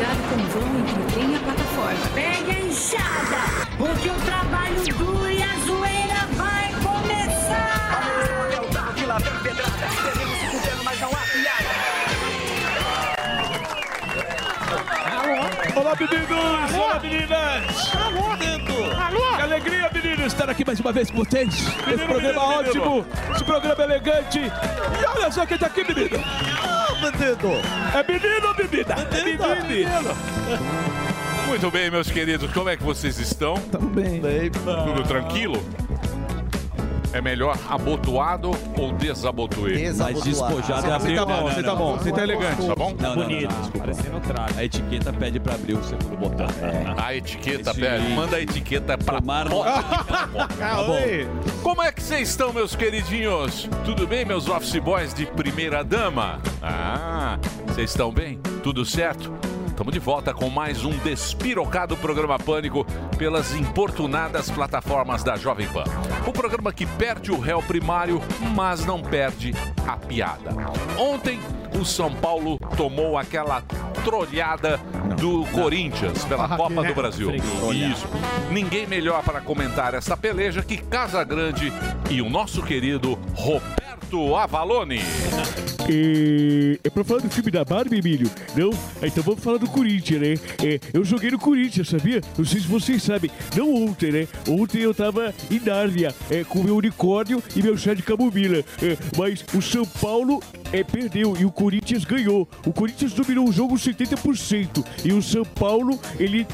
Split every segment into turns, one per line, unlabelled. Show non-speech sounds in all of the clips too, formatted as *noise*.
vão entre o trem e a plataforma.
Pegue a enxada, porque o trabalho duro e a zoeira vai começar.
É o carro que lá vem pedrada. Devemos se fuder, mas não há piada.
Olá, meninos! Olá, meninas! Que alegria, meninos, estar aqui mais uma vez com vocês. Esse programa
menino,
ótimo, esse programa elegante. E olha só quem tá aqui, menino! É menino ou menina? É menino!
Muito bem, meus queridos, como é que vocês estão?
Tamo bem.
Tudo tranquilo? É melhor abotoado ou desabotoeiro?
Mas despojado
Você
é abrir.
tá bom,
Não,
você
não,
tá
não.
bom, você tá elegante.
Tá bom?
Não, não,
Bonito.
não, não.
Parecendo traje.
A etiqueta pede pra abrir o segundo botão.
A etiqueta,
Esse-
pele. Manda a etiqueta pra
Tomar no...
Tá bom.
Como é que vocês estão, meus queridinhos? Tudo bem, meus office boys de primeira dama? Ah, vocês estão bem? Tudo certo? Estamos de volta com mais um despirocado programa Pânico pelas importunadas plataformas da Jovem Pan. O programa que perde o réu primário, mas não perde a piada. Ontem, o São Paulo tomou aquela trolhada do Corinthians pela
Ah,
Copa
é.
do Brasil. Isso. Ninguém melhor para comentar essa peleja que Casa Grande e o nosso querido Roberto Avalone.
É, é pra falar do filme da Barbie, Emílio? Não? Ah, Então vamos falar do Corinthians, né? É, eu joguei no Corinthians, sabia? Não sei se vocês sabem. Não ontem, né? Ontem eu tava em Nárnia, é, com meu unicórnio e meu chá de camomila. É, mas o São Paulo é, perdeu e o Corinthians ganhou. O Corinthians dominou o jogo 70% e o São Paulo, ele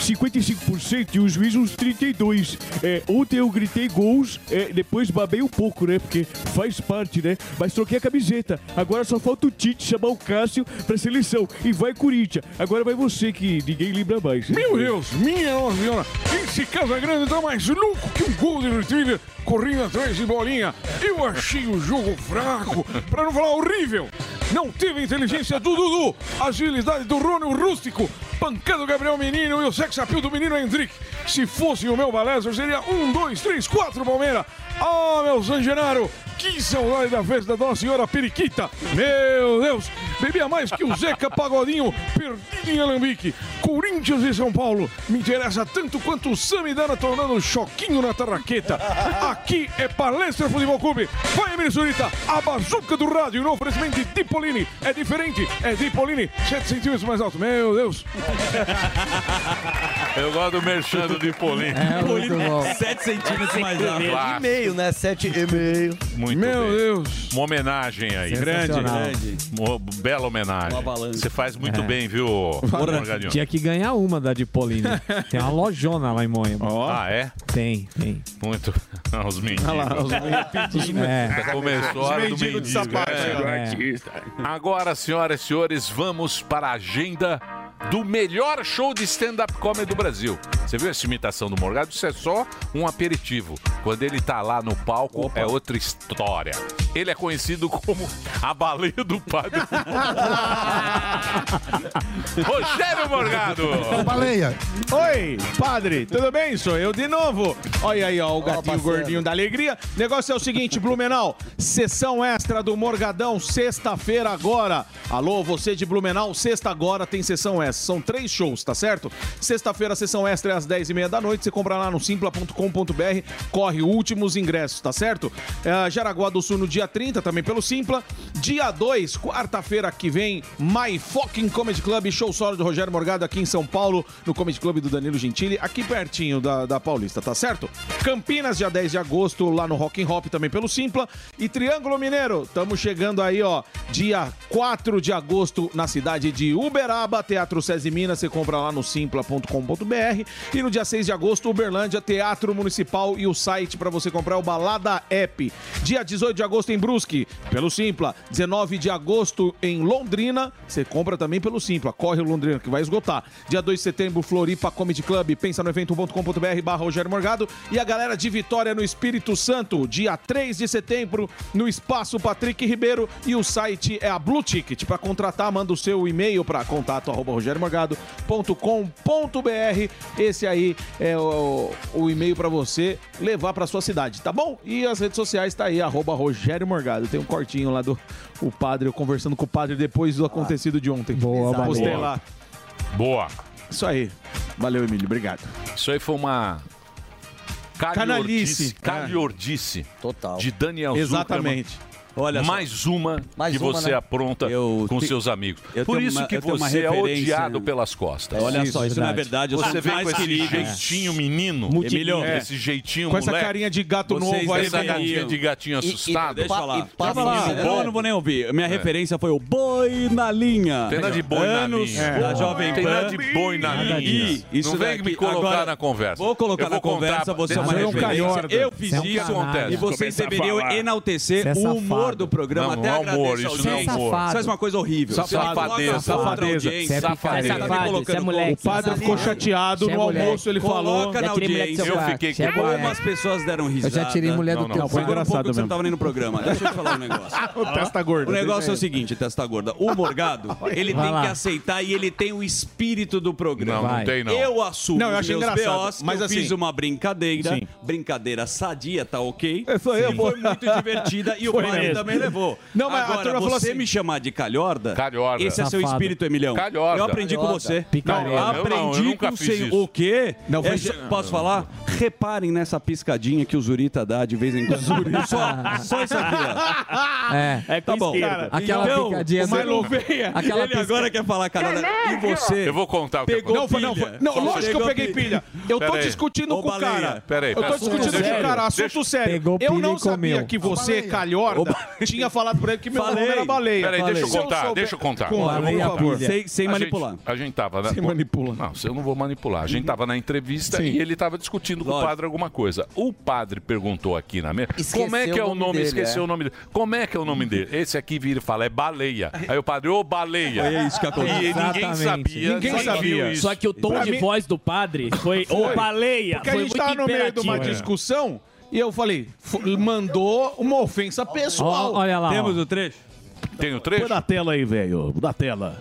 55% e os juiz uns 32. É, ontem eu gritei gols, é, depois babei um pouco, né? Porque faz parte, né? Mas troquei a camiseta. Agora só falta o Tite chamar o Cássio pra seleção. E vai Corinthians. Agora vai você que ninguém lembra mais.
Oh,
Meu Deus, minha nossa senhora, esse Casagrande tá mais louco que um Golden Retriever correndo atrás de bolinha. Eu achei o jogo fraco, pra não falar horrível. Não teve a inteligência do Dudu, a agilidade do Rony o rústico, pancando o Gabriel Menino e o sex appeal do menino Hendrick. Se fosse o meu Balestra, seria um, dois, três, quatro, Palmeira. Ah, meu San Genaro, que saudade da festa da Nossa Senhora Periquita. Meu Deus, bebia mais que o Zeca Pagodinho perdido em Alambique. Corinthians e São Paulo me interessa tanto quanto o Samidana tornando um choquinho na tarraqueta. Aqui é Palestra Futebol Clube. Vai, Emílio Surita, a bazuca do rádio no oferecimento de Tipolini. É diferente, é Tipolini, 7 centímetros mais alto. Meu Deus.
Eu gosto do merchando de Polim.
7 é centímetros mais alto.
Claro,
E meio, né? Sete e meio.
muito
Meu
bem.
Deus.
Uma homenagem aí. né?
Grande, grande.
Uma bela homenagem.
Uma balança.
Você faz muito bem, viu, Morgadinho?
Tinha que ganhar uma da
*laughs*
de Pauline. Tem uma lojona lá em Moema.
Ah, é?
Tem, tem.
Muito. *laughs* Ah, Os mendigos. *laughs*
É.
Já Começou a hora do mendigo. É.
é.
Agora, senhoras e senhores, vamos para a agenda do melhor show de stand-up comedy do Brasil. Você viu essa imitação do Morgado? Isso é só um aperitivo. Quando ele tá lá no palco, é outra história. Ele é conhecido como a baleia do padre. Rogério Morgado! *laughs*
Baleia.
Oi, padre, tudo bem? Sou eu de novo. Olha aí, ó, o gatinho
parceiro.
gordinho da alegria. Negócio é o seguinte, Blumenau, sessão extra do Morgadão, sexta-feira agora. Alô, você de Blumenau, sexta agora tem sessão extra. São três shows, tá certo? Sexta-feira, sessão extra é às 10h30 da noite. Você compra lá no simpla.com.br, corre últimos ingressos, tá certo? É, Jaraguá do Sul no dia 30, também pelo Simpla. Dia 2, quarta-feira que vem, My Fucking Comedy Club, show solo do Rogério Morgado aqui em São Paulo, no Comedy Club do Danilo Gentili, aqui pertinho da, da Paulista, tá certo? Campinas, dia 10 de agosto, lá no Rock in Hop, também pelo Simpla. E Triângulo Mineiro, estamos chegando aí, ó, dia 4 de agosto, na cidade de Uberaba, Teatro SESI Minas, você compra lá no simpla.com.br. E no dia 6 de agosto, Uberlândia, Teatro Municipal e o site para você comprar é o Balada App. Dia 18 de agosto em Brusque, pelo Simpla. 19 de agosto em Londrina, você compra também pelo Simpla. Corre o Londrina que vai esgotar. Dia 2 de setembro, Floripa Comedy Club. Pensa no evento.com.br barra Rogério Morgado. E a galera de Vitória no Espírito Santo, dia 3 de setembro, no Espaço Patrick Ribeiro. E o site é a Blue Ticket. Para contratar, manda o seu e-mail para contato arroba rogeriomorgado.com.br. Esse aí é o, o e-mail para você levar para sua cidade, tá bom? E as redes sociais tá aí, arroba Rogério Morgado. Tem um cortinho lá do o padre, eu conversando com o padre depois do acontecido de ontem.
Boa,
Postei
boa.
lá.
Boa.
Isso aí. Valeu, Emílio. Obrigado.
Isso aí foi uma.
Canalice.
né?
Calhordice. Calhordice. Total. De Daniel
Exatamente.
Zuckerman.
Olha só.
mais uma
Mais
que
uma,
você
né?
apronta com
te-
seus amigos.
eu
Por
tenho
isso
uma-
que
eu tenho uma
você é
referência-
odiado pelas costas.
Olha só, isso não é verdade, eu sou
Você vem
mais
com esse
querido.
né?
jeitinho
É.
menino.
Multi-
Emilhão,
É.
Esse jeitinho
Com essa
moleque.
carinha de gato
Vocês
novo aí,
Essa
Emilhão.
carinha de gatinho
E- e-
assustado.
deixa eu falar.
Deixa eu falar. Eu não vou nem ouvir. Minha
É.
referência foi o Boi na Linha.
Tem nada de boi na
Anos
linha.
da Jovem
Tem nada
Pan.
de boi na
Nada
linha.
disso. Isso
não vem
daqui-
me colocar
agora-
na conversa.
Vou colocar
Eu
na conversa, você é uma
Deixa eu
referência.
contar.
Eu fiz
O que
isso
acontece?
e vocês
Começa a
deveriam
falar.
enaltecer
Você é
o humor
safado.
do programa.
Não,
Até
não é humor,
agradeço a
isso não é
audiência.
humor.
Isso faz uma coisa horrível.
Safadeza, safadeza. Você é picareta.
Tá me colocando
Você é
no-
moleque,
O padre ficou chateado no almoço, ele falou.
Coloca na audiência.
Eu fiquei
com Algumas pessoas deram risada.
Eu já tirei mulher do Não, não, teu foi
Foi engraçado um
engraçado
pouco que você não
mesmo.
tava nem no programa. Deixa eu te falar um negócio.
*laughs*
O testa gorda.
O negócio é o seguinte, testa gorda. O Morgado, ele
Vai
tem
lá.
que aceitar e ele tem o espírito do
Não,
programa.
não Vai. tem, não.
Eu assumo
Não, eu
os
achei
meus
engraçado,
BOs,
mas
eu
assim-
fiz uma brincadeira.
Sim.
Brincadeira sadia, tá ok?
sou eu,
E
pô.
foi muito divertida e o
Foi
padre
mesmo.
também levou.
Não, mas a
Agora,
turma
você
falou assim-
me chamar de calhorda,
Calhorda.
esse é seu
Safado.
espírito, Emilhão.
Calhorda.
Eu aprendi
Calhorda.
com você.
Picareta.
Não,
Eu não, eu
aprendi
nunca
com
fiz
você.
isso.
O quê?
Não, foi-
É, só- Posso falar? Reparem nessa piscadinha que o Zurita dá de vez em quando. Zuri, só, só isso aqui, ó.
É.
tá bom.
Cara, aquela picadinha
você
do-
não venha.
Aquela
ele
pisca-
agora quer falar, cara. E você?
Eu vou contar o que
pegou
aconteceu.
pilha.
Não, foi- não, lógico que eu peguei pilha. Eu tô discutindo com o cara.
Peraí,
eu tô discutindo com o cara, assunto sério. eu não sabia que você, calhorda, tinha falado pra ele que meu nome era baleia.
Peraí, deixa eu
Se
contar,
souber-
deixa eu contar.
Conta, por favor.
A gente- a gente tava... Na...
Sem manipular.
Não, eu não vou manipular. A gente tava na entrevista
Sim.
e ele tava discutindo com o padre alguma coisa. O padre perguntou aqui na mesa,
Esqueceu
como é que é
o
o
nome
nome,
dele,
esqueceu
é.
o nome dele. Como é que é o nome dele? Esse aqui vira e fala, é baleia. Aí o padre, ô baleia.
É isso que aconteceu.
E ninguém
Exatamente.
sabia.
Ninguém
ninguém
sabia.
viu isso.
Só que o tom
Pra
de
mim-
voz do padre foi,
Foi.
ô baleia.
Porque
foi
a gente
muito
tava no meio de uma
imperativo.
discussão e eu falei, fo- mandou uma ofensa pessoal.
Ó, olha lá,
Temos
o trecho?
Tem o trecho?
Põe na tela aí, velho. Da tela.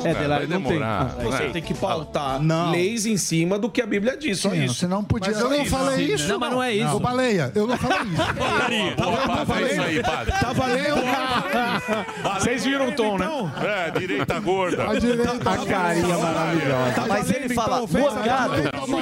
É,
Cara,
Delari,
vai
não tem.
demorar,
Ah, Você
né?
tem que pautar
Não.
leis em cima do que a Bíblia diz, só isso. é
Você não podia. eu não falei isso. Ô, baleia, eu
*laughs*
não falei isso.
É isso aí, padre.
Tá valendo.
Vocês viram o tom, né?
Então.
É, direita gorda.
*laughs* A
Tá
direita tá A
carinha
maravilhosa.
Mas
então,
ele fala,
"Morgado,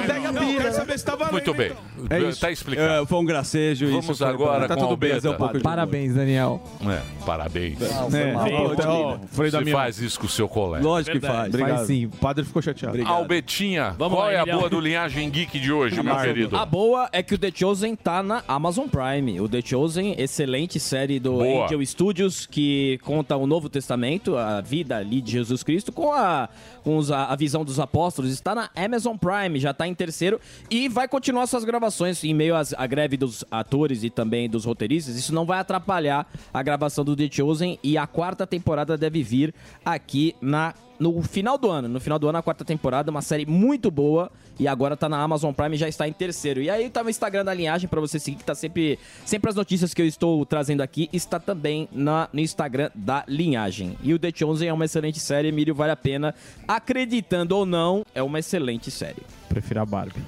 pega a pira. Quero saber
*laughs*
se tá valendo.
Muito bem.
É isso.
Tá explicado.
É, foi um gracejo.
Vamos
isso foi-
agora
tá
com
tudo bem,
Alberta.
é um pouco de
Parabéns, Daniel.
É, parabéns.
Não,
Né?
foi mal. Pô,
então, Frei
Você
Damião.
faz isso com o seu colega.
Obrigado. sim. O padre ficou chateado.
Albetinha,
Vamos
qual
lá,
é a
Emiliano.
boa do Linhagem Geek de hoje, meu querido?
A boa é que o The Chosen tá na Amazon Prime. O The Chosen, excelente série do
Boa.
Angel Studios, que conta o Novo Testamento, a vida ali de Jesus Cristo, com a, com os- a, a visão dos apóstolos. Está na Amazon Prime, já tá em terceiro. E vai continuar suas gravações em meio às- à greve dos atores e também dos roteiristas. Isso não vai atrapalhar a gravação do The Chosen. E a quarta temporada deve vir aqui na no final do ano. No final do ano, a quarta temporada, uma série muito boa. E agora tá na Amazon Prime e já está em terceiro. E aí tá o Instagram da linhagem pra você seguir, que tá sempre. Sempre as notícias que eu estou trazendo aqui está também na, no Instagram da linhagem. E o The Chosen é uma excelente série, Emílio, vale a pena. Acreditando ou não, é uma excelente série.
Prefiro a Barbie.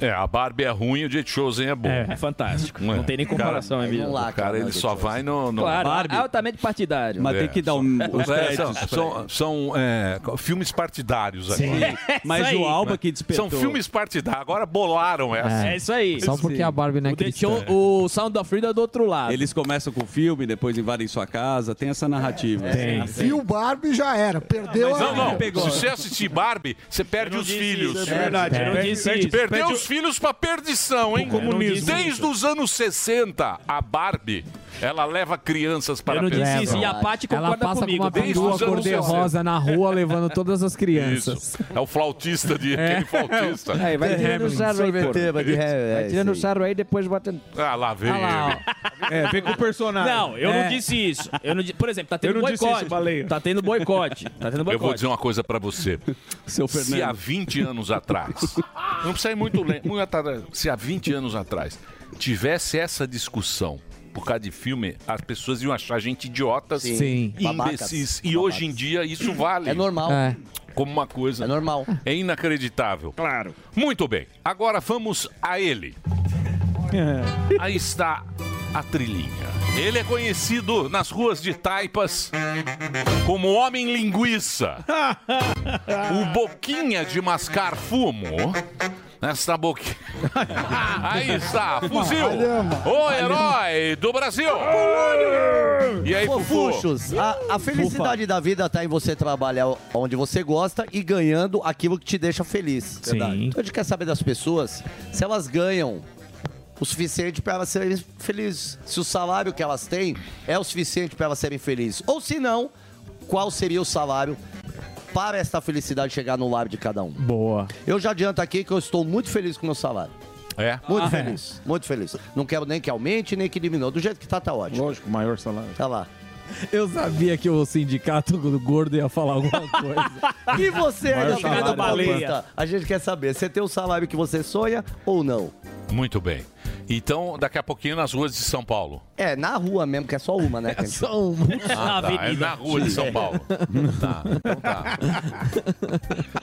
É, a Barbie é ruim e o The Chosen é bom.
É, é fantástico. Não tem nem comparação,
cara,
Emílio.
O cara,
Não,
ele
The
só vai no... no...
Claro, altamente partidário.
É,
um-
são- é, são, são, são, é, filmes partidários aqui.
Sim. Mas Isso o aí. Alba que despertou.
São filmes partidários. Agora bolaram essa.
É isso aí.
Só porque a Barbie não é
O, The
cristã.
Cho- o Sound of Freedom é do outro lado.
Eles começam com o filme, depois invadem sua casa. Tem essa narrativa.
Tem.
E o Barbie já era. Perdeu
Mas não,
a.
não. Se você assistir Barbie, você perde os filhos.
isso, é verdade.
Perde-
Eu não disse
perde-
isso.
Perdeu
Perde
os
o-
filhos pra perdição, hein?
Pro comunismo.
Desde os anos 60, a Barbie, ela leva crianças para
Eu não disse
perdição.
isso, e a Paty
Ela
concorda
passa
comigo.
com uma
desde
perua
os anos
cor-de-rosa
60.
na rua, levando todas as crianças.
É o flautista de aquele flautista.
É, vai tirando sarro aí,
Sorveteiro, de- é,
Vai tirando sarro aí, depois bota...
Ah, lá vem.
Ah lá,
ele.
É, vem com o personagem.
Não, eu
É.
não disse isso. Eu não di- Por exemplo, tá tendo
Eu não disse
boicote.
isso, baleia.
Tá tendo boicote. Tá tendo boicote.
Eu vou dizer uma coisa pra você. Se
Fernando.
há 20 anos atrás, não precisa ir muito lento, muito atrás, se há 20 anos atrás tivesse essa discussão por causa de filme, as pessoas iam achar a gente idiotas,
Sim. Sim.
imbecis.
Babacas.
E hoje em dia isso vale.
É normal.
É.
Como uma coisa. É
normal.
É inacreditável. Claro.
É.
Muito bem. Agora vamos a ele. Aí está a trilhinha. Ele é conhecido nas ruas de Taipas como Homem Linguiça. o Boquinha de Mascar Fumo. Nesta boquinha. Aí está, fuzil. O herói do Brasil. E aí, Fufu?
Fofuchos, Ah, a, a felicidade da vida tá em você trabalhar onde você gosta e ganhando aquilo que te deixa feliz. Verdade. Então a gente quer saber das pessoas se elas ganham o suficiente para elas serem felizes. Se o salário que elas têm é o suficiente para elas serem felizes. Ou se não, qual seria o salário para esta felicidade chegar no lábio de cada um?
Boa.
Eu já adianto aqui que eu estou muito feliz com o meu salário.
É?
Muito
Ah,
feliz, muito feliz. Não quero nem que aumente, nem que diminua. Do jeito que tá, tá ótimo.
Lógico, maior salário.
Tá lá.
Eu sabia que o sindicato do gordo ia falar alguma coisa.
E você
Maior
ainda
salário
da
da baleia.
baleia? A gente quer saber, você tem o salário que você sonha ou não?
Muito bem. Então, daqui a pouquinho nas ruas de São Paulo.
É, na rua mesmo, que é só uma, né? É
só uma.
Ah, tá. É na rua de São
*laughs*
Paulo. Tá, então tá.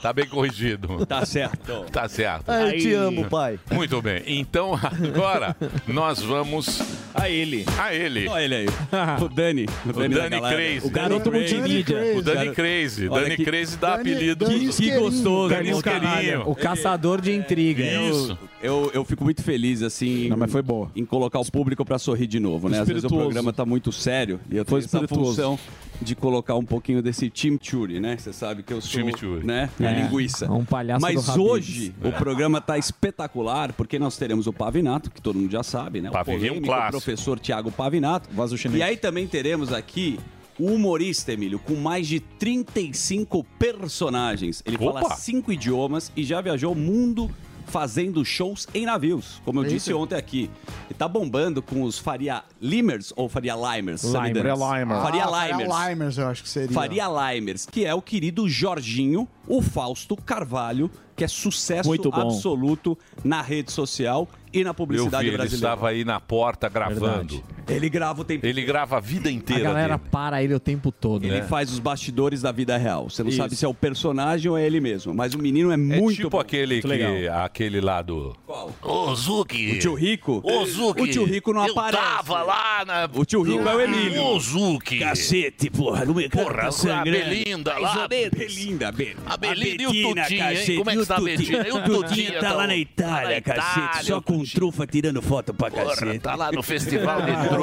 Tá bem corrigido.
Tá certo.
Tá certo.
Ai, eu te Aí. amo, pai.
Muito bem. Então agora nós vamos
a ele.
A ele.
Olha ele aí. *laughs* O Dani.
O Dani, Crazy.
O garoto multimídia.
O Dani Crazy.
Olha
Dani
que-
Crazy dá
Dani-
apelido.
Dani Isqueirinho.
Dani
o,
Isqueirinho.
o caçador de intriga. é
Eu, eu, eu fico muito feliz, assim. mas foi boa. Em colocar o público pra sorrir de novo, né? Às vezes o
Espirituoso.
programa tá muito sério e eu tenho
Foi
essa
espirituoso.
função de colocar um pouquinho desse chimichurri, né? Você sabe que eu sou, né? A
É,
linguiça.
um palhaço
Mas
do Habib's.
hoje o programa tá espetacular porque nós teremos o Pavinato, que todo mundo já sabe, né? O
Pavi é um
polêmico
clássico.
professor Tiago Pavinato. E aí também teremos aqui o humorista, Emílio, com mais de 35 personagens. Ele
Opa!
fala cinco idiomas e já viajou o mundo fazendo shows em navios, como eu
É
disse
isso.
ontem aqui. E tá bombando com os Faria Limers ou Faria Limers?
Limer.
Samidans?
é Ah,
Faria Limers.
Ah, Faria Limers, eu acho que seria.
Faria Limers, que é o querido Jorginho, o Fausto Carvalho, que é sucesso
Muito bom.
absoluto na rede social e na
Eu vi,
publicidade
ele
brasileira.
estava aí na porta gravando.
Ele grava o tempo
Ele grava a vida
A
inteira
galera
dele.
para ele o tempo todo.
Ele
É.
né?
faz os bastidores da vida real. Você não
Isso.
sabe se é o personagem ou é ele mesmo. Mas o menino é,
É
muito
tipo
bom.
aquele,
Muito
que,
legal.
aquele lá do... Qual? Ozuki.
O tio Rico?
Ozuki.
O tio Rico não
Eu
aparece.
tava lá na...
O tio Rico é o Emílio.
Ozuki.
Cacete, porra. No mercado
Porra,
tá
a
sangrando.
Belinda
Mais
lá.
ou menos. Belinda, Belinda.
A Belinda e o
Betina,
Tutinha, hein?
cacete,
Como é que
e o
tá a
Tutinha?
Betina? E o Tutinha
Tutinha tá
tá
lá
o- tá
na
na
Itália,
Itália,
cacete. Só
o
com trufa tirando foto pra
Porra,
cacete. Ah,
tá lá no festival
*laughs*
de trufa.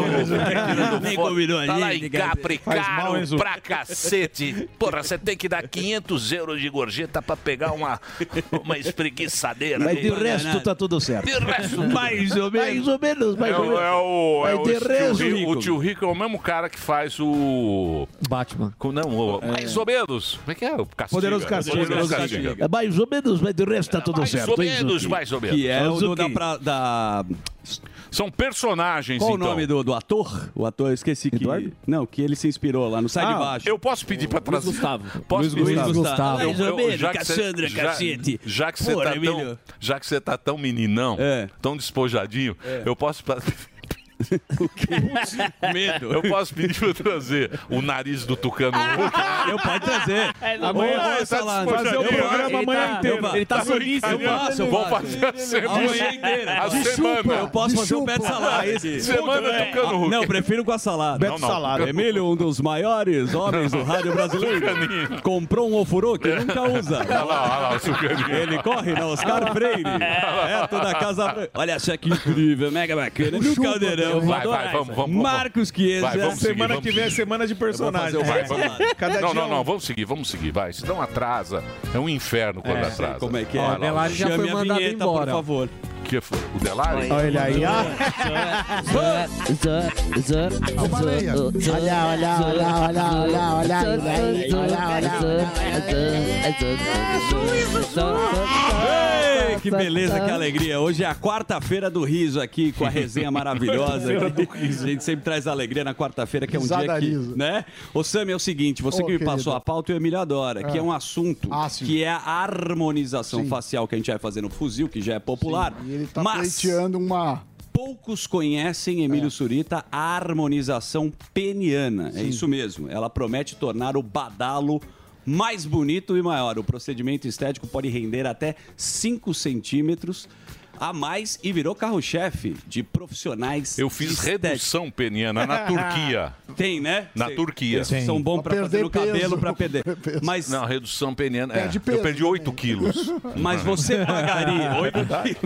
Nem combinou
Tá lá em
gente, cara.
Capri,
Faz mal, hein,
caro
Zu?
pra cacete. Porra, você tem que dar 500 euros de gorjeta pra pegar uma, uma espreguiçadeira.
Mas de
Não, não,
resto
não.
tá tudo certo.
De resto,
mais ou menos. Mais ou menos, mais
É
ou
o,
menos.
é o, é
Mas
o
de
tio
resto-
Rico. O tio Rico é o mesmo cara que faz o.
Batman.
não, o-
é,
mais ou menos. Como é que é? O Castiga.
Poderoso castigo.
Poderoso Castiga.
É mais ou menos, mas de resto tá tudo
Mais
certo.
ou
hein,
menos,
Zuki?
mais ou menos.
Que é o do, da,
Zuki.
pra- da-
São personagens,
Qual
então.
o nome do, do ator? O ator, eu esqueci que... Não, que ele se inspirou lá no Sai de
Ah,
Baixo.
Eu posso pedir pra trazer.
Gustavo.
Posso
Luiz
pedir?
Gustavo. Luiz Gustavo.
Eu-
Mais ou
eu-
menos,
já que cê-
Cassandra,
já-
cacete.
Já que você
Porra,
tá tão.
Emílio.
Já que você tá tão meninão, tão despojadinho,
É.
eu posso.
*laughs*
pra-
Medo.
Eu posso pedir pra trazer o nariz do tucano.
Ah,
Eu posso trazer.
Amanhã vai
tá lá.
fazer o programa amanhã inteiro.
Ele tá
Tá
solíssimo. Eu
brincando.
faço, eu
Vou
faço.
fazer a semana inteira. A
De
semana.
chupa, Eu posso
De
fazer um pé de
chupa.
salada. esse.
Semana
Puta,
tocando
velho.
Hulk.
Não, prefiro com a salada.
Beto Não, não, Salada. tocando
Emílio, um dos maiores homens do
*laughs*
rádio brasileiro.
Tucaninho.
Comprou um ofurô que nunca usa.
Olha lá, olha lá, o sucaninho.
Ele corre na Oscar Freire. Perto da Casa Branca. Olha só que incrível, mega bacana. No Caldeirão.
Vai,
Adoro
vai,
essa.
vamos, vamos.
Marcos Chiesa.
Vai, vamos seguir,
semana
vamos
que vem é
seguir.
semana de personagem.
Eu vou fazer o vai,
É.
vamos.
Cada
não,
dia
não,
um.
não, vamos seguir, vamos seguir, vai. Senão atrasa. É um inferno quando
É,
atrasa.
sei como é que é.
Olha lá,
O Delari já
chame
foi
a
mandado
vinheta,
embora.
por favor. Que foi? O Delari?
Olha ele aí, ó.
Ah,
Baleia. Olha, olha, olha, olha, olha, olha, olha, olha, olha.
Ei, que beleza, que alegria. Hoje é a quarta-feira do riso aqui,
*laughs*
com a resenha maravilhosa.
Quarta-feira do
a gente sempre traz alegria na quarta-feira, que é um
Risada
dia
riso.
que... Né? Ô, Sam, é o seguinte, você
Ô,
que me passou
querido.
a pauta, e o Emílio adora, que
É.
é um assunto que é a harmonização facial que a gente vai fazer no fuzil, que já é popular.
E ele tá
mas
pleiteando uma.
poucos conhecem, Emílio Surita, a harmonização peniana. É isso mesmo. Ela promete tornar o badalo mais bonito e maior. O procedimento estético pode render até 5 centímetros a mais e virou carro-chefe de profissionais.
Eu fiz redução peniana na Turquia.
*laughs* Tem, né?
Na
Sei.
Turquia.
Eles são bons pra fazer no cabelo, pra perder. Mas
Não, redução peniana. é.
Perde peso.
Eu perdi 8 quilos.
Mas
*laughs*
você pagaria oito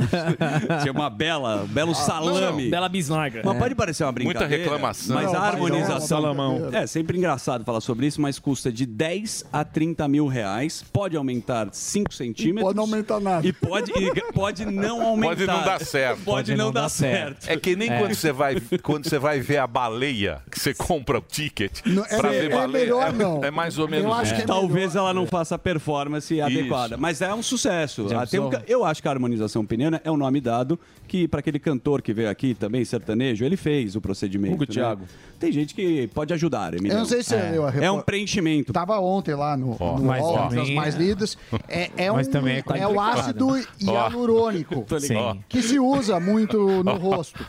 quilos. Tinha uma bela, um belo
Ah,
salame.
não.
Bela bisnaga.
Mas
É.
pode parecer uma brincadeira.
Muita reclamação.
Mas
Não, mas
a
é uma
harmonização.
salamão.
É sempre engraçado falar sobre isso, mas custa de 10 a 30 mil reais. Pode aumentar 5 centímetros. Pode não aumentar nada. E pode,
*laughs*
e pode não aumentar.
Pode não dar certo.
Pode, não, dar certo.
É que nem quando, você vai, quando você vai ver a baleia, que você compra o ticket
Não, é
pra
me-
ver
é
baleia.
melhor não.
É mais ou menos isso.
Talvez ela não faça a performance adequada, mas é um sucesso.
Já
Ah, tem um
pensou?
ca- eu acho que a harmonização peniana é um nome dado que, para aquele cantor que veio aqui também, sertanejo, ele fez o procedimento.
Hugo
né?
Thiago.
Tem gente que pode ajudar, Emílio.
Eu não sei se
é.
eu a
É um preenchimento.
Tava ontem lá no,
Ó,
no
mas
hall
também
das mais
é-
lidas. É, é,
Mas
um-
também é
é
complicado.
o ácido
Ó.
hialurônico.
*laughs*
Tô ligado. Sim.
Que se usa muito no rosto.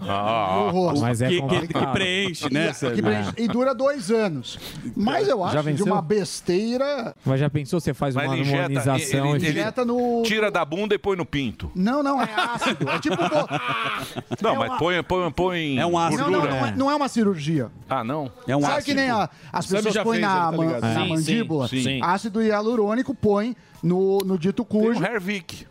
Ah,
No rosto.
Mas é
que, que,
complicado.
que preenche, né, Sérgio?
Que preenche- E dura dois anos. Mas eu acho de
venceu?
uma besteira.
Mas já pensou, você faz
Mas
É uma
ele injeta,
harmonização...
ele, ele,
Injeta no-
tira da bunda e põe no pinto.
Não, não, é ácido. É tipo. bo-
Não,
É
mas
uma-
põe, põe, põe
É um ácido.
Não, não, não é, não é uma cirurgia.
Ah, não?
É
Sabe que nem a- as
O Sam
pessoas
já
põem
fez,
na,
ele tá
man-
ligado.
na
Sim,
mandíbula?
sim, sim.
Ácido hialurônico põe no, no dito cujo.
Tem um Hervik.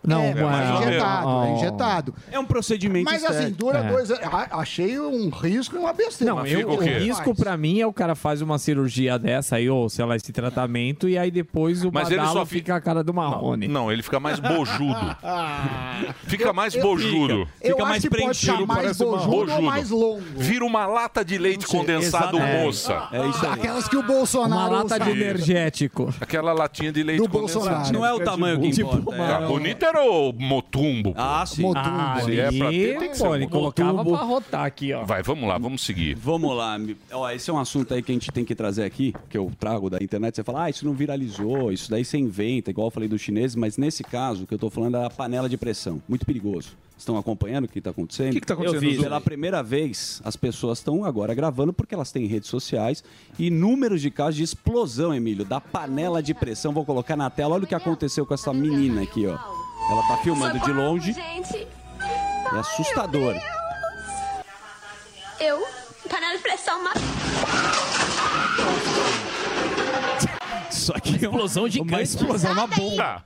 Não, é,
mas-
mas é injetado, é
Oh.
injetado.
É um procedimento
Mas assim,
estético.
dura
É.
dois anos. A- Achei um risco e uma besteira.
Não, eu, o risco pra mim é o cara faz uma cirurgia dessa aí, ou sei lá, esse tratamento, e aí depois o
Mas ele
badalo
só fi-
fica a cara do Marrone.
Não, ele fica mais
*laughs*
bojudo.
Ah.
fica mais
eu-
bojudo.
fica. Eu Fica acho mais que pode preenchido, ficar mais parece uma- bojudo ou mais
longo.
Vira uma lata de leite condensado
Exatamente.
moça.
É isso aí.
Aquelas que o Bolsonaro
Uma lata
*laughs*
de energético.
Aquela latinha de leite
Do
condensado.
Bolsonaro.
Não é o tamanho que
Tipo,
importa. é.
Ah, bonito era o motumbo.
Ah, sim.
Motumbo.
Ah,
Se é pra ter, tem que ser
pô, ele
um motumbo.
colocava pra rotar aqui, ó.
Vai, vamos lá, vamos seguir.
Vamos lá. mi- Ó, esse é um assunto aí que a gente tem que trazer aqui, que eu trago da internet. Você fala, ah, isso não viralizou, isso daí você inventa, igual eu falei dos chineses, mas nesse caso que eu tô falando é a panela de pressão. Muito perigoso. Estão acompanhando o que está acontecendo? O que
tá acontecendo
Eu vi.
nos
Pela primeira vez, as pessoas estão agora gravando porque elas têm redes sociais e números de casos de explosão, Emílio, da panela de pressão. Vou colocar na tela. Olha o que aconteceu com essa menina aqui, ó. Ela tá filmando de longe.
Gente,
É assustador.
eu. Panela de pressão, uma.
Isso aqui é uma
explosão gigante.
Uma explosão, é uma bomba.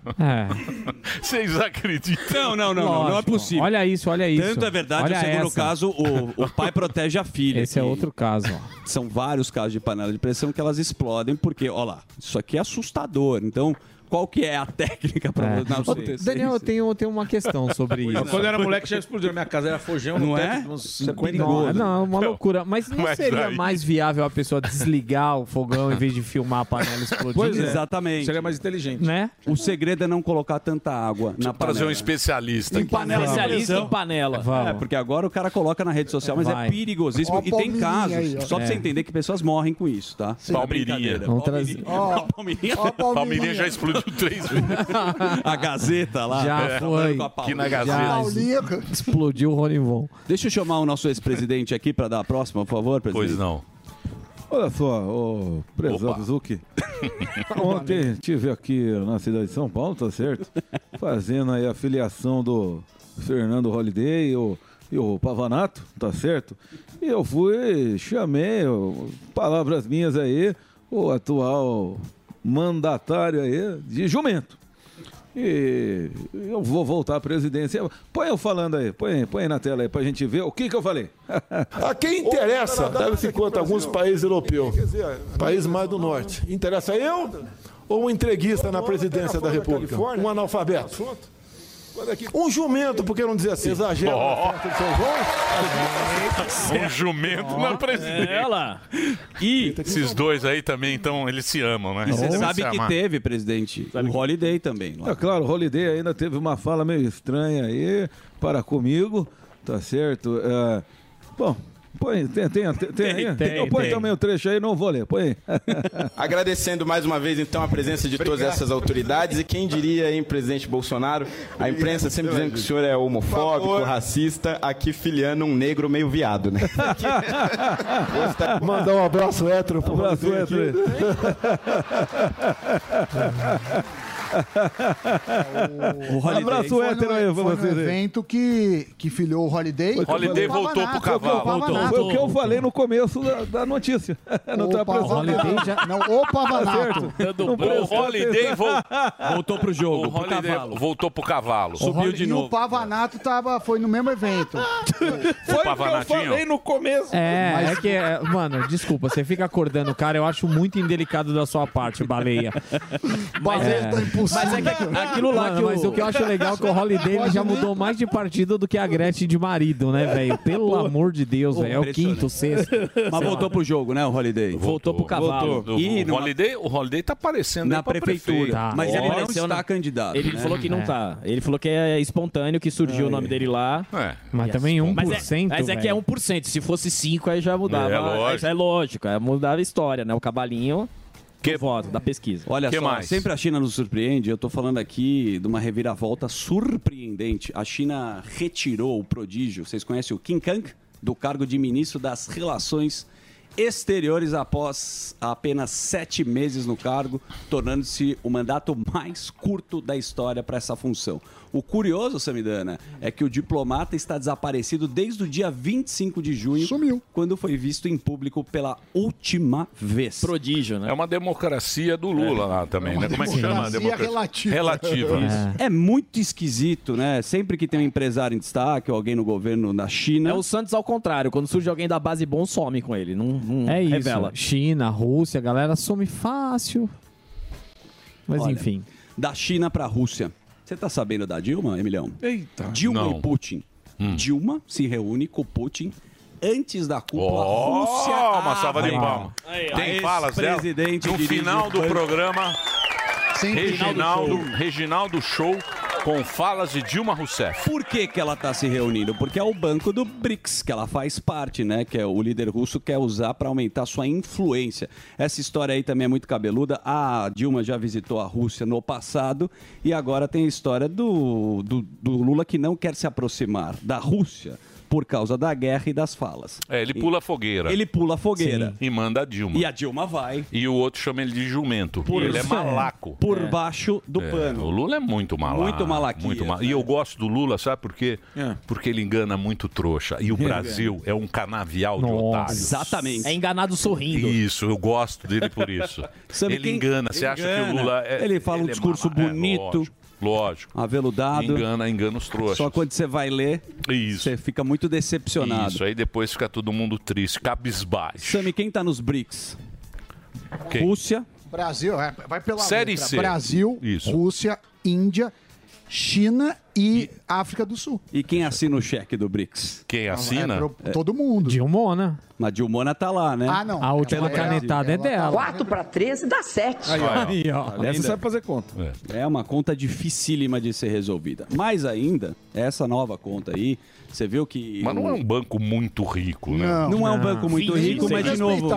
Vocês acreditam?
Não, não, não, não, não é
É. Lógico.
possível.
Olha isso, olha isso.
Tanto é verdade,
olha
o segundo
essa.
caso, o, o
*laughs*
pai protege a filha.
Esse é
que
outro caso, ó.
São vários casos de panela de pressão que elas explodem, porque, olha lá, isso aqui é assustador. Então, qual que é a *laughs* técnica para
É.
não
Ô, Daniel, eu tenho, eu tenho uma questão sobre isso.
Quando eu era moleque já explodiu. Minha casa era fogão,
Não
no
é?
teto, uns
Isso é
50
perigoso.
Ah,
anos.
Não, é uma loucura. Mas não
Mas
seria
aí-
mais viável a pessoa desligar o fogão em vez de filmar a panela explodindo?
Pois é. Exatamente.
Seria mais inteligente.
Né?
O segredo é não colocar tanta água na panela.
Trazer um especialista.
Em panela.
Especialista em panela.
É, porque agora o cara coloca na rede social, mas
Vai.
é perigosíssimo.
Ó a
e tem
palmeirinha
casos,
aí, ó.
só pra você
É.
entender que pessoas morrem com isso, tá? Não é
Palmeirinha.
brincadeira.
Vamos
Palmeirinha.
Ó,
A palmeirinha.
ó a palmeirinha. Palmeirinha já
*laughs*
explodiu três vezes.
a Gazeta lá.
Já
É.
foi.
Com a
Que
palmeirinha.
na Gazeta. Já.
é.
Explodiu o Ronivon.
Deixa eu chamar o nosso ex-presidente aqui para dar a próxima, por favor, presidente.
Pois não.
Olha só, ô prezado Zuki. Ontem estive aqui na cidade de São Paulo, tá certo? Fazendo aí a filiação do Fernando Holiday e o, e o Pavanato, tá certo? E eu fui, chamei, ó, palavras minhas aí, o atual mandatário aí de jumento. E eu vou voltar à presidência. Põe eu falando aí, põe, põe aí na tela aí pra gente ver o que que eu falei. *laughs*
A quem interessa, leva-se em conta alguns países europeus, países mais do norte. Interessa eu ou um entreguista na presidência da República? Um analfabeto? Um jumento, por que não dizer assim? Exagero. na festa de São João.
Um jumento na presidência.
Ela.
é, E
esses dois aí também, então, eles se amam, né?
E você
Eles
sabe
se
que
amam.
teve, presidente, o Holiday também.
É claro, o Holiday ainda teve uma fala meio estranha aí para comigo, tá certo? É, bom, põe, tem, tem, tem, tem aí?
Tem,
Então põe
tem.
também o trecho aí, não vou ler, põe aí.
Agradecendo mais uma vez, então, a presença de todas essas autoridades. E quem diria, hein, presidente Bolsonaro? A imprensa sempre dizendo que o senhor é homofóbico, racista, aqui filiando um negro meio viado, né?
Mandar um abraço hétero pro
Abraço
Rodrigo aqui. *laughs*
hétero
o Holiday. Abraço hétero aí pra
Foi
vocês
no
aí.
evento que, que filhou o Holiday.
Holiday voltou pro cavalo. Voltou. Foi o que eu falei no começo da, da notícia. *laughs* Não tá
Opa,
prestando
Holiday
atenção.
já- não, o Pavanato.
Tá certo.
Dando
Não
bom.
prestou
O Holiday
atenção.
vol-
voltou pro jogo.
O
pro
Holiday
cavalo.
voltou pro cavalo.
e o Pavanato tava, foi no
*laughs*
mesmo evento.
Foi Pavanatinho.
no começo.
É,
Mas-
é que, é, mano, desculpa, você fica acordando o cara, eu acho muito indelicado da sua parte, baleia.
Mas é-
tá
mas é que aquilo lá
Mano,
que o-
mas o que eu acho legal é que o Holiday ele já mudou mais de partido do que a Gretchen de marido, né, velho? Pelo amor de Deus, velho. É o quinto, o sexto. sei lá.
Mas voltou pro jogo, né, o Holiday? Voltou,
pro cavalo.
O,
E numa-
Holiday, o Holiday tá aparecendo
Na
aí pra
prefeitura.
prefeito.
Tá. Mas ele não está
*laughs*
candidato,
Ele
né?
falou que não
É.
tá. Ele falou que é espontâneo, que surgiu o nome dele lá.
É.
Mas também 1%.
Mas é, mas é que é
velho.
1%. Se fosse 5, aí já mudava.
É,
É,
é lógico.
lógico. É lógico. é, mudava a história, né? O cabalinho que voto, da pesquisa.
Olha só, sempre a China nos surpreende. Eu tô falando aqui de uma reviravolta surpreendente. A China retirou o prodígio, vocês conhecem o Kim Kang, do cargo de ministro das Relações Exteriores após apenas sete meses no cargo, tornando-se o mandato mais curto da história para essa função. O curioso, Samidana, é que o diplomata está desaparecido desde o dia 25 de junho, Sumiu. quando foi visto em público pela última vez.
Prodígio, né?
É uma democracia do Lula lá também, né? Como é que chama? a democracia? Relativa.
É. É muito esquisito, né? Sempre que tem um empresário em destaque ou alguém no governo da China.
É o Santos ao contrário. Quando surge alguém da base bom, some com ele. Não, não
É isso.
revela.
China, Rússia, a galera some fácil. Mas
Olha,
enfim.
Da China para a Rússia. Você tá sabendo da Dilma, Emilhão?
Eita.
Dilma
Não. Hum.
e Putin. Dilma se reúne com Putin antes da cúpula
Ó,
Rússia.
uma salva de palma. Tem falas dela.
presidente
No final do programa, Reginaldo, Reginaldo Show com falas de Dilma Rousseff.
Por que, que ela está se reunindo? Porque é o banco do BRICS, que ela faz parte, né? Que é o líder russo quer usar para aumentar sua influência. Essa história aí também é muito cabeluda. A Dilma já visitou a Rússia no passado e agora tem a história do, do, do Lula que não quer se aproximar da Rússia por causa da guerra e das falas.
É, ele pula a fogueira.
Ele pula a fogueira.
E manda a Dilma.
E a Dilma vai.
E o outro chama ele de jumento.
Por-
E ele é
Isso,
malaco.
é. Por baixo do pano.
O Lula é muito malaco.
Muito malaquias,
muito mal- E eu gosto do Lula, sabe por quê?
É.
Porque ele engana muito trouxa. E o Brasil é um canavial de otários.
É enganado sorrindo.
Isso, eu gosto dele por isso.
*laughs* Sabe
ele
quem-
engana. Você acha que o
engana.
Lula é.
Ele fala um
é
discurso
mala- é,
bonito.
lógico, lógico.
Aveludado.
Engana, engana os trouxas.
Só quando você vai ler, você fica muito decepcionado.
Isso, aí depois fica todo mundo triste, cabisbaixo.
Sami, quem tá nos BRICS?
Quem?
Rússia.
Brasil, é, vai pela
Série
letra.
C.
Brasil,
Isso.
Rússia, Índia, China e, África do Sul.
E quem assina o cheque do BRICS?
Quem
assina? é pro- todo mundo.
Dilmona.
Mas Dilmona tá lá, né?
Ah, não. A última
Pelo Brasil.
né? canetada é
tá
dela.
4 para 13 dá 7.
Aí, ó.
ó.
Tá
Essa
vendo?
sabe fazer conta.
É uma conta dificílima de ser resolvida. Mais ainda, essa nova conta aí, você viu que.
Mas não é um banco muito rico, né?
Não, é um banco muito rico, mas de novo.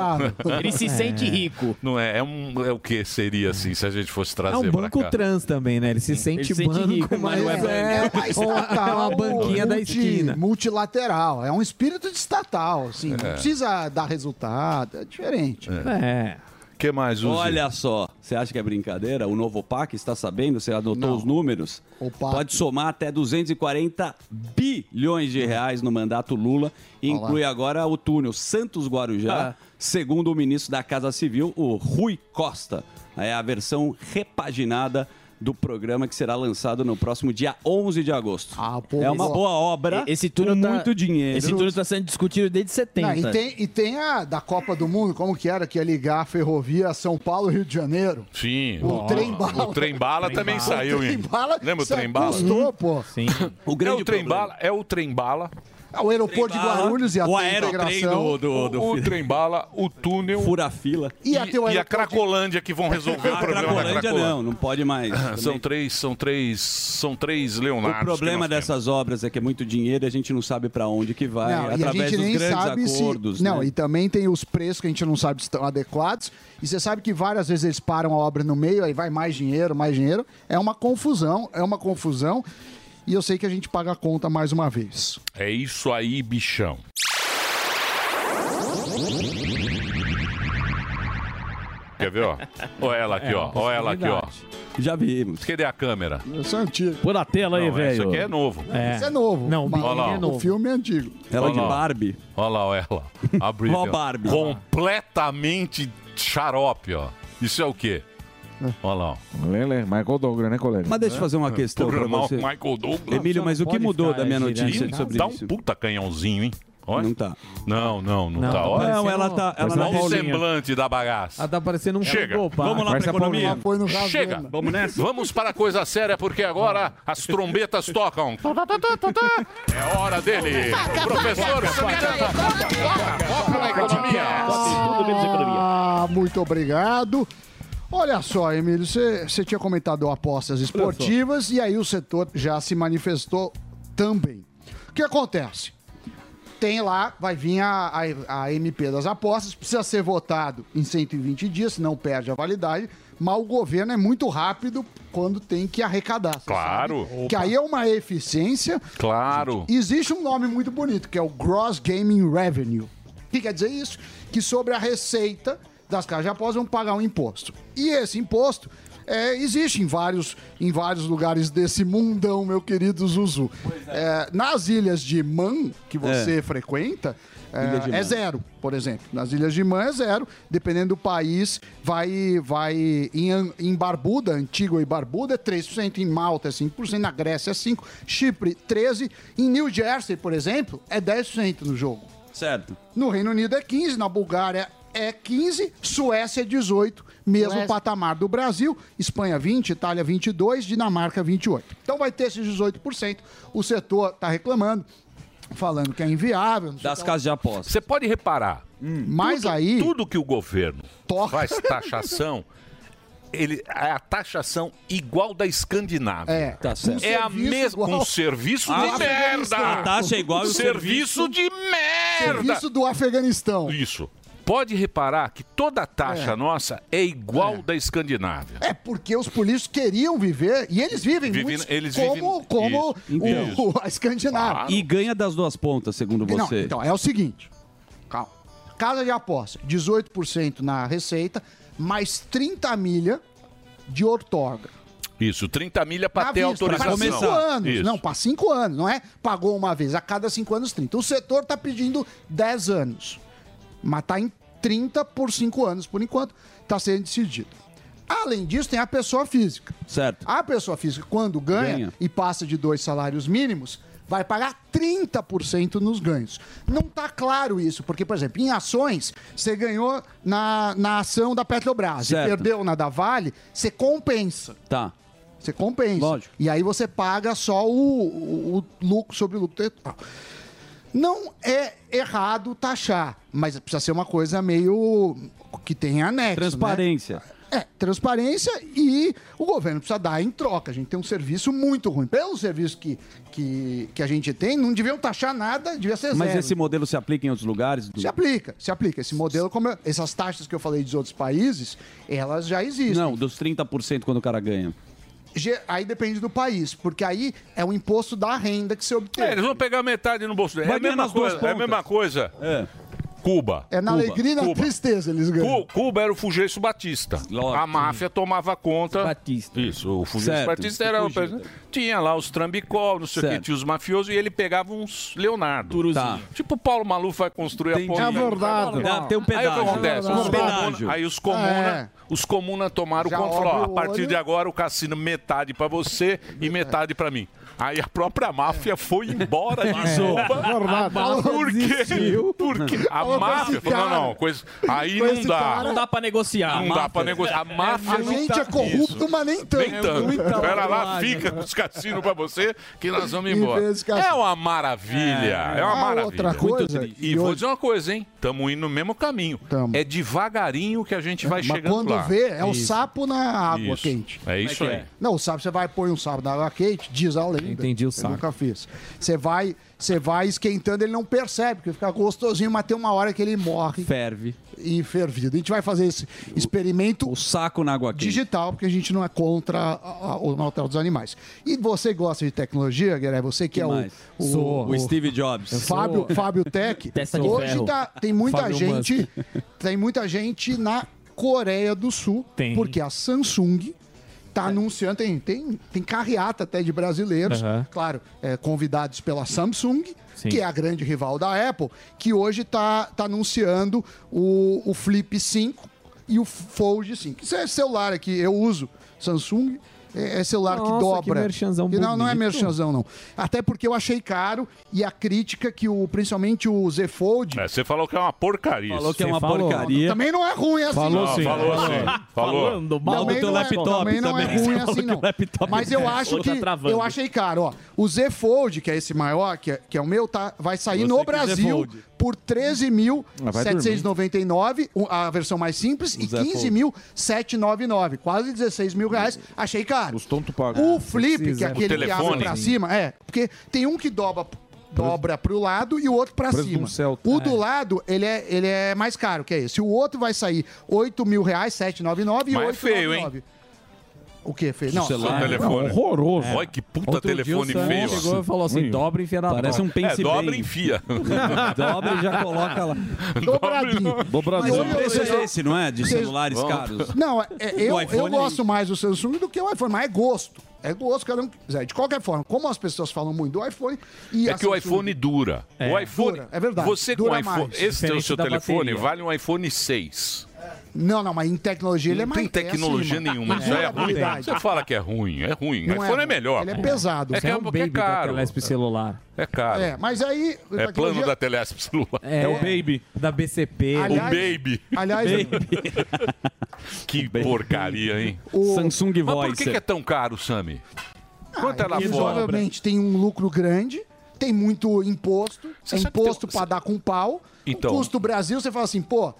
É. Não é, é um é o que seria assim se a gente fosse trazer
É um
pra
banco
cá.
trans também, né? Ele se sente
sente
banco,
rico,
mas não é banco. *laughs*
mas tá
Ou
estatal,
é uma banquinha da esquina.
Multilateral. É um espírito de estatal, assim. Não
É.
precisa dar resultado. É diferente.
É.
Que mais Zuzi?
Olha só, você acha que é brincadeira? O novo PAC está sabendo, você adotou os números. Pode somar até 240 bilhões de reais no mandato Lula e
Olha lá.
inclui agora o túnel Santos
É.
Guarujá, segundo o ministro da Casa Civil, o Rui Costa. É a versão repaginada do programa que será lançado no próximo dia 11 de agosto.
Ah,
é uma boa obra.
E- Esse túnel
com
tá-
muito dinheiro.
Esse túnel é né? tá sendo discutido desde
Não,
70.
e, tem, e tem a da Copa do Mundo, como que era, que ia ligar a ferrovia São Paulo Rio de Janeiro.
Sim.
O trem bala.
O trem bala também saiu, hein?
O trem bala.
Lembra o
sa-
trem bala?
Custou, pô.
Sim.
O grande é o trem bala, é o trem bala.
Ah, O aeroporto de Guarulhos e a
o
tua
aerotrem
integração.
do, do, do o trem bala, o túnel,
fura fila
E a
e,
teu
a
aeroporto-
Cracolândia que vão resolver
Ah,
o
A
problema da
Cracolândia
Cracolândia. Ah,
não, não pode mais.
São três, são três, são três Leonardo.
O problema dessas obras é que é muito dinheiro e a gente não sabe para onde que vai,
Não, e a
através
gente
dos
nem
grandes
sabe
acordos.
se. Não,
né?
e também tem os preços que a gente não sabe se estão adequados. E você sabe que várias vezes eles param a obra no meio, aí vai mais dinheiro, mais dinheiro. É uma confusão, é uma confusão. E eu sei que a gente paga a conta mais uma vez.
É isso aí, bichão. Quer ver, ó? Olha ela aqui,
É,
ó.
uma
Olha ela aqui, ó.
Já vimos.
Cadê a câmera?
Isso é antigo.
Põe na tela
aí, velho.
Isso aqui é novo.
Isso é novo. Não,
Olha lá.
o filme é antigo.
Olha lá. Olha lá, ela. A Britney.
Ó a Barbie.
Completamente xarope, ó. Isso é o quê? Olha lá. ó.
Lele, Michael Douglas, né, colega?
Mas deixa eu fazer uma questão pra
Programar o
você.
Michael Douglas.
Emílio, mas o que mudou da minha notícia
né?
girando.
sobre
Tá um
isso? puta canhãozinho, hein? Não tá. Não, não, não,
Não,
tá.
tá
Olha.
parecendo- Não, ela tá- ela
Olha
tá
o
Paulinha.
semblante da bagaça.
Ela tá parecendo um
Chega.
Google, pá.
Vamos lá
Parece
para
a
economia.
Paulinha. Foi no Ravena.
Chega. Vamos nessa. Vamos para a coisa séria, porque agora as trombetas tocam. É hora dele. Professor Santana.
Ah, muito obrigado. Olha só, Emílio, você você tinha comentado apostas esportivas e aí o setor já se manifestou também. O que acontece? Tem lá, vai vir a, a- a MP das apostas, precisa ser votado em 120 dias, senão perde a validade, mas o governo é muito rápido quando tem que arrecadar.
Claro.
Que aí é uma eficiência
Claro.
Existe um nome muito bonito, que é o Gross Gaming Revenue. O que quer dizer isso? Que sobre a receita das casas de apostas vão pagar um imposto. E esse imposto é, existe em vários, em vários lugares desse mundão, meu querido Zuzu. É, nas ilhas de Man, que você
É.
frequenta,
Ilha de
é, é
Man.
zero, por exemplo. Nas ilhas de Man é zero. Dependendo do país, vai, vai em, An- em Barbuda, antigo e Barbuda, é 3%, em Malta é 5%, na Grécia é 5%, Chipre 13%, em New Jersey, por exemplo, é 10% no jogo.
Certo.
No Reino Unido é 15, na Bulgária é 15, Suécia é 18, mesmo
Suécia.
patamar do Brasil, Espanha 20, Itália 22, Dinamarca 28. Então vai ter esses 18%. O setor está reclamando, falando que é inviável. não sei
Das
o que lá.
casas de apostas. Você pode reparar.
Hum. Mas aí.
Tudo que o governo faz taxação. *laughs* Ele, é a taxação igual da Escandinávia.
É.
tá
certo.
é a
serviço
mesma.
igual-
Com serviço
Ah,
de merda. Um
Afeganistão. A taxa é igual e o
serviço,
serviço-
de merda.
Serviço do Afeganistão.
Isso. Pode reparar que toda a taxa
É.
nossa é igual da Escandinávia.
É porque os polícias queriam viver, e eles vivem
Vivem-
muitos,
eles
como,
vivem-
como
Isso.
o-
Isso.
a Escandinávia.
E ganha das duas pontas, segundo
Não,
você.
então, é o seguinte. Calma. Casa de aposta, 18% na receita, mais 30 milha de outorga.
Isso, 30 milha para
Na
ter
vista,
autorização.
Para cinco anos.
Isso.
Não, para cinco anos, não é? Pagou uma vez, a cada cinco anos, 30. O setor está pedindo 10 anos. Mas está em 30 por cinco anos, por enquanto. Está sendo decidido. Além disso, tem a pessoa física.
Certo.
A pessoa física, quando ganha,
Ganha.
e passa de dois salários mínimos, vai pagar 30% nos ganhos. Não está claro isso, porque, por exemplo, em ações, você ganhou na, na ação da Petrobras
Certo.
e perdeu na da Vale, você compensa.
Tá.
Você compensa. E aí você paga só o, o- o lucro sobre o lucro total. Não é errado taxar, mas precisa ser uma coisa meio que tem anexo.
Transparência.
Né? É, transparência e o governo precisa dar em troca. A gente tem um serviço muito ruim. Pelo serviço que, que, que a gente tem, não deviam taxar nada, devia ser
Mas
é zero.
esse modelo se aplica em outros lugares?
Se aplica, se aplica. Esse modelo, como eu- essas taxas que eu falei dos outros países, elas já existem.
Não, dos 30% quando o cara ganha.
Ge- Aí depende do país, porque aí é o imposto da renda que se obtém.
É, eles vão pegar metade no bolso. dele. É
Vai
a
ganhar
mesma
nas duas
coisa. É a
pontas.
mesma coisa. Cuba.
É na
Cuba.
alegria e na
Cuba.
tristeza eles ganham.
Cu- Cuba era o Fugeço Batista. A máfia tomava conta. Batista. Isso, o Fugeço
Certo. Tipo
Batista era o.
Fugita.
Tinha lá os trambicó, não sei o que,
Certo.
tinha os mafiosos e ele pegava uns Leonardo. Tipo o Paulo Maluf vai construir
Entendi.
a ponte.
É verdade. Dá- tem um
Aí o que
pedágio.
acontece?
É
Os
verdade.
comuna, aí os comuna,
É.
os comuna tomaram
Já
conta e falaram, ó,
abre
a
o
partir
olho.
de agora o cassino metade pra você e metade pra mim. Aí a própria máfia foi embora de
É,
Vazou. É
Cuba.
Verdade.
Por
Desistiu.
quê? Por quê? A
Falou com
máfia
esse
falou,
cara.
não, não, coisa, aí
Com
não
esse
dá.
cara- Não dá pra negociar.
Não
A
dá pra
máfia.
negociar. A máfia
A
não
gente
tá-
é corrupto,
Isso.
mas nem tanto.
É
Nem tanto. Então,
Muito
Pera lá,
trabalho.
fica com os cassinos pra você que nós vamos
*laughs*
Em
embora.
vez de
É
cassino.
uma maravilha. É,
É.
uma
Ah,
maravilha.
outra coisa,
Muito- E vou dizer uma coisa, hein? Estamos indo no mesmo caminho. É devagarinho que a gente vai
É, Mas
chegando
quando
lá.
vê, é o
Isso.
sapo na água
Isso.
quente.
É isso
Como
aí.
que Não, o sapo, você vai pôr um sapo na água quente, diz a lenda.
Entendi o
Eu
sapo.
nunca fiz. Você vai, você vai esquentando, ele não percebe, porque fica gostosinho, mas tem uma hora que ele morre.
Ferve.
E fervido. A gente vai fazer esse experimento. O
saco na água quente.
Digital, porque a gente não é contra a- a- o maltrato dos animais. E você gosta de tecnologia, Guilherme? Você que, é o,
mais? Sou. O Steve Jobs. Eu sou.
*laughs* Fábio, Fábio
*laughs*
Tech.
Testa de
Hoje
ferro.
tá- tem muita
Fábio
gente
Musk.
*laughs* tem muita gente na Coreia do Sul, porque a Samsung
É.
tá anunciando, tem, tem, tem carreata até de brasileiros,
Aham.
claro, é, convidados pela Samsung,
Sim.
que é a grande rival da Apple, que hoje tá, tá anunciando o, o Flip 5 e o Fold 5. Isso é celular aqui, eu uso Samsung. É é celular que
Nossa,
dobra.
que merchanzão
E não, não é
bonito.
merchanzão, não. Até porque eu achei caro e a crítica que o, principalmente o Z Fold.
É, você falou que é uma porcaria.
Falou
isso.
que é uma Falou. porcaria. Também não é ruim assim.
Falou
Não,
sim.
falou
Falou
sim.
sim. Falou.
Falando mal do teu
não é-
laptop
também não é
também.
ruim
Você falou
assim,
que
não.
o laptop
Mas eu
é,
acho
ou
que
tá travando.
eu achei caro, ó. O Z Fold, que é esse maior, que é, que é o meu, tá, vai sair
Você
no
que é Z
Brasil
Fold.
por 13.799, o- a versão mais simples, e
Z Fold. Uhum.
15.799, quase 16 mil reais. Achei caro. Os tontos pagam. O Flip,
Precisa,
que é
né?
aquele
O
que abre
telefone.
pra cima, é, porque tem um que dobra dobra pro lado e o outro pra
Preço de
cima.
um Celta.
O do lado, ele é, ele é mais caro, que é esse. O outro vai sair 8 mil reais, 799 e
Mas é feio,
899.
hein?
O que, Fê?
Seu celular. Seu telefone. É. Olha que puta
Outro dia
telefone
o Samsung
feio.
chegou e falou assim,
Hum.
dobra e enfia na
Parece um pense É, dobra bem. e enfia. Dobra e já coloca lá.
Dobradinho.
Dobradinho.
Mas
O preço
eu-
é esse, não é? De
Vocês-
celulares caros.
Não, é- é- eu,
O iPhone
eu
nem-
gosto mais do Samsung do que o iPhone, mas é gosto. É gosto, cada um que quiser. De qualquer forma, como as pessoas falam muito do iPhone... E
É
a
que o
Samsung-
iPhone dura.
É.
O iPhone.
Dura, é verdade.
Você com
Dura
iPhone.
mais.
Esse teu
Diferente
seu
da
telefone
bateria.
vale um iPhone 6.
Não, não, mas em tecnologia ele é
não
mais...
tem
é
tecnologia
acima.
nenhuma. Isso aí é ruim.
Durabilidade.
Você fala que é ruim. É ruim.
Não é
iPhone é,
ruim.
melhor.
Ele é
pô.
pesado.
É,
Você
que
é um
porque é
baby da
caro.
Telesp celular.
É caro.
É, mas aí...
É plano da Telesp *laughs* celular.
Baby. É. Da BCP.
O Baby.
Aliás,
Que porcaria, hein?
O-
Samsung Mas por que
Voice.
que é tão caro, Sami?
Ah,
Quanto é ela
eles,
cobra?
Obviamente tem um lucro grande, tem muito imposto, é imposto pra dar com pau.
Então.
O custo Brasil, você fala assim, pô,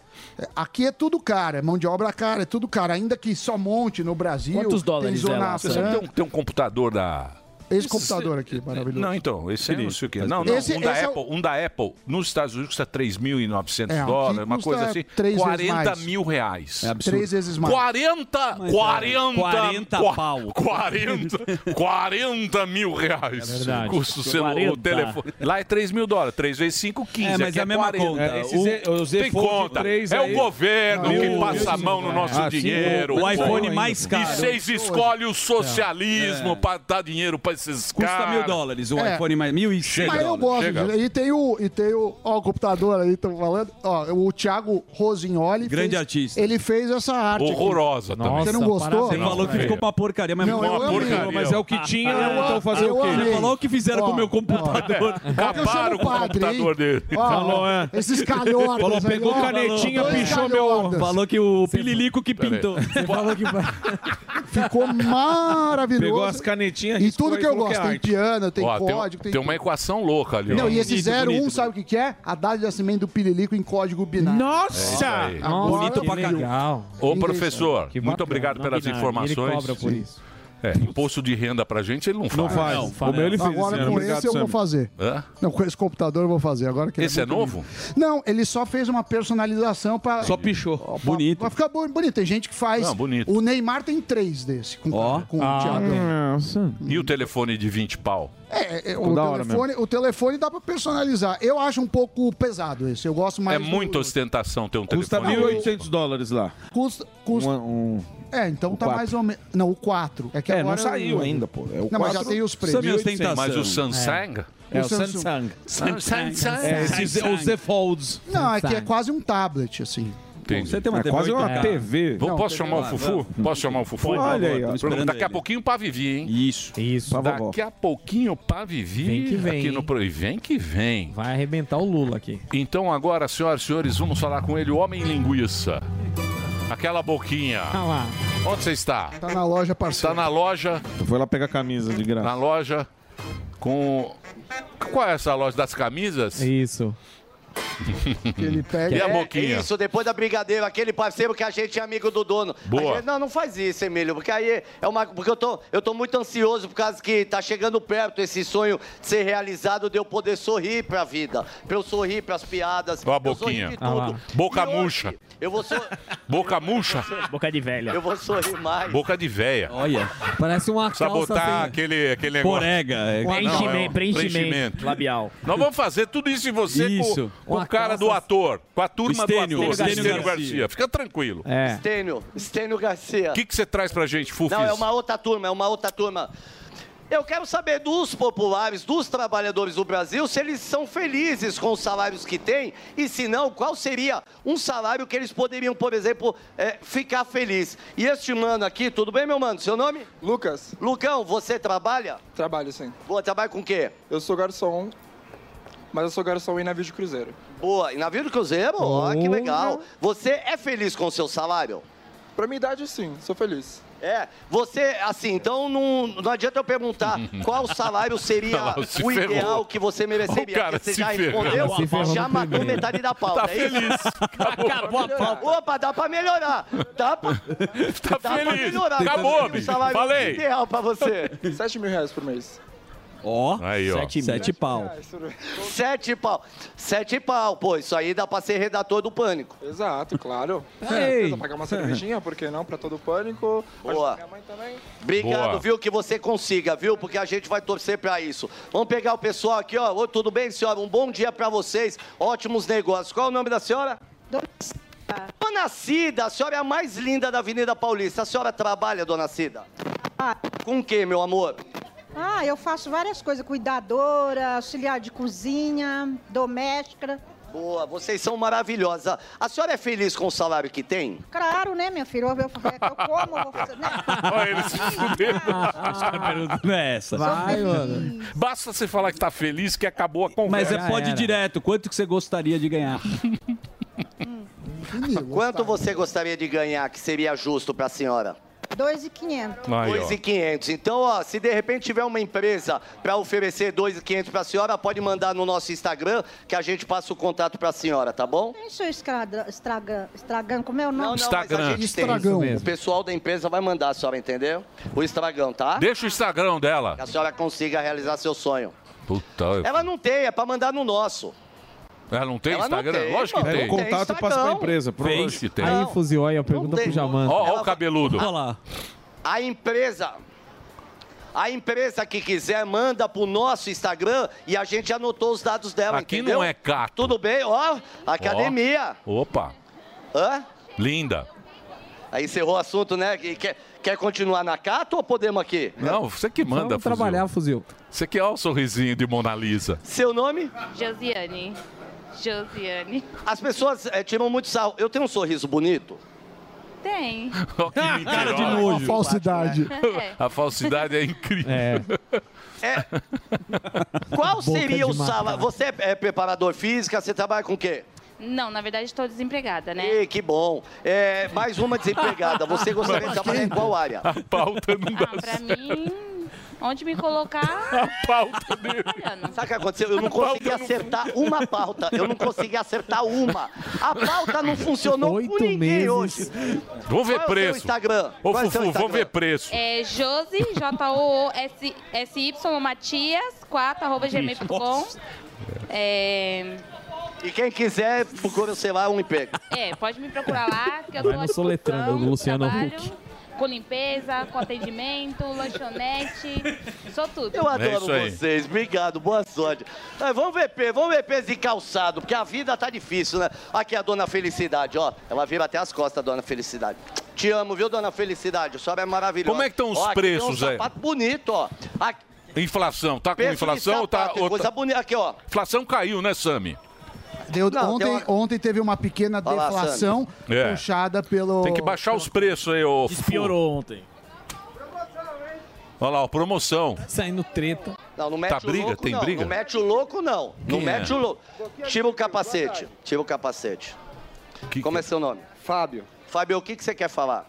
aqui é tudo caro, é mão de obra cara, é tudo caro, ainda que só monte no Brasil.
Quantos dólares
tem zona
ela? Você sabe que tem um, tem um computador da...
Esse computador aqui, maravilhoso.
Não, então, esse é não sei o quê. Não, não,
Esse-
um, da
esse é o-
Apple, um da Apple nos Estados Unidos custa 3.900
É, aqui
dólares, uma
custa
coisa assim,
três vezes
40
mais.
mil reais.
É absurdo. Três vezes mais.
40,
Mas é,
40,
40
qua-
pau.
*laughs* 40, 40 mil reais.
É verdade.
Custa o celular, o
40.
telefone. Lá é 3 mil dólares, 3 vezes 5, 15.
É, mas
aqui
é a mesma
40.
conta. É, esse Z- o Z
tem
Fold
conta.
3
é
aí-
o governo
Não,
que
meu
passa a
Deus,
mão no
é.
nosso
assim,
Ah, sim,
dinheiro.
o
pô.
iPhone mais caro. É.
E vocês escolhem o socialismo para dar dinheiro para esses caras.
Custa mil dólares o
É.
iPhone mais mil e
Chega.
Mas eu gosto, é gente. E tem o. E tem o. Ó, o computador aí, estão falando. Ó, o Thiago Rosignoli.
Grande
fez-
artista.
Ele fez essa arte. aqui.
Horrorosa também.
Você não gostou?
Você falou que ficou uma porcaria, mas
Não,
ficou
eu
uma
amei.
porcaria.
Mas é o que tinha, então fazer o quê?
Você falou o que fizeram
Ó. é.
com o meu computador.
Acabaram com o padre, computador hein? dele. Ó,
Falou, é.
esses calhordas Falou, aí, pegou ó. canetinha, Dois pichou meu- calhordas.
Falou que o pililico que pintou.
falou que
*laughs* Ficou maravilhoso.
Pegou as canetinhas,
E
riscou
tudo
e
que eu
colocou
gosto.
que é
Tem
arte.
piano, tem
Ó,
código,
tem, um
tem.
tem uma equação louca ali. ó.
Não, e esse
Bonito,
01, um,
bonito.
sabe o que, que é? A data de nascimento do Pirilico em código binário.
Nossa! É isso aí. Bonito pra caralho. Ô, professor, muito obrigado pelas
binário.
informações.
Ele cobra por
Sim.
isso.
É, imposto de renda pra gente ele não faz.
Não faz. Não, faz. O meu ele fez Agora, esse ano. com esse eu vou fazer.
um. Hã?
Não, com esse computador eu vou fazer agora. Que ele
Esse é
muito
novo?
bonito. Não, ele só fez uma personalização pra.
Só pichou. bonito.
Vai ficar bo- bonito. Tem gente que faz.
Não, bonito.
O Neymar tem três desse. Com, com o Thiago.
E o telefone de 20 pau?
É, é,
Tipo,
Ficou
o,
da hora
telefone, o telefone dá pra personalizar. Eu acho um pouco pesado esse. Eu gosto mais.
é
do-
muita ostentação ter um
Custa
telefone.
1.800 dólares lá.
Custa. custa
Um- um-
É, então tá
quatro.
mais ou menos. Não, o 4. É, que
É,
agora
não saiu
eu-
ainda, pô. É o
não, mas já
quatro-
tem os
Sabe
preços.
ostentação.
Mas o Samsung?
É,
É,
o
o
Samsung.
Samsung. Samsung.
É, esse Z- o Z Folds.
Não, é que é quase um tablet, assim.
Você
tem uma É TV quase uma 8K? TV.
Vou,
Não,
posso
TV
chamar o
lá,
Fufu?
vamos.
Posso chamar o Fufu?
Põe, por Olha favor, aí, ó. tamo
Daqui
esperando
a pouquinho o Pá Vivi, hein?
Isso.
Isso.
Daqui a pouquinho pra Vivi.
Vem que vem,
Aqui
hein?
no Pro... e Vem que vem. Vai arrebentar o Lula aqui. Então agora, senhoras e senhores, vamos falar com ele, o Homem Linguiça. Aquela boquinha.
lá.
Onde você está?
Tá na loja parceira.
Está na loja.
Foi lá pegar a camisa de graça.
Na loja com. Qual é essa loja das camisas?
Isso.
Ele pega.
E a
É,
boquinha?
Isso, depois da brigadeira, aquele parceiro que a gente é amigo do dono. A
Boa.
gente- não, não faz isso, Emílio, porque aí é uma. Porque eu tô, eu tô muito ansioso por causa que tá chegando perto esse sonho de ser realizado de eu poder sorrir pra vida. Pra eu sorrir pras piadas.
Ó a
eu sorrir
boquinha.
Ah
de tudo.
Boca murcha.
Eu vou, sor-
Boca murcha.
Boca de velha.
eu vou sorrir mais.
Boca de véia.
Olha. Parece uma calça
Sabotar
sem-
aquele, aquele negócio.
Porega, é.
Não,
Preenchimento,
é um
preenchimento
Labial.
Nós vamos fazer tudo isso em você
Isso.
com, com
Uma
o cara do
calça-
ator, com a turma
Estênio,
do ator,
Estênio
Estênio, Garcia.
Garcia. É.
Fica tranquilo.
Estênio, Estênio Garcia.
O que que você traz pra gente, Fufis?
Não, é *laughs* uma outra turma, é uma outra turma. Eu quero saber dos populares, dos trabalhadores do Brasil, se eles são felizes com os salários que têm e, se não, qual seria um salário que eles poderiam, por exemplo, é, ficar feliz. E este mano aqui, tudo bem, meu mano? Seu nome? Lucas. Lucão, você trabalha?
Trabalho, sim.
Boa, trabalha com o quê?
Eu sou garçom, mas eu sou garçom em navio de cruzeiro.
Boa, e navio do Cruzeiro? Ó, que legal. Você é feliz com o seu salário?
Pra minha idade, sim, sou feliz.
É, você, assim, então não, não adianta eu
*laughs*
perguntar qual salário seria
Olha lá, se
o ideal
ferrou.
que você mereceria.
O cara
porque você
se
já
ferrou.
respondeu,
Se ferrou
já
no
matou
primeiro.
metade da pauta.
Tá
é isso?
feliz.
Acabou, a pauta. Opa, dá pra melhorar. Dá
*laughs*
pra, tá dá pra
feliz.
melhorar.
Acabou,
Qual seria
bicho.
O salário
Falei.
ideal pra você.
7 mil reais por mês.
Ó,
Aí, ó.
sete,
Sete
pau.
É, Sete pau. Sete pau, pô. Isso aí dá pra ser redator do Pânico.
Exato, claro.
*laughs* Ei.
Precisa pagar uma cervejinha, por que não? Pra todo o pânico.
Boa.
Minha mãe também.
Obrigado,
Boa.
viu? Que você consiga, viu? Porque a gente vai torcer pra isso. Vamos pegar o pessoal aqui, ó. Ô, tudo bem, senhora? Um bom dia pra vocês. Ótimos negócios. Qual é o nome da senhora? Dona Cida, a senhora é a mais linda da Avenida Paulista. A senhora trabalha, dona Cida? Com o quê, meu amor?
Ah, eu faço várias coisas, cuidadora, auxiliar de cozinha, doméstica.
Boa, vocês são maravilhosas. A senhora é feliz com o salário que tem?
Claro, né, minha filha? Eu, eu, eu como, eu vou fazer... né?
Olha ele se fudendo.
Não é essa.
Vai,
mano.
Basta você falar que tá feliz que acabou a conversa.
Mas você pode ir direto. Quanto que você gostaria de ganhar?
Quanto você gostaria de ganhar que seria justo pra senhora?
Dois e quinhentos.
Aí, ó.
2,500. Então, ó, se de repente tiver uma empresa para oferecer 2,500 para a senhora, pode mandar no nosso Instagram que a gente passa o contato para a senhora, tá bom?
Tem seu estrada, estragan, estragan, como é o
Não,
nome?
não, mas a gente tem. O pessoal da empresa vai mandar a senhora, entendeu? O estragão, tá? Que
Deixa o Instagram dela.
a senhora consiga realizar seu sonho.
Puta.
Ela não tem, é para mandar no nosso.
Ela não tem
Ela não
Instagram?
tem,
Lógico que
mano.
tem.
Tem contato e passa pra empresa,
Tem.
pronto.
Lógico que tem.
Aí, Fuzioia, pergunta pro Jaman.
Ó, ó o cabeludo.
Olha lá.
A empresa. A empresa que quiser manda pro nosso Instagram e a gente anotou os dados dela,
Aqui
entendeu?
não é cato.
Tudo bem, ó, academia.
Ó. Opa.
Hã?
Linda.
Aí encerrou o assunto, né? E Quer, quer continuar na Cato ou podemos aqui?
Não, você que manda,
Vamos trabalhar,
Fuzil. Você que é o sorrisinho de Mona Lisa.
Seu nome?
Josiane. Josiane.
As pessoas eh, tiram muito sal. Eu tenho um sorriso bonito.
Tem.
Ó, que
Cara de
mentirosa.
nojo.
Falsidade.
né?
É.
A
*laughs*
falsidade é *laughs* incrível.
É.
*laughs*
Qual
Boca de
seria o salário?
macaco.
Você é é preparador física, você trabalha com o quê?
Não, na verdade estou desempregada, né?
Ei, que bom. É, mais uma desempregada. Você gostaria de trabalhar em qual área?
A pauta não dá
Pra mim, onde me colocar.
*laughs* A pauta dele.
Sabe o que aconteceu? Eu não consegui acertar
*laughs*
uma pauta. Eu não consegui acertar uma. A pauta não funcionou com ninguém hoje.
Vamos ver
Qual é o seu
preço.
Instagram?
Ô,
Qual é o seu
Fufu, vamos
Instagram?
ver preço.
É Josi, J-O-S-Y, Matias, 4, arroba gmail.com. É,
E quem quiser, procura, sei lá, um emprego.
é, pode me procurar lá, que eu tô
Vai no soletrando, Luciano
trabalho.
Huck.
com limpeza, com atendimento, lanchonete, sou tudo.
Eu
É
adoro vocês, obrigado, boa sorte. Ah, vamos ver, pe- vamos ver peso de calçado, porque a vida tá difícil, né? Aqui a dona Felicidade, ó. Ela vira até as costas, dona Felicidade. Te amo, viu, dona Felicidade? A senhora é maravilhosa.
Como é que estão os
Ó, aqui tem
preços
um
aí?
sapato bonito, ó. Aqui,
Inflação, tá com
Preço de
inflação ou tá,
sapato,
ou
coisa
tá-
bonita. Aqui, ó.
Inflação caiu, né, Sami?
Deu-
Não,
ontem,
deu
ontem teve uma pequena
Olha lá,
deflação
Sandro. É.
puxada pelo.
Tem que baixar os preços aí, ô. Despiorou ontem. Olha lá, ó, promoção.
Saindo treta.
Não, não mete
Tá
o
briga?
louco,
Tem
não.
briga?
Não mete o louco, não. não
Quem
mete
é?
o louco. Tira o capacete. Tira o capacete. Como é seu nome? Fábio. Fábio, o que, que você quer falar?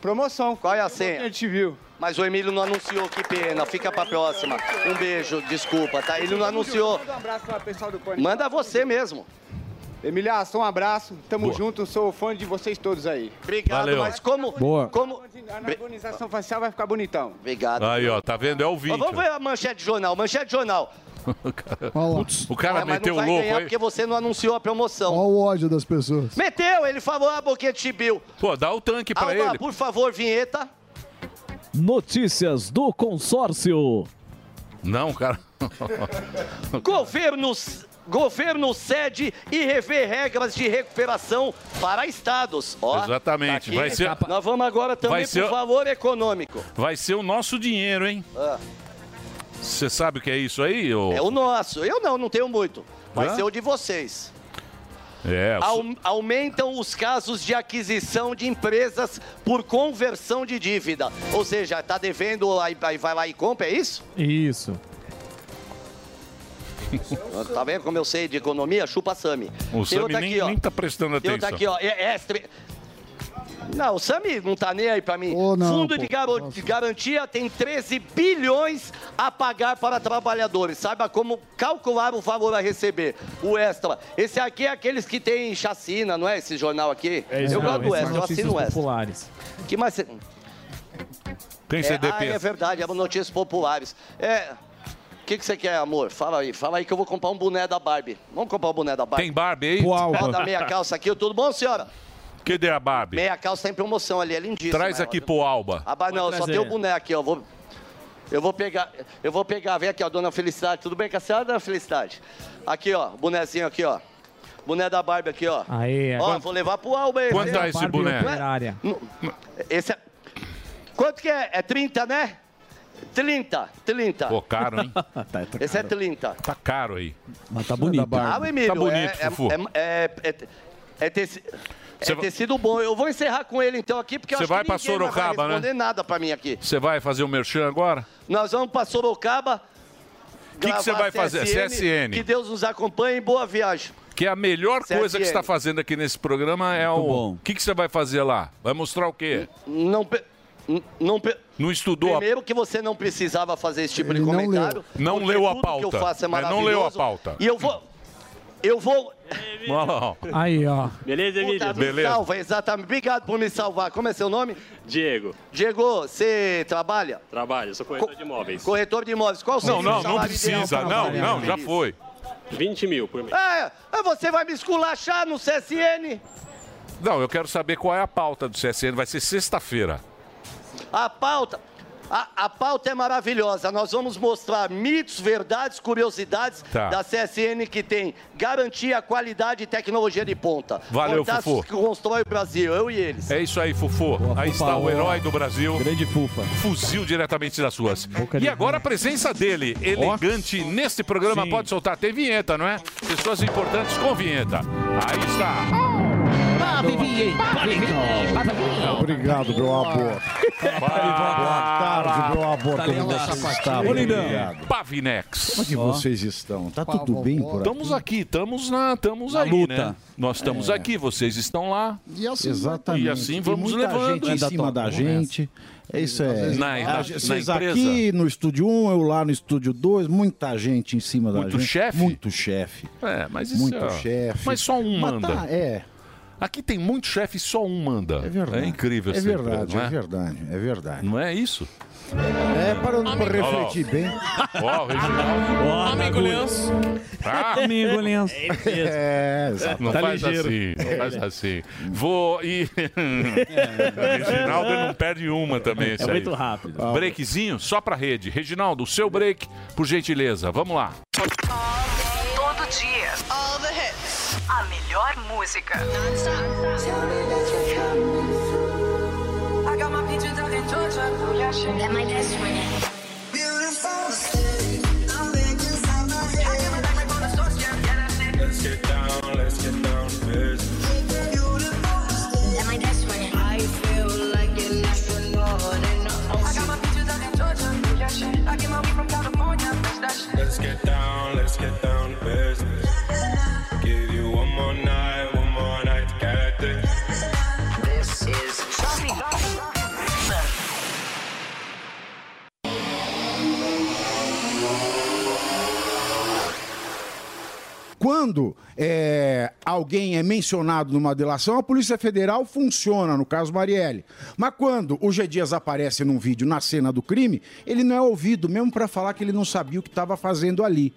Promoção. Qual é a senha? A gente viu. Mas o Emílio não anunciou, que pena. Fica pra próxima. Um beijo, desculpa, tá? Ele não anunciou.
Manda um abraço pra pessoal do Pânico.
Manda você mesmo.
Emiliaço, um abraço. Tamo
Boa.
junto. Sou fã de vocês todos aí.
Obrigado,
Valeu.
mas como...
Boa.
Como...
A harmonização facial vai ficar bonitão.
Obrigado.
Aí, ó, tá vendo? É o vídeo. *laughs*
Vamos ver a manchete de jornal. Manchete de jornal.
O cara,
Putz,
o cara
É, mas
meteu o
não vai
louco
ganhar
aí.
porque você não anunciou a promoção.
Olha o ódio das pessoas.
Meteu, ele falou "Ah, a boquinha de chibiu.
Pô, dá o tanque
pra ele. por favor,
*laughs*
vinheta.
Notícias do consórcio.
Não, cara. *laughs*
Governos, governo cede e revê regras de recuperação para estados. Ó,
Exatamente,
tá aqui.
vai ser-
Nós vamos agora
vai
também
ser-
pro valor econômico. Ah,
Vai ser o nosso dinheiro, hein? Você sabe o que é isso aí? ô?
É o nosso. Eu não, não tenho muito. Vai
Hã?
ser o de vocês.
É, o-
Au- aumentam os casos de aquisição de empresas por conversão de dívida. Ou seja, tá devendo, aí aí vai lá e compra, é *laughs* isso?
Isso.
Tá vendo como eu sei de economia? Chupa Sami.
o
Tem
Sami
outra
nem,
aqui, ó.
nem tá prestando
Tem
atenção.
outra aqui, ó. É, é extra- Não, o Sami não tá nem aí pra mim. Fundo de, garo- de garantia tem 13 bilhões a pagar para trabalhadores. Saiba como calcular o valor a receber. O extra. Esse aqui é aqueles que tem chacina, não é? Esse jornal aqui. eu gosto do extra, eu assino o extra.
populares.
Que mais você...
Tem
é, Ah,
CDP.
é verdade, é notícias populares. É. O que, que você quer, amor? Fala aí, fala aí que eu vou comprar um boné da Barbie. Vamos comprar um boné da Barbie.
Tem Barbie aí? Uau.
Roda meia calça aqui, tudo bom, senhora?
Cadê a Barbie?
Meia calça tá em promoção ali, é lindíssima.
Traz
ela.
aqui pro Alba.
Ah, mas não,
Pode
só
trazer.
tem o boné aqui, ó. Vou, eu vou pegar, eu vou pegar, vem aqui, ó, dona Felicidade. Tudo bem com a senhora, dona Felicidade? Aqui, ó, bonezinho aqui, ó. Boné da Barbie aqui, ó.
Aí,
Ó,
Ah, é, agora-
vou levar pro Alba esse.
tá
Quanto é esse Barbie boné?
Operária. Esse é... Quanto que é? É 30, né? 30, 30.
Pô, caro,
*laughs*
hein?
Esse é 30.
Tá caro aí.
Mas tá bonito.
Ah, o Emílio,
tá bonito,
é,
Fufu.
é, é, é, é, é teci-
Você
é
vai-
tecido bom. Eu vou encerrar com ele então aqui, porque eu
Você
acho que
vai pra
ninguém mais
Sorocaba,
vai
né?
responder nada pra mim aqui.
Você vai fazer o merchan agora?
Nós vamos pra Sorocaba. O
que você vai fazer? CSN.
Que Deus nos acompanhe e boa viagem.
Que é a melhor coisa que
CSN.
você está fazendo aqui nesse programa é
Muito
o.
bom.
O que, que você vai fazer lá? Vai mostrar o quê?
Não, pe- n- não, pe-
Não estudou a.
Primeiro que você não precisava fazer esse tipo de
Ele não
comentário.
leu. Não
porque
leu a
tudo que eu
pauta.
faço é
Mas não
maravilhoso.
leu a pauta.
E eu vou... Eu vou...
Aí, ó.
Beleza,
Emílio?
Beleza.
Beleza.
Salva, exatamente. Obrigado por me salvar. Como é seu nome?
Diego,
Diego, você trabalha?
trabalho, sou corretor de imóveis.
Corretor de imóveis, qual seria
Não,
o
não, não
salário
precisa.
ideal para
Não,
você?
não, já
foi.
20 mil por mês.
É, é, você vai me esculachar no CSN?
Não, eu quero saber qual é a pauta do CSN. Vai ser sexta-feira.
A pauta. A, a pauta é maravilhosa. Nós vamos mostrar mitos, verdades, curiosidades
Tá.
da CSN que tem garantia, qualidade e tecnologia de ponta.
Valeu,
Contatos
Fufu.
que constrói o Brasil, eu e eles.
É isso aí, Fufu. aí está o
boa.
herói do Brasil.
Grande Fufa.
Fuzil diretamente das ruas. E agora a presença dele, elegante neste programa. Pode soltar, tem vinheta, não é? Pessoas importantes com vinheta. Aí está.
Obrigado, meu amor. Boa tarde, meu amor.
Tá
Como
linda.
vocês está?
Ô, lindão.
Obrigado.
Pavinex.
Como é que vocês estão? Tá tudo bem por aqui?
Estamos aqui, estamos na, estamos
Na
aí,
luta.
né? Nós estamos aqui, vocês estão lá.
E assim- Exatamente.
E assim
Tem
vamos
muita
levando.
gente em cima da gente. É isso aí.
Na- na- na
Vocês
empresa?
aqui no estúdio 1, eu lá no estúdio 2, muita gente em cima da
Muito
gente.
chefe?
Muito chefe.
É, mas isso
Muito
é...
chefe.
Mas só um
Mas
manda.
tá, é.
Aqui tem muito chefe e só um manda. É
verdade.
É incrível
É
essa empresa,
verdade,
não é?
é verdade, é verdade.
Não é isso?
É, para, para
Olha lá, ó.
refletir bem.
Ó, o Reginaldo.
Amigo Lenço.
Ah.
Amigo Lenço. É,
Não faz assim, não faz assim. Vou e
*laughs* É,
Reginaldo não perde uma também. esse aí.
muito rápido.
Breakzinho só pra rede. Reginaldo, o seu break, por gentileza. Vamos lá.
Todo dia. All the hits. A melhor música.
Let's get down, let's get down to business. Let's get down, let's get down to business. Give you one more night, one more night to get this. This is
quando é, alguém é mencionado numa delação, a Polícia Federal funciona, no caso Marielle. Mas quando o G. Dias aparece num vídeo na cena do crime, ele não é ouvido, mesmo para falar que ele não sabia o que estava fazendo ali.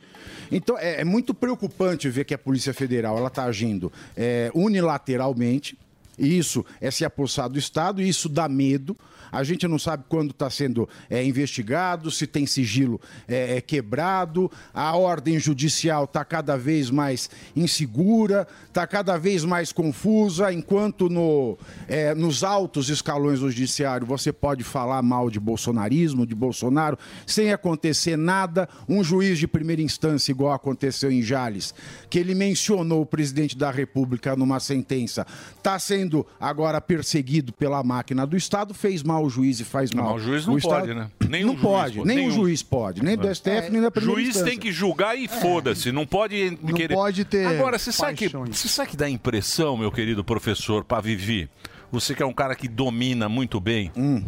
Então é, é muito preocupante ver que a Polícia Federal ela está agindo é, unilateralmente. E Isso é se apossar do Estado, e isso dá medo. A gente não sabe quando está sendo é, investigado, se tem sigilo é, é, quebrado, a ordem judicial está cada vez mais insegura, está cada vez mais confusa, enquanto no, é, nos altos escalões do judiciário você pode falar mal de bolsonarismo, de Bolsonaro, sem acontecer nada. Um juiz de primeira instância, igual aconteceu em Jales, que ele mencionou o presidente da República numa sentença, está sendo agora perseguido pela máquina do Estado, fez mal o juiz e faz mal.
Não, o juiz não
Estado-
pode, né? Nenhum
Não
juiz
pode,
pode,
nem
nenhum.
o juiz pode,
É.
nem do STF, nem da primeira
Juiz
instância.
tem que julgar e foda-se, não pode querer.
pode ter
Agora, você sabe, que,
paixões.
você sabe que dá a impressão, meu querido professor Pavivi, você que é um cara que domina muito bem,
Hum.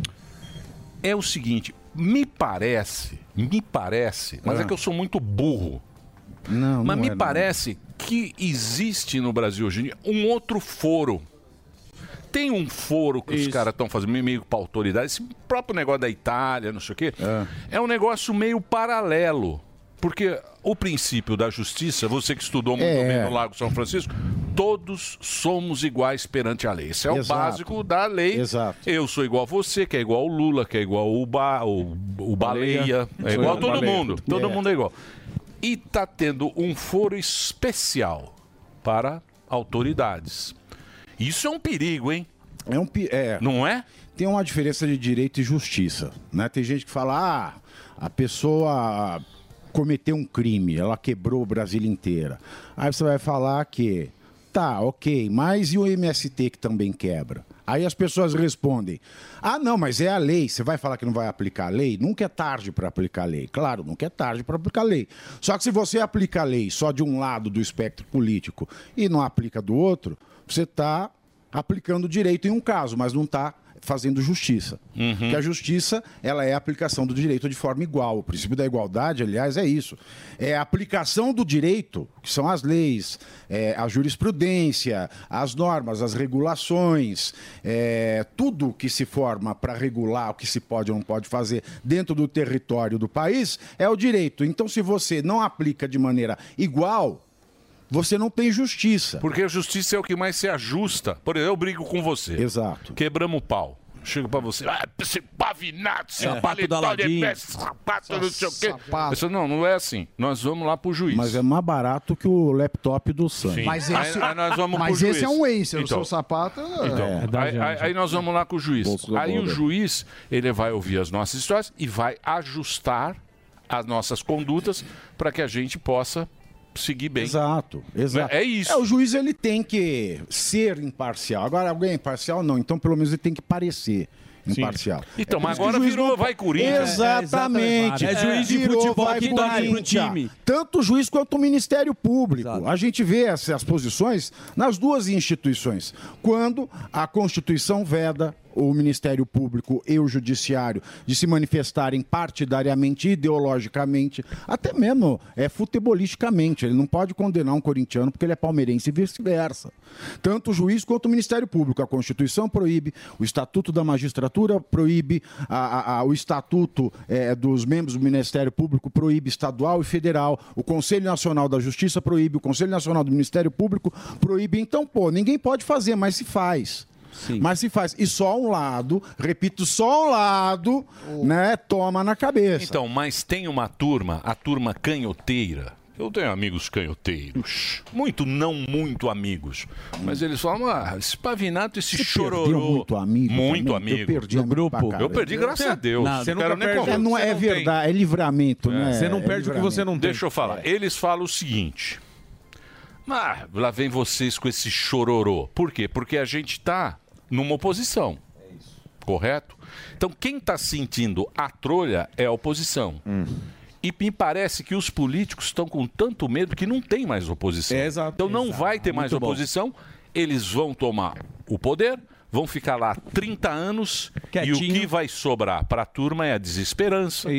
é o seguinte, me parece, me parece, mas é,
Ah.
que eu sou muito burro.
Não,
mas
não
me
é, não.
parece que existe no Brasil hoje em dia um outro foro. Tem um foro que os caras estão fazendo, meio para autoridade, esse próprio negócio da Itália, não sei o quê, é. um negócio meio paralelo. Porque o princípio da justiça, você que estudou muito
É.
bem no Lago São Francisco, todos somos iguais perante a lei. Isso é o
Exato.
básico da lei.
Exato.
Eu sou igual a você, que é igual o Lula, que é igual o, ba, o, o Baleia.
Baleia.
É igual a
Sou eu,
todo
Baleia.
mundo. Todo
É.
mundo é igual. E tá tendo um foro especial para autoridades. Isso é um perigo, hein?
É um pi- é.
Não é?
Tem uma diferença de direito e justiça, né? Tem gente que fala, ah, a pessoa cometeu um crime, ela quebrou o Brasil inteira. Aí você vai falar que, tá, ok, mas e o MST que também quebra? Aí as pessoas respondem: Ah, não, mas é a lei. Você vai falar que não vai aplicar a lei? Nunca é tarde para aplicar a lei. Claro, nunca é tarde para aplicar a lei. Só que se você aplica a lei só de um lado do espectro político e não aplica do outro, você tá está aplicando direito em um caso, mas não está fazendo justiça. Porque a justiça, ela é a aplicação do direito de forma igual. O princípio da igualdade, aliás, é isso. É a aplicação do direito, que são as leis, é, a jurisprudência, as normas, as regulações, é, tudo que se forma para regular o que se pode ou não pode fazer dentro do território do país é o direito. Então, se você não aplica de maneira igual, você não tem justiça.
Porque a justiça é o que mais se ajusta. Por exemplo, eu brigo com você.
Exato.
Quebramos o pau. Chego pra você. Ah, esse pavinato, esse
É.
paletó de
Sapato
pé,
da
sapato, não
Ladinho.
sei o quê.
Sapato.
Eu falo, não, não é assim. Nós vamos lá pro juiz.
Mas é mais barato que o laptop do Sam.
Sim.
Mas
Aí-
esse,
aí nós vamos pro
mas esse
juiz.
é um ace, o
Então.
seu sapato.
Então,
é.
aí, aí- aí nós vamos lá com o juiz.
do
Aí o
Globo.
juiz, ele vai ouvir as nossas histórias e vai ajustar as nossas condutas para que a gente possa seguir bem.
Exato, exato.
É isso.
o juiz ele tem que ser imparcial. Agora, alguém é imparcial? Não, então pelo menos ele tem que parecer imparcial.
Então,
É por
mas
isso que
agora
o juiz
virou vai Corinthians. É,
Exatamente. É, Virou vai
então,
Corinthians. Tanto o juiz quanto o Ministério Público. A gente vê essas posições nas duas instituições. Quando a Constituição veda o Ministério Público e o Judiciário de se manifestarem partidariamente, ideologicamente, até mesmo é, futebolisticamente. Ele não pode condenar um corintiano porque ele é palmeirense e vice-versa. Tanto o juiz quanto o Ministério Público. A Constituição proíbe, o Estatuto da Magistratura proíbe, a- a- a- o Estatuto eh, dos membros do Ministério Público proíbe estadual e federal, o Conselho Nacional da Justiça proíbe, o Conselho Nacional do Ministério Público proíbe. Então, pô, ninguém pode fazer, mas se faz. Mas se faz. E só um lado, repito, só um lado, né, toma na cabeça.
Então, mas tem uma turma, a turma canhoteira. Eu tenho amigos canhoteiros. Muito, não muito amigos. Mas eles falam, ah, esse pavinato, esse chororô.
perdeu muito amigo
Muito
também? Eu
amigo.
perdi amigo pra caralho.
Eu perdi, graças a Deus.
Não,
Não quero nem
É,
contar.
não é verdade, é livramento, né?
Deixa eu falar. Eles falam o seguinte. Ah, lá vem vocês com esse chororô. Por quê? Porque a gente está numa oposição. Correto? Então, quem está sentindo a trolha é a oposição.
Hum.
E me parece que os políticos estão com tanto medo que não tem mais oposição.
É,
Então, não vai ter mais
Muito bom.
oposição. Eles vão tomar o poder, vão ficar lá 30 anos e o que vai sobrar para a turma é a desesperança,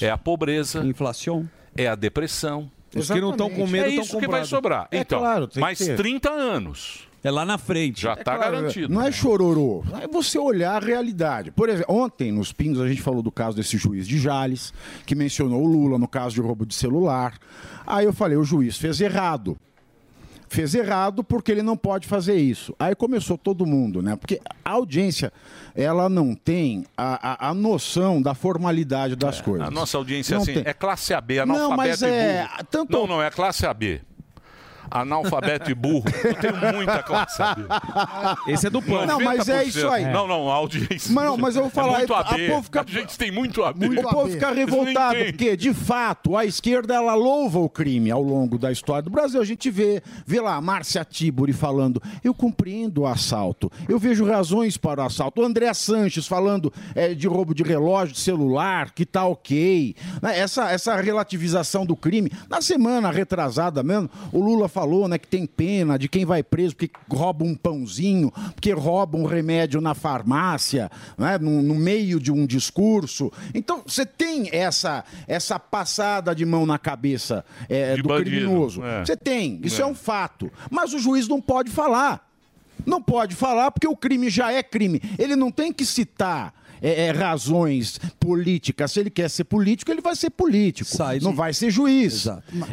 é a pobreza, inflação, é a depressão,
Os que não estão com medo
é
estão
isso que vai sobrar.
É
então,
claro, tem que
mais
ter.
30 anos.
É lá na frente.
Já
É
está
claro,
Tá garantido. né?
Não é chororô. É você olhar a realidade. Por exemplo, ontem nos Pingos a gente falou do caso desse juiz de Jales, que mencionou o Lula no caso de roubo de celular. Aí eu falei, o juiz fez errado. Fez errado porque ele não pode fazer isso. Aí começou todo mundo, né? Porque a audiência, ela não tem a, a- a noção da formalidade das coisas.
É, A nossa audiência
Não
assim,
tem.
é classe AB,
Não,
analfabeto
mas
e
é-
burro. Não, não, é classe AB. Analfabeto e burro. Eu tenho muita classe AB.
Esse é do
plano.
Não, mas é isso aí.
Não, não, a audiência.
Mas não, mas eu vou falar,
É muito
a
AB.
povo fica-
A gente tem muito AB.
o povo fica
Eles não
revoltado,
entendem.
porque, de fato, a esquerda ela louva o crime ao longo da história do Brasil. A gente vê, vê lá a Márcia Tiburi falando, eu compreendo o assalto, eu vejo razões para o assalto. O André Sanches falando eh, de roubo de relógio, de celular, que tá ok. Né? Essa, essa relativização do crime. Na semana retrasada mesmo, o Lula falou né, que tem pena de quem vai preso porque rouba um pãozinho, porque rouba um remédio na farmácia, né, no, no meio de um discurso. Então, você tem essa, essa passada de mão na cabeça eh, do
bandido,
criminoso.
é.
Você tem, isso é.
É.
um fato. Mas o juiz não pode falar. Não pode falar porque o crime já é crime. Ele não tem que citar. eh, eh, razões políticas. Se ele quer ser político, ele vai ser político. Não vai ser juiz.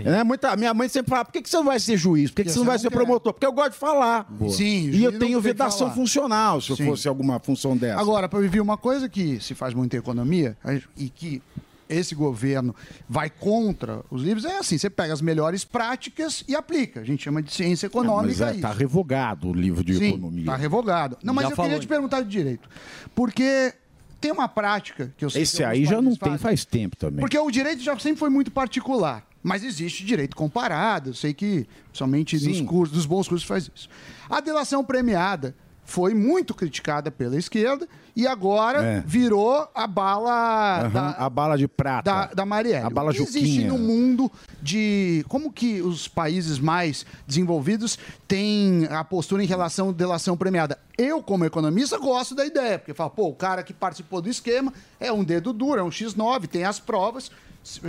Né? Muita, minha mãe sempre fala: por que, que você não vai ser juiz? Por que, que você não vai ser promotor? Porque eu gosto de falar.
Sim,
E
juiz
eu
não
tenho
tem que
vedação
falar.
funcional, se eu
Sim.
fosse alguma função dessa.
Agora, para viver uma coisa que se faz muito em economia a gente- e que esse governo vai contra os livros, é assim, você pega as melhores práticas e aplica. A gente chama de ciência
mas
econômica
é,
isso.
tá revogado o livro de
Sim,
economia.
Tá revogado. Não, mas
Já
eu
falou.
queria te perguntar de direito. Porque tem uma prática que eu sei que
Esse
alguns
aí já não
países
tem
fazem.
faz tempo também.
Porque o direito já sempre foi muito particular. Mas existe direito comparado. Eu sei que somente nos cursos, dos bons cursos faz isso. A delação premiada foi muito criticada pela esquerda e agora
É.
virou a bala
Aham,
da,
a bala de prata.
da, da Marielle.
A bala
O que existe
Juquinha.
no mundo de como que os países mais desenvolvidos têm a postura em relação à delação premiada? Eu, como economista, gosto da ideia, porque fala, pô, o cara que participou do esquema é um dedo duro, é um X9, tem as provas,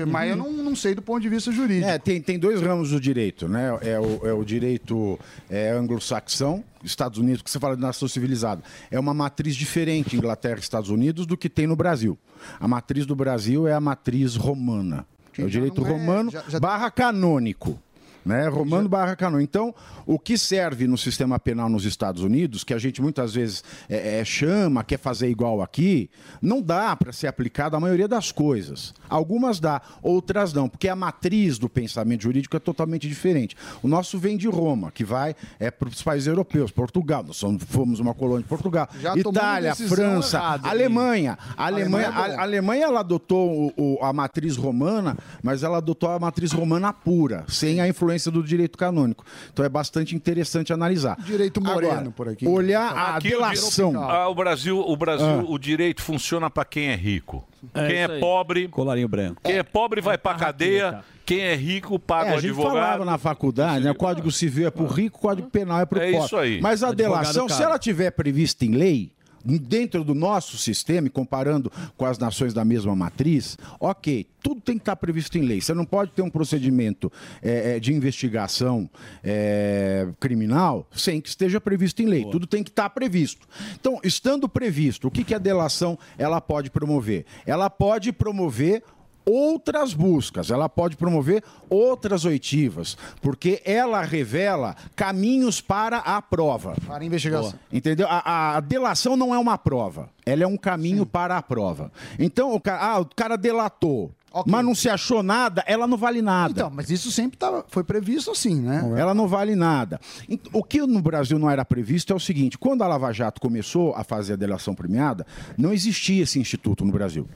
mas eu não, não sei do ponto de vista jurídico.
Uhum. É, tem, tem dois ramos do direito, né? É o, é o direito é, anglo-saxão, Estados Unidos, que você fala de nação civilizada. É uma matriz diferente, Inglaterra e Estados Unidos, do que tem no Brasil. A matriz do Brasil é a matriz romana. é o direito romano barra canônico. Né? Romano barra canônico. Então, o que serve no sistema penal nos Estados Unidos, que a gente muitas vezes é, é, chama, quer fazer igual aqui, não dá para ser aplicado a maioria das coisas. Algumas dá, outras não, porque a matriz do pensamento jurídico é totalmente diferente. O nosso vem de Roma, que vai é, para os países europeus, Portugal, nós somos- fomos uma colônia de Portugal,
Já tomamos
Itália,
decisão
França,
errada,
Alemanha. A
Alemanha
Alemanha,
é
a-
bom.
a Alemanha ela adotou o- o- a matriz romana, mas ela adotou a matriz romana pura, sem a influência do direito canônico. Então é bastante interessante analisar.
Direito moreno por aqui.
Olhar Ah, a
Aqui o
delação. É, Ah.
di- Ah, o Brasil, o Brasil, o direito funciona para quem é rico. quem é pobre,
Colarinho branco.
quem é pobre vai para cadeia, quem é rico paga
É,
o
a gente
advogado.
falava na faculdade, né? O Código Civil é pro rico, o Código Penal é pro
É
pobre.
isso aí.
Mas a
Advogado
delação, se
caro.
ela tiver prevista em lei, dentro do nosso sistema, e comparando com as nações da mesma matriz, ok, tudo tem que estar previsto em lei. Você não pode ter um procedimento eh, eh, de investigação eh, criminal sem que esteja previsto em lei. Tudo tem que estar previsto. Então, estando previsto, o que, que a delação ela pode promover? Ela pode promover outras buscas, ela pode promover outras oitivas, porque ela revela caminhos para a prova.
Para a investigação.
Boa. Entendeu? A, a delação não é uma prova, ela é um caminho para a prova. Então, o cara, ah, o cara delatou, mas não se achou nada, ela não vale nada. Então,
mas isso sempre foi previsto assim, né?
Ela não vale nada. Ent- O que no Brasil não era previsto é o seguinte, quando a Lava Jato começou a fazer a delação premiada, não existia esse instituto no Brasil.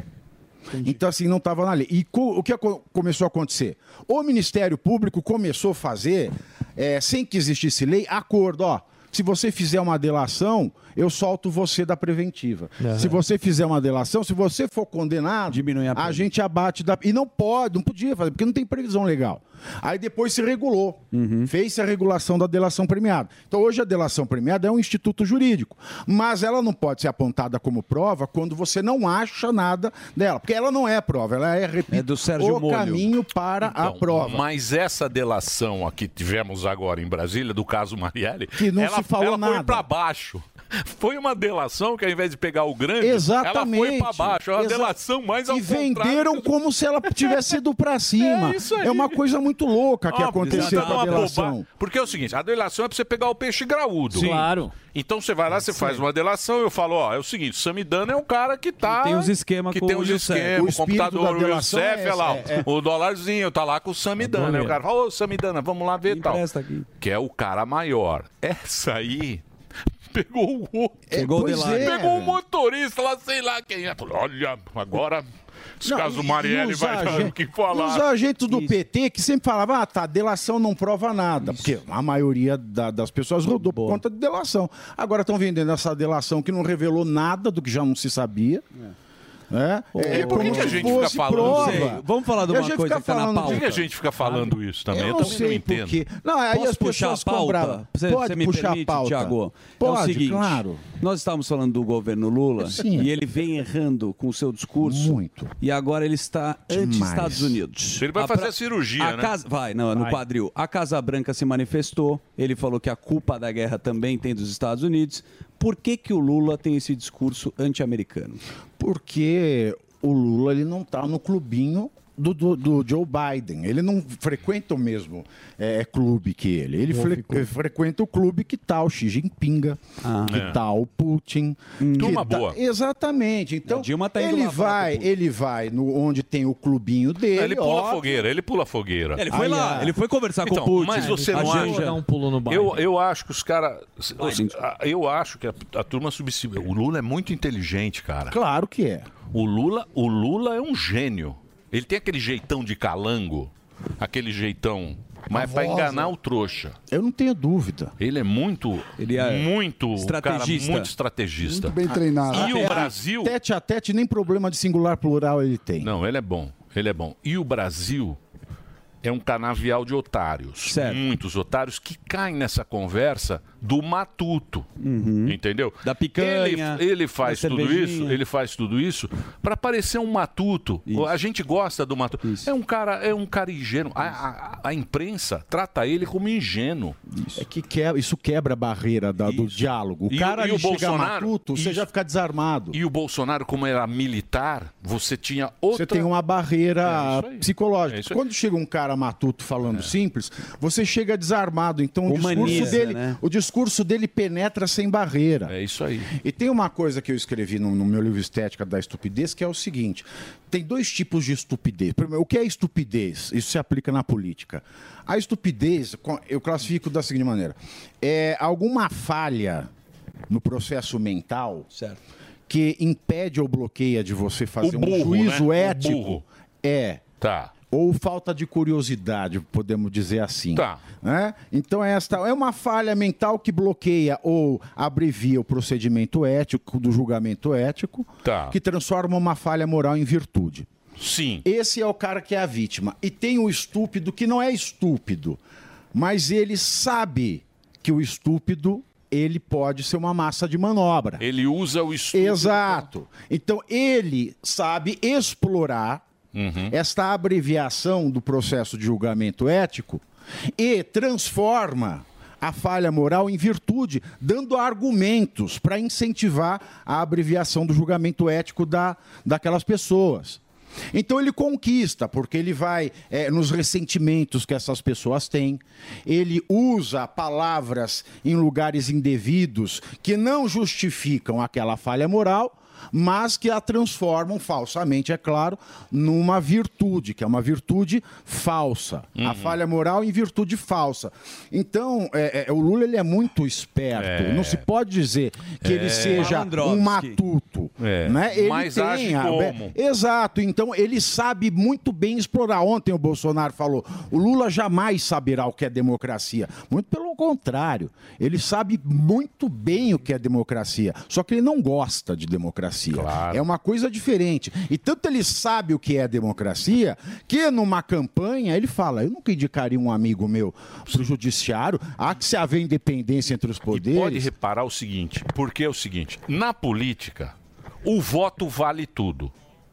Então, assim, não estava na lei. E co- o que aco- começou a acontecer? O Ministério Público começou a é, fazer, eh, sem que existisse lei, acordo, ó. Se você fizer uma delação, eu solto você da preventiva.
Aham.
Se você fizer uma delação, se você for condenado, Diminui a, gente abate da. E não pode, não podia fazer, porque não tem previsão legal. Aí depois se regulou.
Uhum.
Fez-se a regulação da delação premiada. Então hoje a delação premiada é um instituto jurídico. Mas ela não pode ser apontada como prova quando você não acha nada dela. Porque ela não é prova, ela é, repito,
É do Sérgio
o
Molho.
caminho para a
Então,
prova.
Mas essa delação aqui que tivemos agora em Brasília, do caso Marielle,
Que não
ela,
se falou
ela
nada.
foi para baixo. *laughs* Foi uma delação que ao invés de pegar o grande,
Exatamente.
ela foi para baixo. É uma
Exa-
delação mais ao
E
contrário.
venderam como se ela tivesse ido para
*laughs*
cima.
É isso aí.
uma coisa muito louca que
Ó,
aconteceu
puta,
com
uma
a delação.
boba- tá Porque é o seguinte, a delação é pra você pegar o peixe graúdo.
Sim. Claro.
Então você vai lá, você faz uma delação, eu falo, ó, é o seguinte, Samidana é um cara que tá...
Que tem os esquema
que
com
tem
o
os
Youssef.
esquemas,
O
o
espírito da
computador, o
delação
Youssef,
é
é
essa,
lá,
é, é.
o dólarzinho, tá lá com o
Tá bom,
Samidana. Aí o cara fala, ô, Samidana, vamos lá ver e tal. Que é o cara maior. Essa aí... Pegou o outro.
Pegou o pois Delari. é,
Pegou o motorista lá, sei lá quem é. Falou, Olha, agora, esse
Não,
caso
e- e
Marielle
os
vai dar
agen-
o que falar.
e Os agentes do PT que sempre falavam, ah, tá, delação não prova nada. Porque a maioria da- das pessoas rodou por conta de delação. Agora estão vendendo essa delação que não revelou nada do que já não se sabia. né? É.
E por que,
como
que a
se
gente fica
fosse
falando
prova.
isso?
E a gente fica falando de-
Por que tá que a gente fica falando isso também? Eu,
tá Eu não
também não
sei por
entendo.
quê. Não, aí
Posso
as
puxar a
pessoas ficam bravas.
pauta? Você,
Pode
você me
puxar a
permite,
pauta.
Thiago? é o
Pode,
seguinte,
claro.
Nós estávamos falando do governo Lula
Sim.
e ele vem errando com o seu discurso. Muito. E agora ele está anti-Estados Unidos.
Ele vai fazer
pra-
a cirurgia, né?
casa- Vai, não, no
Vai.
quadril. A Casa Branca se manifestou. Ele falou que a culpa da guerra também tem dos Estados Unidos. Por que, que o Lula tem esse discurso anti-americano?
Porque o Lula ele não está no clubinho do, do- do Joe Biden. Ele não frequenta o mesmo eh, clube que ele. Ele fre- frequenta o clube que tal o Xi Jinping, que
É.
tal o Putin. que
Turma
tá-
boa.
Exatamente. Então,
Dilma tá indo
ele
lá falar
vai, ele vai no, onde tem o clubinho dele.
Ele pula
ó,
a fogueira, ele pula a fogueira. Então,
Ele foi Aí, lá, é. ele foi conversar com o Putin.
Mas você
A
não
gente
acha...
dá um pulo no Biden.
eu, eu acho que os caras... Eu acho que a, a turma subestima. O Lula é muito inteligente, cara.
Claro que é.
O Lula, o Lula é um gênio. Ele tem aquele jeitão de calango, aquele jeitão... Mas para
Avosa.
enganar o trouxa.
Eu não tenho dúvida.
Ele é muito, muito
é estrategista.
cara, muito estrategista.
Muito bem treinado. É,
E o Brasil,
Tete a tete, nem problema de singular plural ele tem.
Não, ele é bom. Ele é bom. E o Brasil é um canavial de otários. Muitos otários que caem nessa conversa do matuto.
Uhum.
Entendeu? Da
picanha,
Ele, ele faz
da
tudo
cervejinha.
isso, ele faz tudo isso para parecer um matuto. A gente gosta do matuto. É um cara, é um cara ingênuo. A, a- a imprensa trata ele como ingênuo.
É que que- isso quebra a barreira da- do diálogo. O
E o-
cara
e
ele
o
chega
Bolsonaro?
matuto, você
Isso.
já fica desarmado.
E o Bolsonaro, como era militar, você tinha outra
Você tem uma barreira
É
psicológica.
isso aí. É.
Quando chega um cara matuto falando simples, você chega desarmado. Então o discurso
Humaniza,
dele,
né?
o discurso dele penetra sem barreira.
É isso aí.
E tem uma coisa que eu escrevi no, no meu livro Estética da Estupidez, que é o seguinte: tem dois tipos de estupidez. Primeiro, o que é estupidez? Isso se aplica na política. A estupidez, co- eu classifico da seguinte maneira: é alguma falha no processo mental que impede ou bloqueia de você fazer um
burro,
juízo
né? O
ético.
burro.
É.
Tá.
Ou falta de curiosidade, podemos dizer assim. Tá. Né? Então, esta é uma falha mental que bloqueia ou abrevia o procedimento ético, do julgamento ético,
Tá.
que transforma uma falha moral em virtude.
Sim.
Esse é o cara que é a vítima. E tem o estúpido que não é estúpido, mas ele sabe que o estúpido ele pode ser uma massa de manobra.
Ele usa o estudo.
Exato. Então ele sabe explorar
Uhum.
esta abreviação do processo de julgamento ético e transforma a falha moral em virtude, dando argumentos para incentivar a abreviação do julgamento ético da, daquelas pessoas. Então ele conquista, porque ele vai eh, nos ressentimentos que essas pessoas têm, ele usa palavras em lugares indevidos que não justificam aquela falha moral, mas que a transformam falsamente, é claro, numa virtude, que é uma virtude falsa. A falha moral em virtude falsa. Então, é, é, o Lula ele é muito esperto. Não se pode dizer que
É.
ele seja
Malandrovski.
um matuto.
É,
né? Ele
mas
tem
age
a-
como?
Exato. Então ele sabe muito bem explorar. Ontem o Bolsonaro falou: o Lula jamais saberá o que é democracia. Muito pelo contrário, ele sabe muito bem o que é democracia. Só que ele não gosta de democracia. É uma coisa diferente. E tanto ele sabe o que é democracia que numa campanha ele fala: eu nunca indicaria um amigo meu pro judiciário. Há que se haver independência entre os
É
poderes.
Pode reparar o seguinte, porque é o seguinte, na política, o voto vale tudo.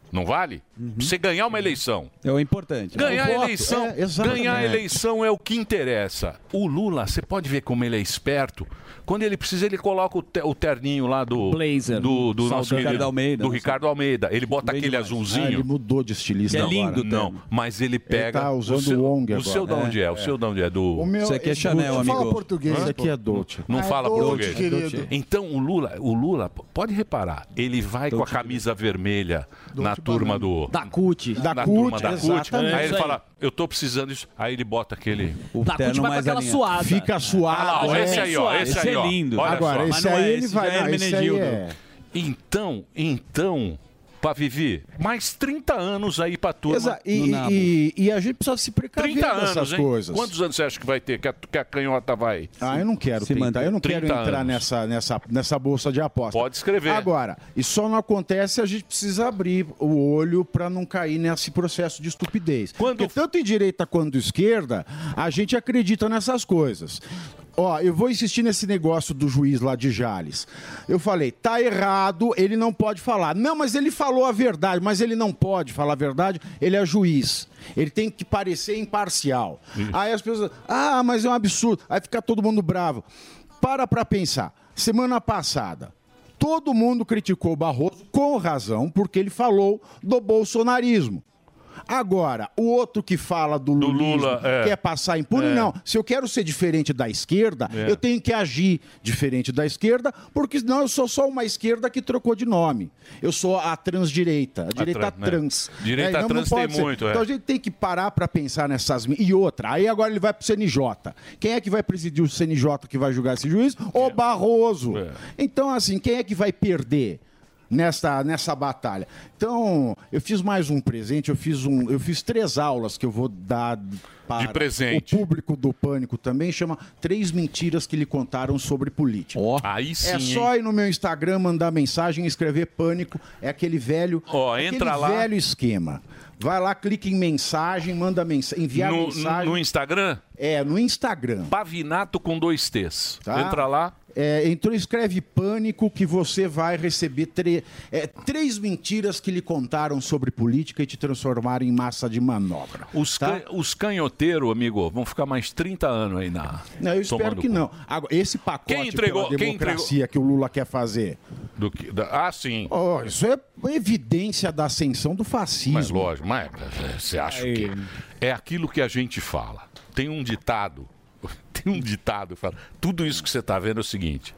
Não vale? Você ganhar uma eleição.
É o importante.
Ganhar
É Uhum.
a
o voto.
eleição,
É, exatamente.
ganhar a eleição é o que interessa. O Lula, você pode ver como ele é esperto. Quando ele precisa, ele coloca o, te- o terninho lá do Blazer, do, do
Saudade.
nosso querido,
Ricardo Almeida,
do
não sei.
Ricardo Almeida. Ele bota aquele azulzinho.
Ah, ele mudou de estilista.
Não,
agora. né?
não, mas ele pega
tá usando
o seu,
o Ong
O seu
agora.
da onde é? O
É.
seu da onde é do
O meu- Isso aqui é esse Chanel, Dolce. amigo. Fala português. Isso aqui é Dolce.
Não
Ah, é
fala
Dolce,
português.
querido.
Então o Lula, o Lula, p- pode reparar, ele vai com a camisa vermelha na turma do da CUT,
da
na
CUT,
turma da CUT.
exatamente.
Aí
Isso
ele
aí.
fala: "Eu tô precisando disso". Aí ele bota aquele
Da terno CUT vai Tá, com mais aquela alinhado. suada. Fica suado,
Ah, lá, ó,
é.
esse aí, ó, esse,
Esse
aí,
é
ó.
lindo.
Olha
Agora,
só.
esse Mas não aí é ele esse, vai- já é não, esse aí Hermenegildo. é-
Então, então, pra viver mais 30 anos aí pra turma.
Exa-
no
e,
nabo.
e- e a gente precisa se precaver
30
dessas
anos, hein?
coisas.
Quantos anos você acha que vai ter que a, que a canhota vai?
Ah, eu não quero
Se
tentar,
manter.
eu não quero
30
entrar
anos.
nessa, nessa, nessa bolsa de aposta.
Pode escrever.
Agora, isso só não acontece, a gente precisa abrir o olho para não cair nesse processo de estupidez. Porque tanto em direita quanto esquerda, a gente acredita nessas coisas. Ó, eu vou insistir nesse negócio do juiz lá de Jales. Eu falei, tá errado, ele não pode falar. Não, mas ele falou a verdade, mas ele não pode falar a verdade, ele é juiz. Ele tem que parecer imparcial.
Uhum.
Aí as pessoas, ah, mas é um absurdo. Aí fica todo mundo bravo. Para pra pensar. Semana passada, todo mundo criticou o Barroso com razão, porque ele falou do bolsonarismo. Agora, o outro que fala do, lulismo,
Lula, é.
quer passar impune,
É.
não. Se eu quero ser diferente da esquerda,
É.
eu tenho que agir diferente da esquerda, porque senão eu sou só uma esquerda que trocou de nome. Eu sou a transdireita, a direita
tran- né?
trans.
Direita
Então,
trans
pode
tem muito, é.
Então a gente tem que parar para pensar nessas... mi- E outra, aí agora ele vai pro CNJ. Quem é que vai presidir o CNJ que vai julgar esse juiz?
é?
O Barroso. Então, assim, quem é que vai perder? Nesta, nessa batalha. Então, eu fiz mais um presente, eu fiz um, eu fiz três aulas que eu vou dar para
De presente.
o público do pânico também, chama Três Mentiras que lhe contaram sobre política.
Aí sim,
é
hein?
só ir no meu Instagram, mandar mensagem, e escrever pânico, é aquele velho,
Ó,
aquele
entra lá.
velho esquema. Vai lá, clica em mensagem, manda mensagem, enviar
no,
mensagem.
no Instagram?
É, no Instagram.
Pavinato com dois T's.
Tá?
Entra lá.
É, entrou, escreve pânico que você vai receber tre- é, três mentiras que lhe contaram sobre política e te transformaram em massa de manobra. tá?
Os, can- os canhoteiros, amigo, vão ficar mais 30 anos aí na.
Não, eu espero
tomando
que
cu.
não. Agora, esse pacote
Quem entregou-
pela
quem
democracia que o Lula quer fazer,
Do que, da- ah, sim.
ó, isso é evidência da ascensão do fascismo.
Mas lógico, mas eh, você acha que. É aquilo que a gente fala. Tem um ditado. *laughs* Tem um ditado que fala. Tudo isso que você está vendo é o seguinte: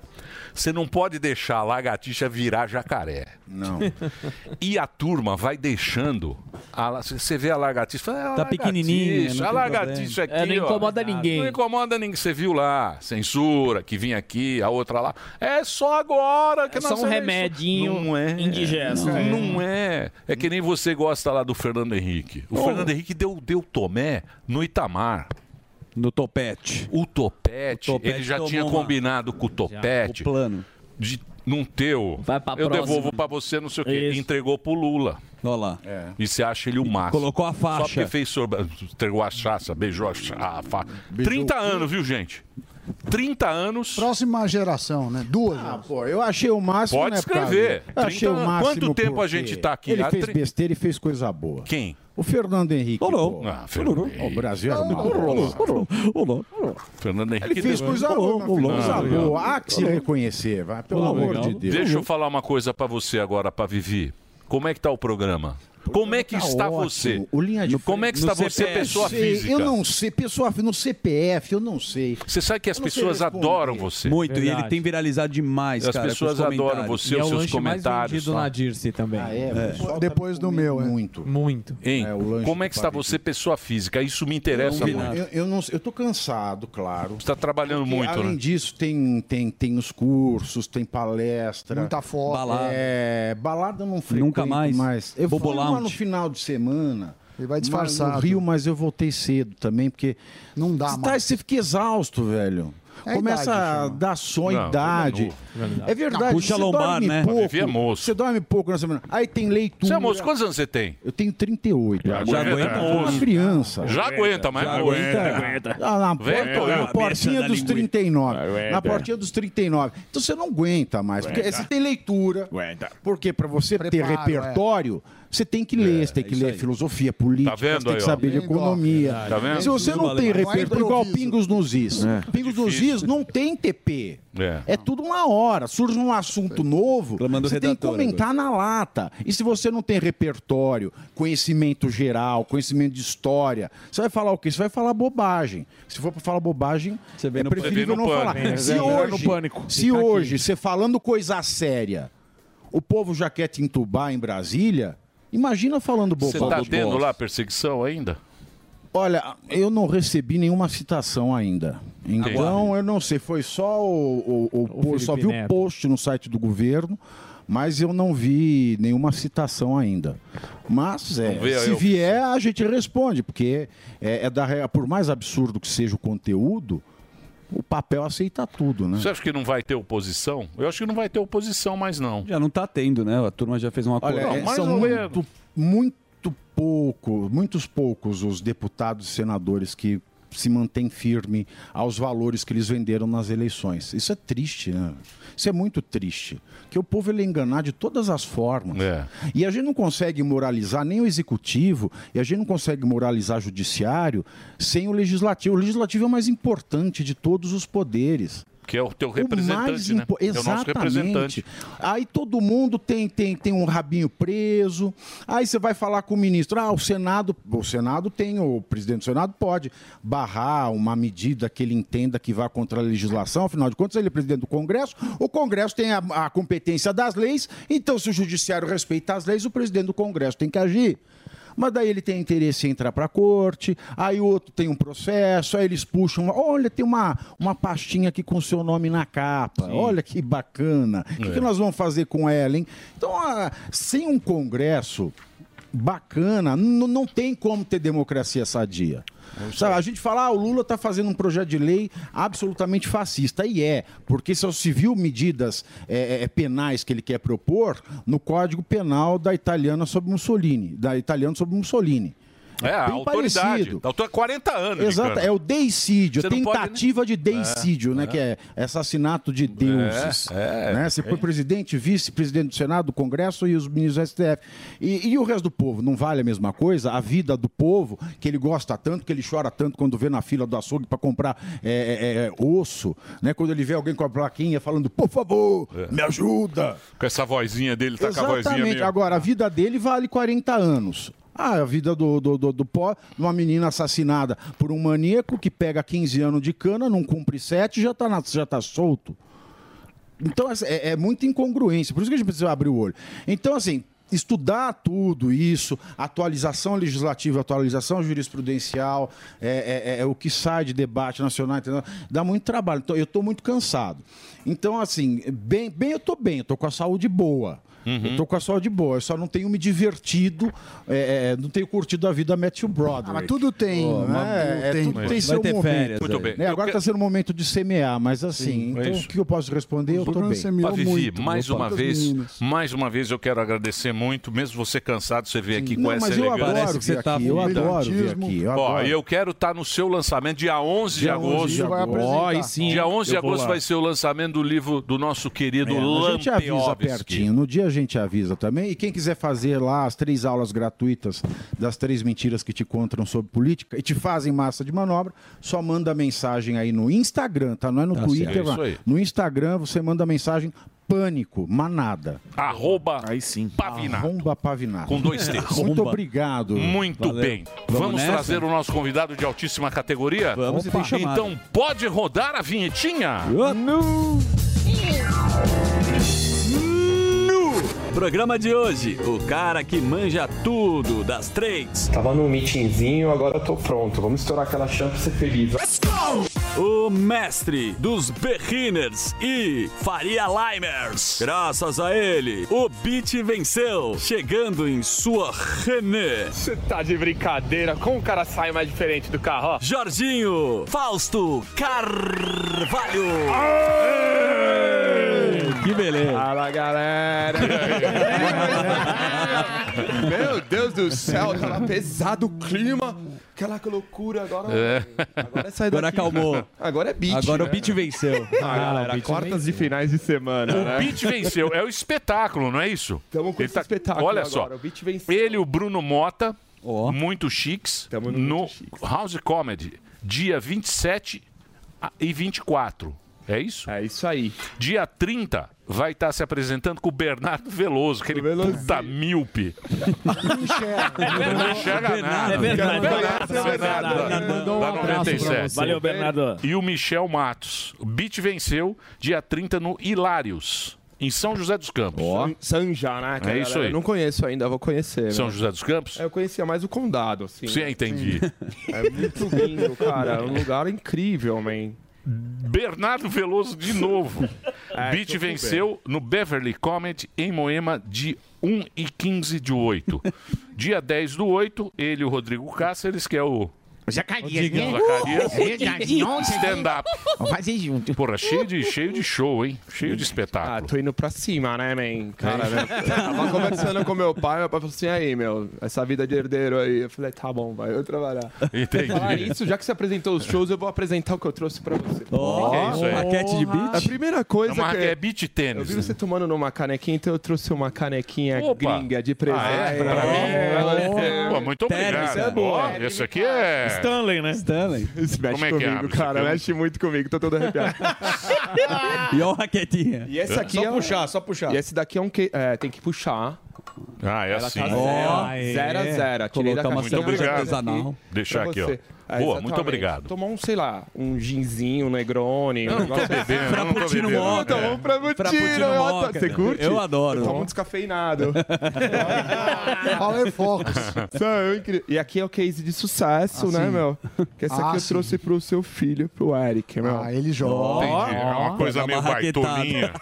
você não pode deixar a lagartixa virar jacaré.
Não.
*laughs* E a turma vai deixando. a la- você vê a lagartixa. Fala, "Ah,
Tá
lagartixa,
pequenininha, não
A
tem
lagartixa aqui.
problema." É, não
ó,
incomoda ninguém.
Não incomoda ninguém. Você viu lá, censura, que vinha aqui, a outra lá. É só agora que
É
nós
só um
eleições-
remedinho
Não é.
indigesto.
Não é. Não é. É que nem você gosta lá do Fernando Henrique. O
Oh.
Fernando Henrique deu, deu tomé no Itamar.
No topete.
O topete,
O topete
ele já
tomou
tinha
uma-
combinado com o topete.
o plano.
De, não teu. eu
próxima.
devolvo pra você, não sei o quê.
Isso.
Entregou pro Lula. É.
Olha lá.
E você acha ele o máximo.
colocou a faixa.
Só porque fez sorba... Entregou a chaça, beijou a, cha- a faixa. 30 anos, viu, gente? 30 anos.
Próxima geração, né? Duas. Ah,
pô, eu achei o máximo.
Pode
né,
escrever.
Prado? Eu Achei
30
o
anos.
máximo
Quanto tempo a
porque
gente tá aqui?
Ele
Ah,
fez
tri-
besteira e fez coisa boa.
Quem?
O Fernando Henrique. Olô.
Ah, Fernando
O Brasil é
Henrique.
mal.
Fernando Henrique Ah,
Ele fez
É deu-
coisa boa.
Olô,
fez coisa
olô.
boa. Há que se reconhecer, vai. Pelo amor de Deus.
Deixa eu falar uma coisa pra você agora, pra Vivi. Como é que tá o programa? Como é que está você? Como é que está você, pessoa física?
Eu não sei, pessoa física, no CPF, eu não sei.
Você sabe que as
Eu não sei
pessoas
responder.
adoram você.
Muito, e ele tem viralizado demais,
As
cara. com os
pessoas adoram
comentários.
você, E é os o seus lanche mais comentários. tá? vendido na
Dirce também.
Ah, é?
É.
O pessoal Depois do meu, é. muito.
Muito.
Hein?
lanche
Como é que
do
está você, pessoa física? Isso me interessa
Eu,
muito.
eu, eu não sei, eu tô cansado, claro. Você
está trabalhando muito,
além
né?
disso, tem, tem, tem os cursos, tem palestra.
Muita foto.
Balada. É, balada eu não frequento
Nunca mais.
Eu
Bobo
fui lá
Lounge.
um
no final de semana. Ele
vai disfarçado.
No Rio, mas eu voltei cedo também, porque...
Não dá
você mais. Você fica exausto, velho.
É a
Começa
idade,
a
chama.
dar só
Não,
idade.
não é novo.
É verdade.
Puxa
você
lombar,
dorme
né?
Pouco,
Vivi é moço.
Você dorme pouco na semana. Aí tem leitura.
Você é moço, quantos anos você tem?
Eu tenho 38.
Já Já aguenta, aguenta.
Uma
moço.
criança.
Já aguenta, mas
Já
aguenta.
Ah, na, porta-
Vem,
na
Toledo.
portinha dos 39. Na portinha dos 39. Então você não aguenta mais. Porque
é. Aguenta.
você tem leitura.
então.
Porque para você ter
é.
Preparo,
repertório, você tem que ler. você tem que ler filosofia
É,
política,
Tá vendo
você tem
aí,
que
ó?
saber de
Tem golpe,
economia.
né?
verdade. Tá vendo?
Se você não
Não
tem
é
repertório, igual
improviso.
Pingos nos Is. Pingos nos Is não tem TP.
É.
É tudo uma hora. Surge um assunto novo, você tem que
redator
né?
comentar na lata. E se você não tem repertório, conhecimento geral, conhecimento de história, você vai falar o quê? Você vai falar bobagem. Se for para falar bobagem, é
no
preferível
pânico.
não
Você vê no pânico. É
falar. Se
melhor no
hoje,
pânico.
se
Fica aqui.
hoje você falando coisa séria, o povo já quer te entubar em Brasília, imagina falando
Você
bobagem.
está tá tendo lá perseguição ainda?
Olha, eu não recebi nenhuma citação ainda. Então, eu não sei. Foi só o. o, o po- só
Felipe
vi o
Neto.
post no site do governo, mas eu não vi nenhuma citação ainda. Mas, é,
Vamos ver aí
se
o-
vier, a gente responde, porque é, é da, rea- por mais absurdo que seja o conteúdo, o papel aceita tudo,
Hum.
né?
Você acha que não vai ter oposição? Eu acho que não vai ter oposição mais, não.
Já não tá tendo, né? A turma já
um
fez uma
Olha,
coisa.
é, são muito, muito pouco, muitos poucos os deputados e senadores que se mantêm firme aos valores que eles venderam nas eleições. Isso é triste, né? Isso é muito triste. Que o povo ele é enganado de todas as formas. E a gente não consegue moralizar nem o executivo, e a gente não consegue moralizar o judiciário sem o legislativo. O legislativo é o mais importante de todos os poderes.
Que é o teu
O mais
representante, né?
impo-
É o nosso representante.
Exatamente. Aí todo mundo tem, tem, tem um rabinho preso. Aí você vai falar com o ministro. Ah, o Senado, o Senado tem, o presidente do Senado pode barrar uma medida que ele entenda que vá contra a legislação. Afinal de contas, ele é presidente do Congresso. O Congresso tem a, a competência das leis. Então, se o judiciário respeita as leis, o presidente do Congresso tem que agir. Mas daí ele tem interesse em entrar para a corte, aí o outro tem um processo, aí eles puxam, olha, tem uma, uma pastinha aqui com o seu nome na capa, olha que bacana, o que,
É.
que nós vamos fazer com ela, hein? Então, ah, sem um congresso bacana, n- não tem como ter democracia sadia. Sabe, a gente fala, ah, o Lula está fazendo um projeto de lei absolutamente fascista. E é, porque só se viu medidas é, é, penais que ele quer propor no Código Penal da italiana sobre Mussolini. Da italiana sobre Mussolini.
É, a
Bem
autoridade. Então,
parecido.
A Autor 40 anos.
Exato,
Nicano.
é o deicídio,
Você não pode,
tentativa de
É,
deicídio, né?
é.
Que é assassinato de deuses.
É, é,
né? Você
é.
foi presidente, vice-presidente do Senado, do Congresso e os ministros do STF. E, e o resto do povo, não vale a mesma coisa? A vida do povo, que ele gosta tanto, que ele chora tanto quando vê na fila do açougue para comprar é, é, é, osso, né? Quando ele vê alguém com a plaquinha falando, por favor,
É.
me ajuda.
Com essa vozinha dele, tá com a vozinha
Exatamente.
meio...
Agora, a vida dele vale 40 anos. Ah, a vida do, do, do, do pó, de uma menina assassinada por um maníaco que pega 15 anos de cana, não cumpre 7 já tá, na- já tá solto. Então, assim, é, é muita incongruência. Por isso que a gente precisa abrir o olho. Então, assim, estudar tudo isso, atualização legislativa, atualização jurisprudencial, é, é- é o que sai de debate nacional, entendeu? dá muito trabalho. Então, eu estou muito cansado. Então, assim, bem, bem eu estou bem, eu estou com a saúde boa.
Uhum.
Eu tô com a saúde boa, eu só não tenho me divertido, é, é, não tenho curtido a vida Matthew Broderick.
Ah, mas tudo tem,
Oh,
né?
mas
É,
tudo
tem.
tem seu
Vai ter
momento.
férias é. Muito aí. bem.
Né,
Eu
Agora
quero-
está sendo o momento de semear, mas assim,
Sim, é
então o
isso.
que eu posso responder? Eu tô bem.
Ó, Vivi, mais uma vez, mais uma vez eu quero agradecer muito, mesmo você cansado, você veio aqui com
Não,
essa
mas eu
elegância.
adoro Parece que você vir tá aqui, eu bonito. adoro vir aqui, eu
Ó,
adoro.
eu quero estar no seu lançamento dia 11 de
Dia 11 de
agosto.
agosto. Vai apresentar. Ó, aí sim,
dia
hein?
11 de
Eu vou
agosto
lá.
vai ser o lançamento do livro do nosso querido
É, a gente avisa
Lampeovski.
pertinho. No dia a gente avisa também. E quem quiser fazer lá as três aulas gratuitas das três mentiras que te contam sobre política e te fazem massa de manobra, só manda mensagem aí no Instagram, tá? Não é no
Tá
Twitter.
certo. É isso
lá.
aí.
No Instagram você manda mensagem Pânico, manada.
Arroba
Aí sim.
Pavinato.
Arromba Pavinato.
Com dois T's.
Muito obrigado.
Muito bem. Vamos, trazer o nosso convidado de altíssima categoria?
Vamos, e tem chamada.
Então pode rodar a vinhetinha?
No programa de hoje, o cara que manja tudo das trades. Tava num meetingzinho, agora tô pronto. Vamos estourar aquela champa e ser feliz. O mestre dos beginners e Faria Limers. Graças a ele, o Beat venceu, chegando em sua René. Você tá de brincadeira, como o cara sai mais diferente do carro, ó? Jorginho Fausto Carvalho. Que beleza. Fala, galera.
*laughs* Meu Deus do céu, tava pesado o clima. Aquela loucura agora. Agora é sair
Agora
daqui.
acalmou.
Agora é beat.
Agora
né?
o Beat venceu.
Ah, galera, quartas de finais de semana. né?
O Beat venceu. É o espetáculo, não é isso? Tamo com
esse espetáculo
Olha só.
agora, o Beat
Ele e o Bruno Mota, muito chiques, no House Comedy, dia 27 a- e 24. É isso?
É isso aí.
Dia 30 vai estar se apresentando com o Bernardo Veloso, aquele puta míope. Não enxerga nada.
É verdade.
Bernardo, Bernardo,
Bernardo, mandou um
da
abraço pra
97.
você. Valeu, Bernardo.
E o Michel Matos. O Beat venceu dia 30 no Hilários, em São José dos Campos.
Sanja, né? cara,
É isso
galera?
aí.
Eu não conheço ainda, vou conhecer.
São
né?
José dos Campos?
É, Eu conhecia mais o condado, assim.
Sim, entendi.
É muito lindo, cara.
*laughs*
É um lugar incrível, man.
Bernardo Veloso de
*laughs*
novo. Beat
Ah, tô com
venceu no Beverly Comedy em Moema de 1 e 15 de 8. Dia 10 do 8, ele e o Rodrigo Cáceres, que é o.
Zacarias,
Digão
né?
Zacarias.
Uhul.
Stand-up.
né? Vamos fazer junto.
Porra, cheio de, cheio de show, hein? Cheio de espetáculo.
Ah, tô indo pra cima, né, man? Cara,
É. *laughs*
né? Eu tava conversando com meu pai, meu pai falou assim, aí, meu, essa vida de herdeiro aí. Eu falei, tá bom, vai, eu trabalhar.
Entendi.
Falar isso, já que você apresentou os shows, eu vou apresentar o que eu trouxe pra você.
Ó, Que que é isso aí? raquete de beat?
A primeira coisa
É uma
que...
raque- é beat tênis,
Eu vi
né?
você tomando numa canequinha, então eu trouxe uma canequinha
Opa.
gringa de presente.
Ah, é? Pra mim? Pô, muito obrigado.
é. Isso é bom.
Ó, esse aqui é.
né? Stanley. Isso mexe
Como é que
comigo,
abre isso
cara.
aqui?
Mexe muito comigo, tô todo arrepiado.
E ó, o raquetinha.
E esse aqui
Só
é um-
puxar, só puxar.
E esse daqui é um que é, tem que puxar.
Ah, é
Ela
assim.
tá zero, zero a zero. Tirei da
Muito
caixinha.
obrigado.
Aqui
Deixar
pra
aqui, ó.
você.
Boa,
É, exatamente.
muito obrigado.
Tomar um, sei lá, um ginzinho, um negrone.
Eu
um
não tô
negócio assim.
bebendo, eu não tô Frappuccino bebendo. moca.
Então, um
Frappuccino
Frappuccino, eu adoro.
moca.
Você curte?
Eu adoro.
Eu tomo um descafeinado. Power Focus.
*laughs*
E aqui é o case de sucesso,
Ah,
né,
sim.
meu? Que essa
Ah,
aqui eu
sim.
trouxe pro seu filho, pro Eric, meu. Ah,
ele joga.
Entendi. É uma coisa meio baitolinha.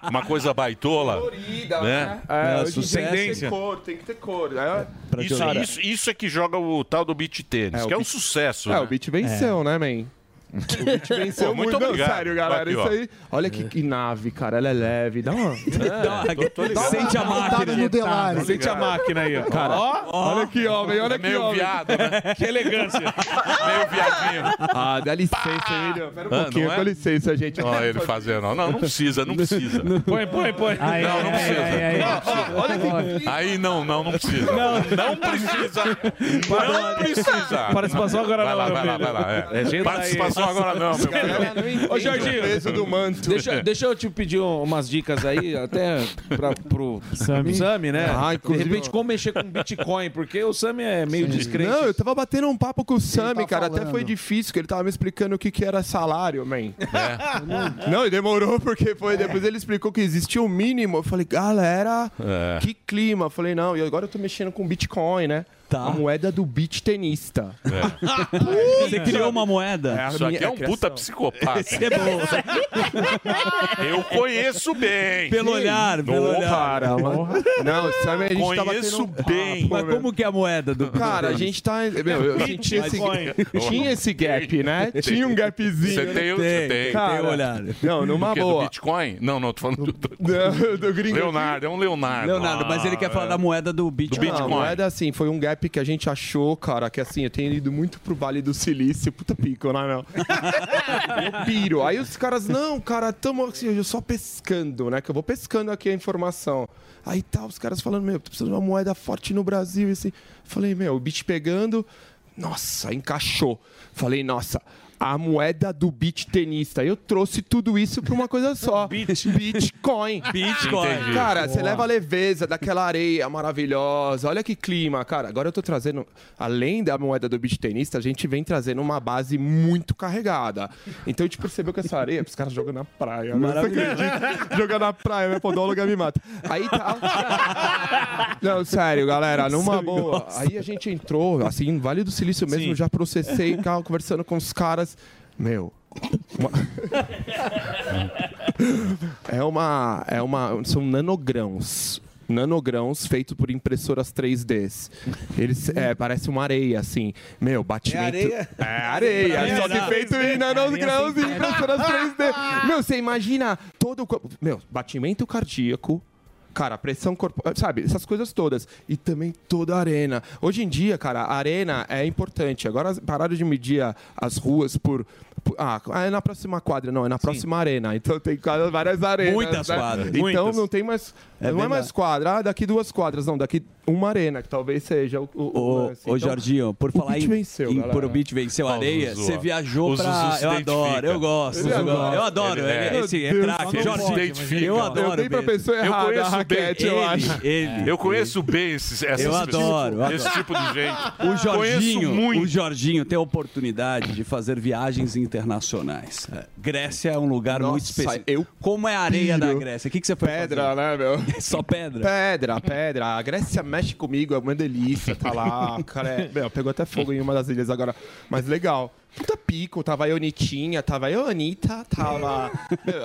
*laughs* uma coisa baitola. né?
É, hoje em dia Tem que ter cor, tem que ter cor. É,
Isso,
cara,
isso, isso é que joga o tal do beat tênis,
É, o
que é um
beat-
sucesso.
É,
né?
o beat venceu, né, man? O beat venceu
*laughs* Pô, muito
muito, não,
obrigado.
sério, galera.
Aqui,
isso
ó.
aí. Olha que, que nave, cara. Ela é leve. Dá uma.
Ah,
É, tô- tô ligado.
Sente a máquina. Tá no Delari.
Sente a máquina aí, ó.
Cara,
Ó, ó.
olha que homem, olha
É
que
meio
homem.
viado, né? Que elegância.
meio viadinho.
Ah, dá licença, hein? Pera um
Ah,
pouquinho,
não é?
dá licença, gente.
Olha ele fazendo. ó. Não, não precisa, não precisa. Põe, põe, põe. Não, não precisa. Olha que... Aí não, não, não precisa. Não, precisa. Não
*laughs*
precisa.
Participação agora
vai lá,
não,
vai lá,
meu
vai lá. é.
É, gente,
Participação
aí.
agora não, meu
Ô, Jorginho, Deixa, deixa eu te pedir um- umas dicas aí, até pra, pro
Sami.
Sami, né?
Ah,
de
inclusive-
repente, como mexer com Bitcoin, porque o Sami é meio descrente.
Não, eu tava batendo um papo com o Sami,
tá
cara. Até
falando.
foi difícil, que ele tava me explicando o que, que era salário, man.
É,
*laughs* Não, e demorou, porque foi. Depois ele explicou que existia o mínimo. Eu falei, galera,
É.
que clima. Eu falei, não, e agora eu tô mexendo com Bitcoin, né?
Tá.
A moeda do beat tenista. *laughs*
Você criou uma moeda?
a
Isso
minha
aqui é um
criação.
puta psicopata.
Esse é bom.
Eu conheço bem.
Pelo olhar, pelo olhar. Cara, mas- Não, sabe, a gente tá
Conheço
batendo um
bem.
papo, meu.
Como que é a moeda do
Cara, a gente tá. Meu, eu senti esse, tinha esse gap, né? Tinha um gapzinho.
Você tem, você tem.
Cara, Não,
Do
numa
quê? Do
boa.
Bitcoin? Não, não, tô falando do, do- Leonardo, é um Leonardo.
Leonardo, mas ele quer falar da
moeda do Bitcoin.
Do Bitcoin.
Não, a moeda, assim, foi um gap que a gente achou, cara, que assim, eu tenho ido muito pro Vale do Silício, puta pico,
*laughs*
né, meu? eu piro. Aí os caras, não, cara, tamo assim, eu só pescando, né? Que eu vou pescando aqui a informação. Aí tá, os caras falando, meu, tu precisa de uma moeda forte no Brasil, e assim. Falei, meu, o beat pegando, nossa, encaixou. Falei, nossa. a moeda do beat tenista. Eu trouxe tudo isso pra uma coisa só. Bitcoin.
Bitcoin. Entendi.
Cara, você
Boa.
leva a leveza daquela areia maravilhosa. Olha que clima, cara. Agora eu tô trazendo, além da moeda do beat tenista, a gente vem trazendo uma base muito carregada. Então a gente percebeu que essa areia, os caras jogam na praia. né?
Maravilhoso.
Você acredita? Jogar na praia, minha podóloga me mata. Aí tá. Não, sério, galera, numa
Sangue
boa.
grossa.
Aí a gente entrou, assim, no Vale do Silício mesmo, já processei, tava conversando com os caras. Meu. uma- é uma. É uma. São nanogrãos. Nanogrãos feitos por impressoras 3Ds. Eles é, parece uma areia, assim. Meu, batimento.
areia?
É areia.
Areia,
Só que
não.
feito em nanogrãos e
Areia sem
impressoras 3D. Meu, você imagina todo o. corpo- Meu, batimento cardíaco. Cara, pressão corporal, sabe? Essas coisas todas. E também toda a arena. Hoje em dia, cara, a arena é importante. Agora pararam de medir a- as ruas por. por- Ah, é na próxima quadra, não, é na próxima arena. Então tem cada- várias arenas.
Muitas quadras,
Então
muitas.
não tem mais. não
É
é
verdade.
mais quadra. Ah, daqui duas quadras, não, daqui uma arena, que talvez seja o. o, o lance.
Ô,
Então,
Jorginho, por falar
Beat
em,
venceu,
em
galera.
por o Beat venceu
Ó, o
areia,
Zuzu,
você
ó.
viajou
O
pra...
Zuzu se
eu
identifica.
adoro, eu gosto,
Ele
Zuzu, eu
adora.
adoro. Eu adoro,
Ele é-
é, esse é
Meu Deus,
craque,
ele se
Jorginho.
identifica.
Eu
Eu
adoro
dei pra
mesmo.
pessoa errada,
eu conheço
a raquete,
bem,
eu
ele,
acho.
ele. Eu conheço bem esses, essas
É. Eu
pessoas,
adoro, eu
esse
adoro.
tipo de gente.
*laughs* O Jorginho,
Conheço muito.
o Jorginho tem a oportunidade de fazer viagens internacionais. É, Grécia é um lugar muito específico. Como é a areia da
piro.
Grécia? O que, que você foi
Pedra, né, meu?
*laughs* Só pedra.
Pedra, pedra. A Grécia mexe comigo, é uma delícia, tá lá. Cara, é- meu, pegou até fogo em uma das ilhas agora. Mas legal. Puta pico, tava eu Nitinha, tava eu Anitta, tava. meu,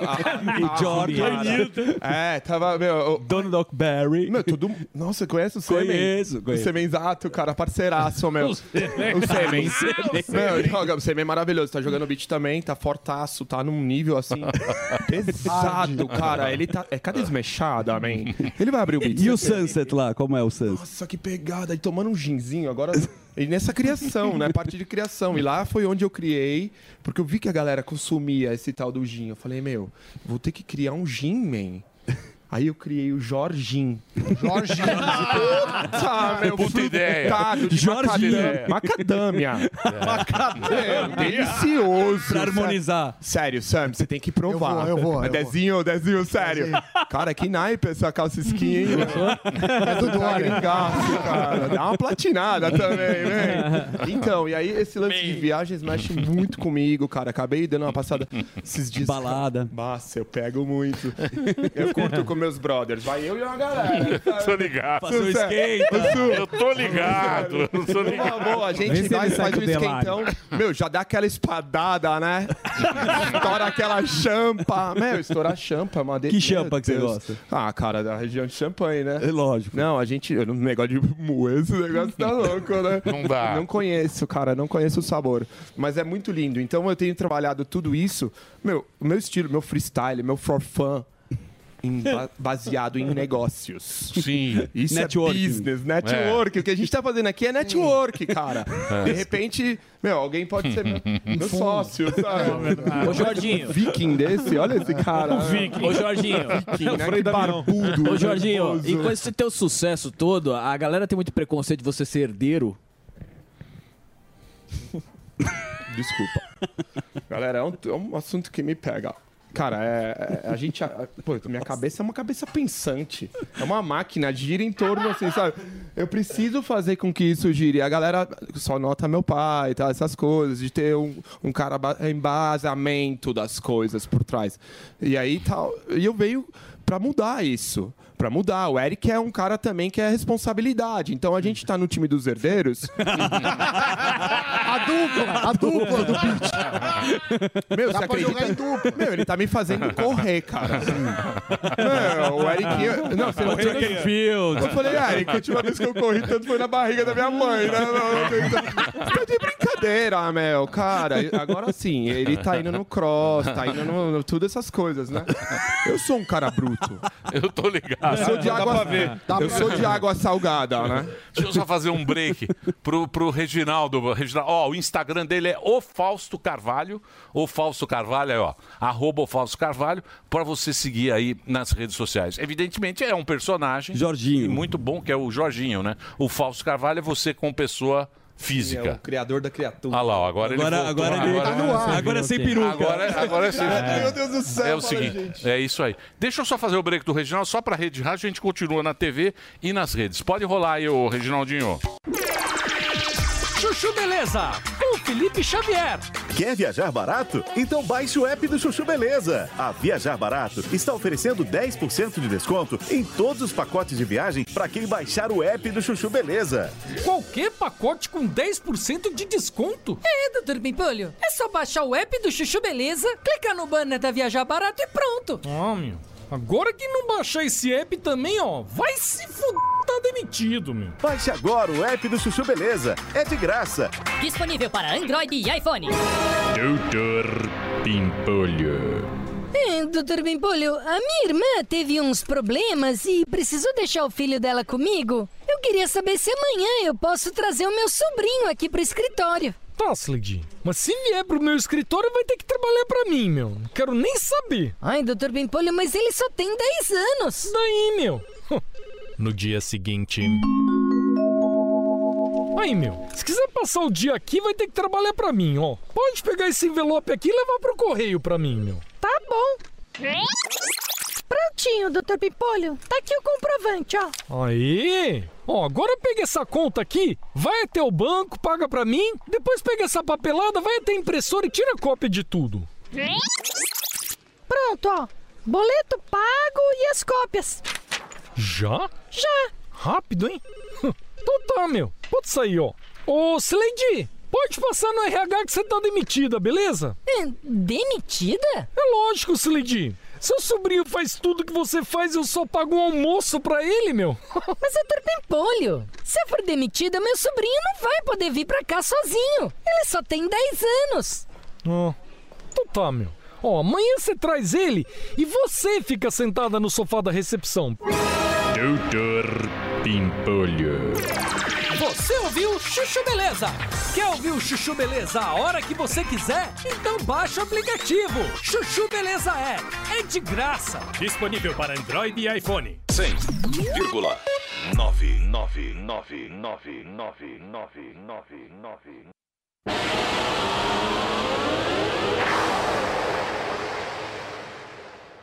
*laughs*
a- a- a-
Jorge.
cara. É, tava, meu.
Donald Duckberry.
Meu, tudo. Nossa, conhece o Semen?
Conheço, conheço.
O Semenzato, cara, parceiraço, meu. *laughs*
O
o Semen.
Semen. O Semen.
Meu, joga, o Semen é maravilhoso. Tá jogando beat também, tá fortaço, tá num nível *laughs* assim. pesado, cara. Ele tá. É, cadê desmechada, man? Ele vai abrir o beat.
E o Sunset lá, como é o Sunset?
Nossa, que pegada. E tomando um ginzinho agora. E nessa criação, né? Parte de criação. E lá foi onde eu criei, porque eu vi que a galera consumia esse tal do gin. Eu falei, meu, vou ter que criar um gin, man. Aí eu criei o Jorginho. Jorginho. Puta, meu.
Puta
frutado
ideia.
de
Jorginho.
Macadâmia.
É.
Macadâmia. É. Delicioso.
Pra harmonizar.
Sério, Sam, você tem que provar.
Eu vou, eu vou, eu
Dezinho, Dezinho, sério. Cara, que naipe essa calça skin, hein? é
Tá
do Dória. cara. Dá uma platinada também,
*laughs*
velho. Então, e aí esse lance de viagens mexe muito comigo, cara. Acabei dando uma
*laughs*
passada esses dias.
Balada.
Nossa, eu pego muito. Eu curto com meus brothers. Vai eu e uma
*laughs*
galera. sabe?
Tô ligado. é
Fazer um skate.
Eu tô ligado. Eu tô
Uma
ligado.
boa, a gente vai faz um esquentão.
né?
Meu, já dá aquela espadada, né? Estoura aquela champa. Meu, estourar champa é uma delícia.
champa que você
Meu Deus.
gosta?
Ah, cara, da região de champanhe, né?
É lógico.
Não, a gente. eu não- Negócio de moer, esse negócio tá louco, né?
Não dá.
Não conheço, cara, não conheço o sabor. Mas é muito lindo. Então eu tenho trabalhado tudo isso. Meu, o meu estilo, meu freestyle, meu for fun. em ba- baseado em negócios.
Sim.
Isso
Networking.
é business, network. O que a gente tá fazendo aqui é network, cara.
É.
De repente, meu, alguém pode
*laughs*
ser meu, meu sócio, sabe?
Ô, Jorginho.
Um viking desse, olha esse cara.
Um viking. Ô,
*laughs*
Jorginho.
Viking,
Eu
né?
falei
Que
da minha-
barbudo.
Ô, Jorginho,
nervoso.
e com esse teu sucesso todo, a galera tem muito preconceito de você ser herdeiro.
Desculpa. Galera, é um, é um assunto que me pega. Cara, é, é- a gente. a- a- pô, minha cabeça é uma cabeça pensante. É uma máquina, gira em torno assim, sabe? Eu preciso fazer com que isso gire. A galera só nota meu pai, tá? Essas coisas, de ter um, um cara ba- embasamento das coisas por trás. E aí tal. E eu venho pra mudar isso. Pra mudar. O Eric é um cara também que é responsabilidade. Então a gente tá no time dos herdeiros.
A dupla, a dupla do beat.
Meu, *laughs*
Dá
você
pra jogar em
acredita? Meu, ele tá me fazendo correr, cara. Meu, *laughs* o Eric. eu- Não, você não
Correr
tem-
no field.
Eu falei, Eric, a última vez que eu corri tanto foi na barriga da minha mãe, né? Você tá de brincadeira, meu. Cara, agora sim, ele tá indo no cross, tá indo no, no- tudo essas coisas, né? Eu sou um cara bruto.
Eu tô ligado.
Eu Ah, sou de
Dá
água,
pra ver.
Eu sou de água salgada, né?
Deixa eu só fazer um break pro, pro Reginaldo. Reginaldo. Ó, o Instagram dele é o Fausto Carvalho. O Fausto Carvalho, aí, ó. Arroba o Fausto Carvalho, pra você seguir aí nas redes sociais. Evidentemente é um personagem.
Jorginho.
E muito bom, que é o Jorginho, né? O Fausto Carvalho é você como pessoa física.
É o criador da criatura.
Ah lá, ó, agora,
Agora-
ele voltou.
agora ele- Tá no ar.
agora é sem
Virou
peruca.
o tema.
Agora, agora é sem
*laughs* É. Meu Deus do céu,
É o
fala,
seguinte,
gente.
é isso aí. Deixa eu só fazer o break do Reginaldo, só pra rede de rádio, a gente continua na TV e nas redes. Pode rolar aí, ô Reginaldinho.
Chuchu Beleza, com Felipe Xavier. Quer viajar barato? Então baixe o app do Chuchu Beleza. A Viajar Barato está oferecendo 10% de desconto em todos os pacotes de viagem para quem baixar o app do Chuchu Beleza.
Qualquer pacote com 10% de desconto?
É, doutor Pimpolho, é só baixar o app do Chuchu Beleza, clicar no banner da Viajar Barato e pronto.
Ah, meu. Agora que não baixar esse app também, ó, vai se fuder, tá demitido, meu.
Baixe agora o app do Chuchu Beleza. É de graça.
Disponível para Android e iPhone.
Doutor Pimpolho.
É, doutor Bimpolho, a minha irmã teve uns problemas e precisou deixar o filho dela comigo. Eu queria saber se amanhã eu posso trazer o meu sobrinho aqui pro escritório.
Tá, Slade, mas se vier pro meu escritório vai ter que trabalhar pra mim, meu. Não quero nem saber.
Ai, doutor Bimpolho, mas ele só tem 10 anos.
Daí, meu. No dia seguinte. Aí, meu, se quiser passar o dia aqui, vai ter que trabalhar pra mim, ó. Pode pegar esse envelope aqui e levar pro correio pra mim, meu.
Tá bom. Prontinho, doutor Pimpolho. Tá aqui o comprovante, ó.
Aí! Ó, agora pega essa conta aqui, vai até o banco, paga pra mim, depois pega essa papelada, vai até a impressora e tira cópia de tudo.
Pronto, ó. Boleto pago e as cópias.
Já? Já! Rápido, hein? *laughs* Então tá, meu. Pode sair, ó. Ô, Sileidi, pode passar no RH que você tá demitida, beleza?
Demitida?
É lógico, Sileidi. Seu sobrinho faz tudo que você faz e eu só pago um almoço pra ele, meu. *laughs*
Mas doutor Pimpolho, se eu for demitida, meu sobrinho não vai poder vir pra cá sozinho. Ele só tem 10 anos.
Ó, então tá, meu. Ó, amanhã você traz ele e você fica sentada no sofá da recepção.
Doutor Pimpolho.
Você ouviu Chuchu Beleza? Quer ouvir o Chuchu Beleza a hora que você quiser? Então baixa o aplicativo. Chuchu Beleza é. É de graça.
Disponível para Android e iPhone.
100,999999999.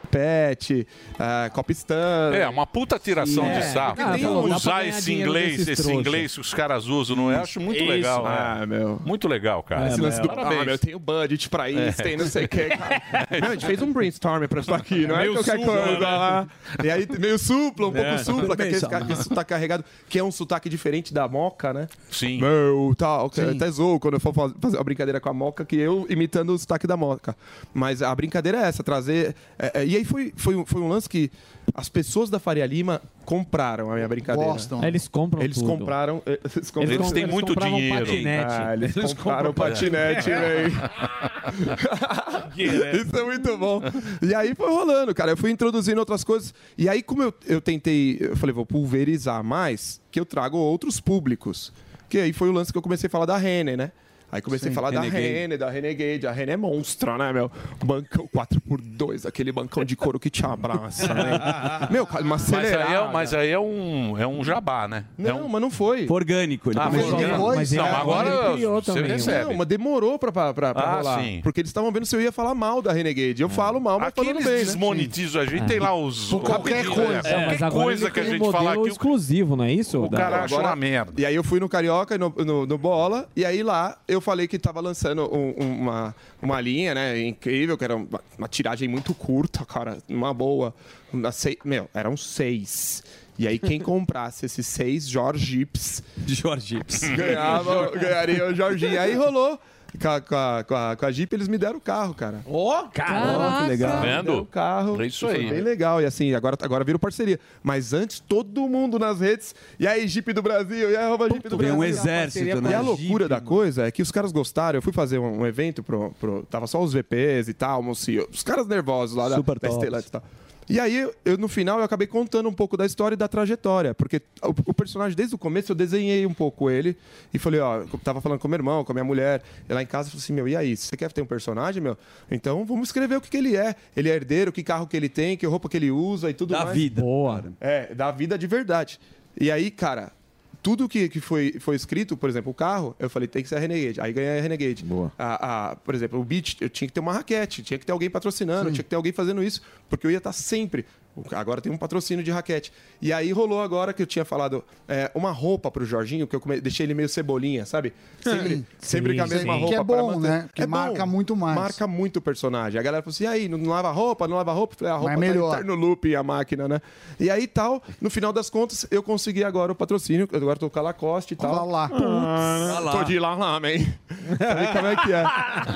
Pet, é, Copistã.
É, uma puta tiração
É.
de sarro. usar esse inglês, esse inglês que os caras usam, não é? Acho muito
Isso.
legal. né?
Ah, meu.
Muito legal, cara.
Esse lance do
Parabéns.
ah, meu, tem o budget pra isso,
É.
tem não sei o que. cara.
*laughs*
Não, a gente fez um brainstorming pra isso aqui, não é
Meio
qualquer
supla,
coisa.
né?
lá. E aí, meio supla, um pouco
É.
supla, que aquele
Bem,
cara-
só.
esse sotaque carregado, que é um sotaque diferente *laughs* da moca, né?
Sim.
Meu, tal. que Eu
Sim.
até zoo quando eu for faz- fazer uma brincadeira com a moca, que eu imitando o sotaque da moca. Mas a brincadeira é essa, trazer. é, é, e aí foi, foi, um, foi um lance que as pessoas da Faria Lima compraram a minha brincadeira.
Gostam. Eles compram
Eles
tudo.
compraram. Eles,
Eles com- têm eles muito compravam dinheiro. patinete.
Ah, eles,
Eles
compraram
compram- *laughs*
patinete,
É.
velho.
né?
*laughs* Isso é muito bom. E aí foi rolando, cara. Eu fui introduzindo outras coisas. E aí, como eu, eu tentei, eu falei, vou pulverizar mais, que eu trago outros públicos. Que aí foi o lance que eu comecei a falar da Renner, né? Aí comecei
Sim.
a falar
Renegade.
da Renner, da Renegade. A Renner é monstra, né, meu? Bancão 4x2, aquele bancão de couro que te
*laughs*
abraça, né? Meu, cara, uma
Mas aí, é,
acelerada.
mas aí é um, é um jabá, né?
Não, mas não foi. Foi
orgânico.
Ah, foi orgânico. Mas Não, ele- mas agora ele criou você também. recebe.
Não, mas demorou pra, pra, pra
Ah,
rolar.
sim.
Porque eles estavam vendo se eu ia falar mal da Renegade. Eu falo mal, mas
Aqui
falando
eles
bem, né?
desmonetizam a gente,
Sim.
tem lá os...
Por qualquer
o- É,
coisa. Mas
qualquer
agora
coisa
ele
que a
tem
gente falar aqui, o
um exclusivo, não é isso?
O cara acha uma merda.
E aí eu fui no Carioca, e no, no, no Bola, e aí lá eu falei que tava lançando um- uma, uma linha, né, incrível, que era uma, uma tiragem muito curta, cara, uma boa. Uma sei- meu, eram seis. E aí
*laughs*
quem comprasse esses seis Jorgips...
Jorgips.
*laughs*
Ganhava, ganharia o Jorginho. Aí rolou. Com a, com, a, com, a, com a Jeep, eles me deram o carro, cara.
Ó, oh,
Caraca, que legal. Tá Vendo? carro.
Tá É isso
Foi
aí.
bem legal. E assim, agora, agora virou parceria. Mas antes, todo mundo nas redes. E aí, Jeep do Brasil, e aí, arroba Jeep do
Vem
Brasil.
um
a
exército,
parceria
né?
E a loucura da coisa é que os caras gostaram. Eu fui fazer um, um evento, pro, pro- tava só os VPs e tal, um CEO, os caras nervosos lá da,
Super
da
tops.
Stellantis e tal. E aí, eu- eu, no final, eu acabei contando um pouco da história e da trajetória. Porque o, o personagem, desde o começo, eu desenhei um pouco ele. E falei, ó, eu tava falando com meu irmão, com a minha mulher. E lá em casa, eu falei assim, meu, e aí? Você quer ter um personagem, meu? Então, vamos escrever o que, que ele é. Ele é herdeiro, que carro que ele tem, que roupa que ele usa e tudo
Da
mais.
vida.
Boa.
É, da vida de verdade. E aí, cara, tudo que, que foi, foi escrito, por exemplo, o carro, eu falei, tem que ser a Renegade. Aí ganhei a Renegade. Boa. A, a- por exemplo, o beat, eu tinha que ter uma raquete, tinha que ter alguém patrocinando, tinha que ter alguém fazendo isso, porque eu ia estar sempre. o ca- Agora tem um patrocínio de raquete. E aí rolou agora que eu tinha falado é, uma roupa pro Jorginho, que eu come- deixei ele meio cebolinha, sabe? Sempre,
Sim.
sempre
Sim,
com a mesma
sim.
roupa.
Que é
pra
bom,
manter.
né? Que
É bom.
marca muito mais.
Marca muito o personagem. A galera falou assim: e aí, não lava roupa, não lava roupa? Eu falei, a roupa
Mas
tá
melhor.
eterno no loop a máquina, né? E aí tal, no final das contas, eu consegui agora o patrocínio, eu agora tô com a Lacoste e tal. Lá,
lá.
Putz,
Ah, lá.
tô de lá, lá, man. *laughs* Sabe como é que é?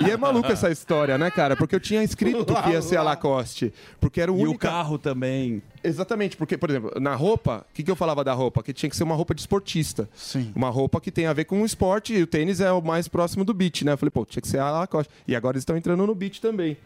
E é maluca essa história, né, cara? Porque eu tinha escrito que ia ser a Lacoste. Porque era o único. E o carro
também.
Exatamente, porque, por exemplo, na roupa, o que, que eu falava da roupa? Que tinha que ser uma roupa de esportista. Sim. Uma roupa que tem a ver com o esporte e o tênis é o mais próximo do beat, né? Eu falei, pô, tinha que ser a Lacoste. E agora eles estão entrando no beat também.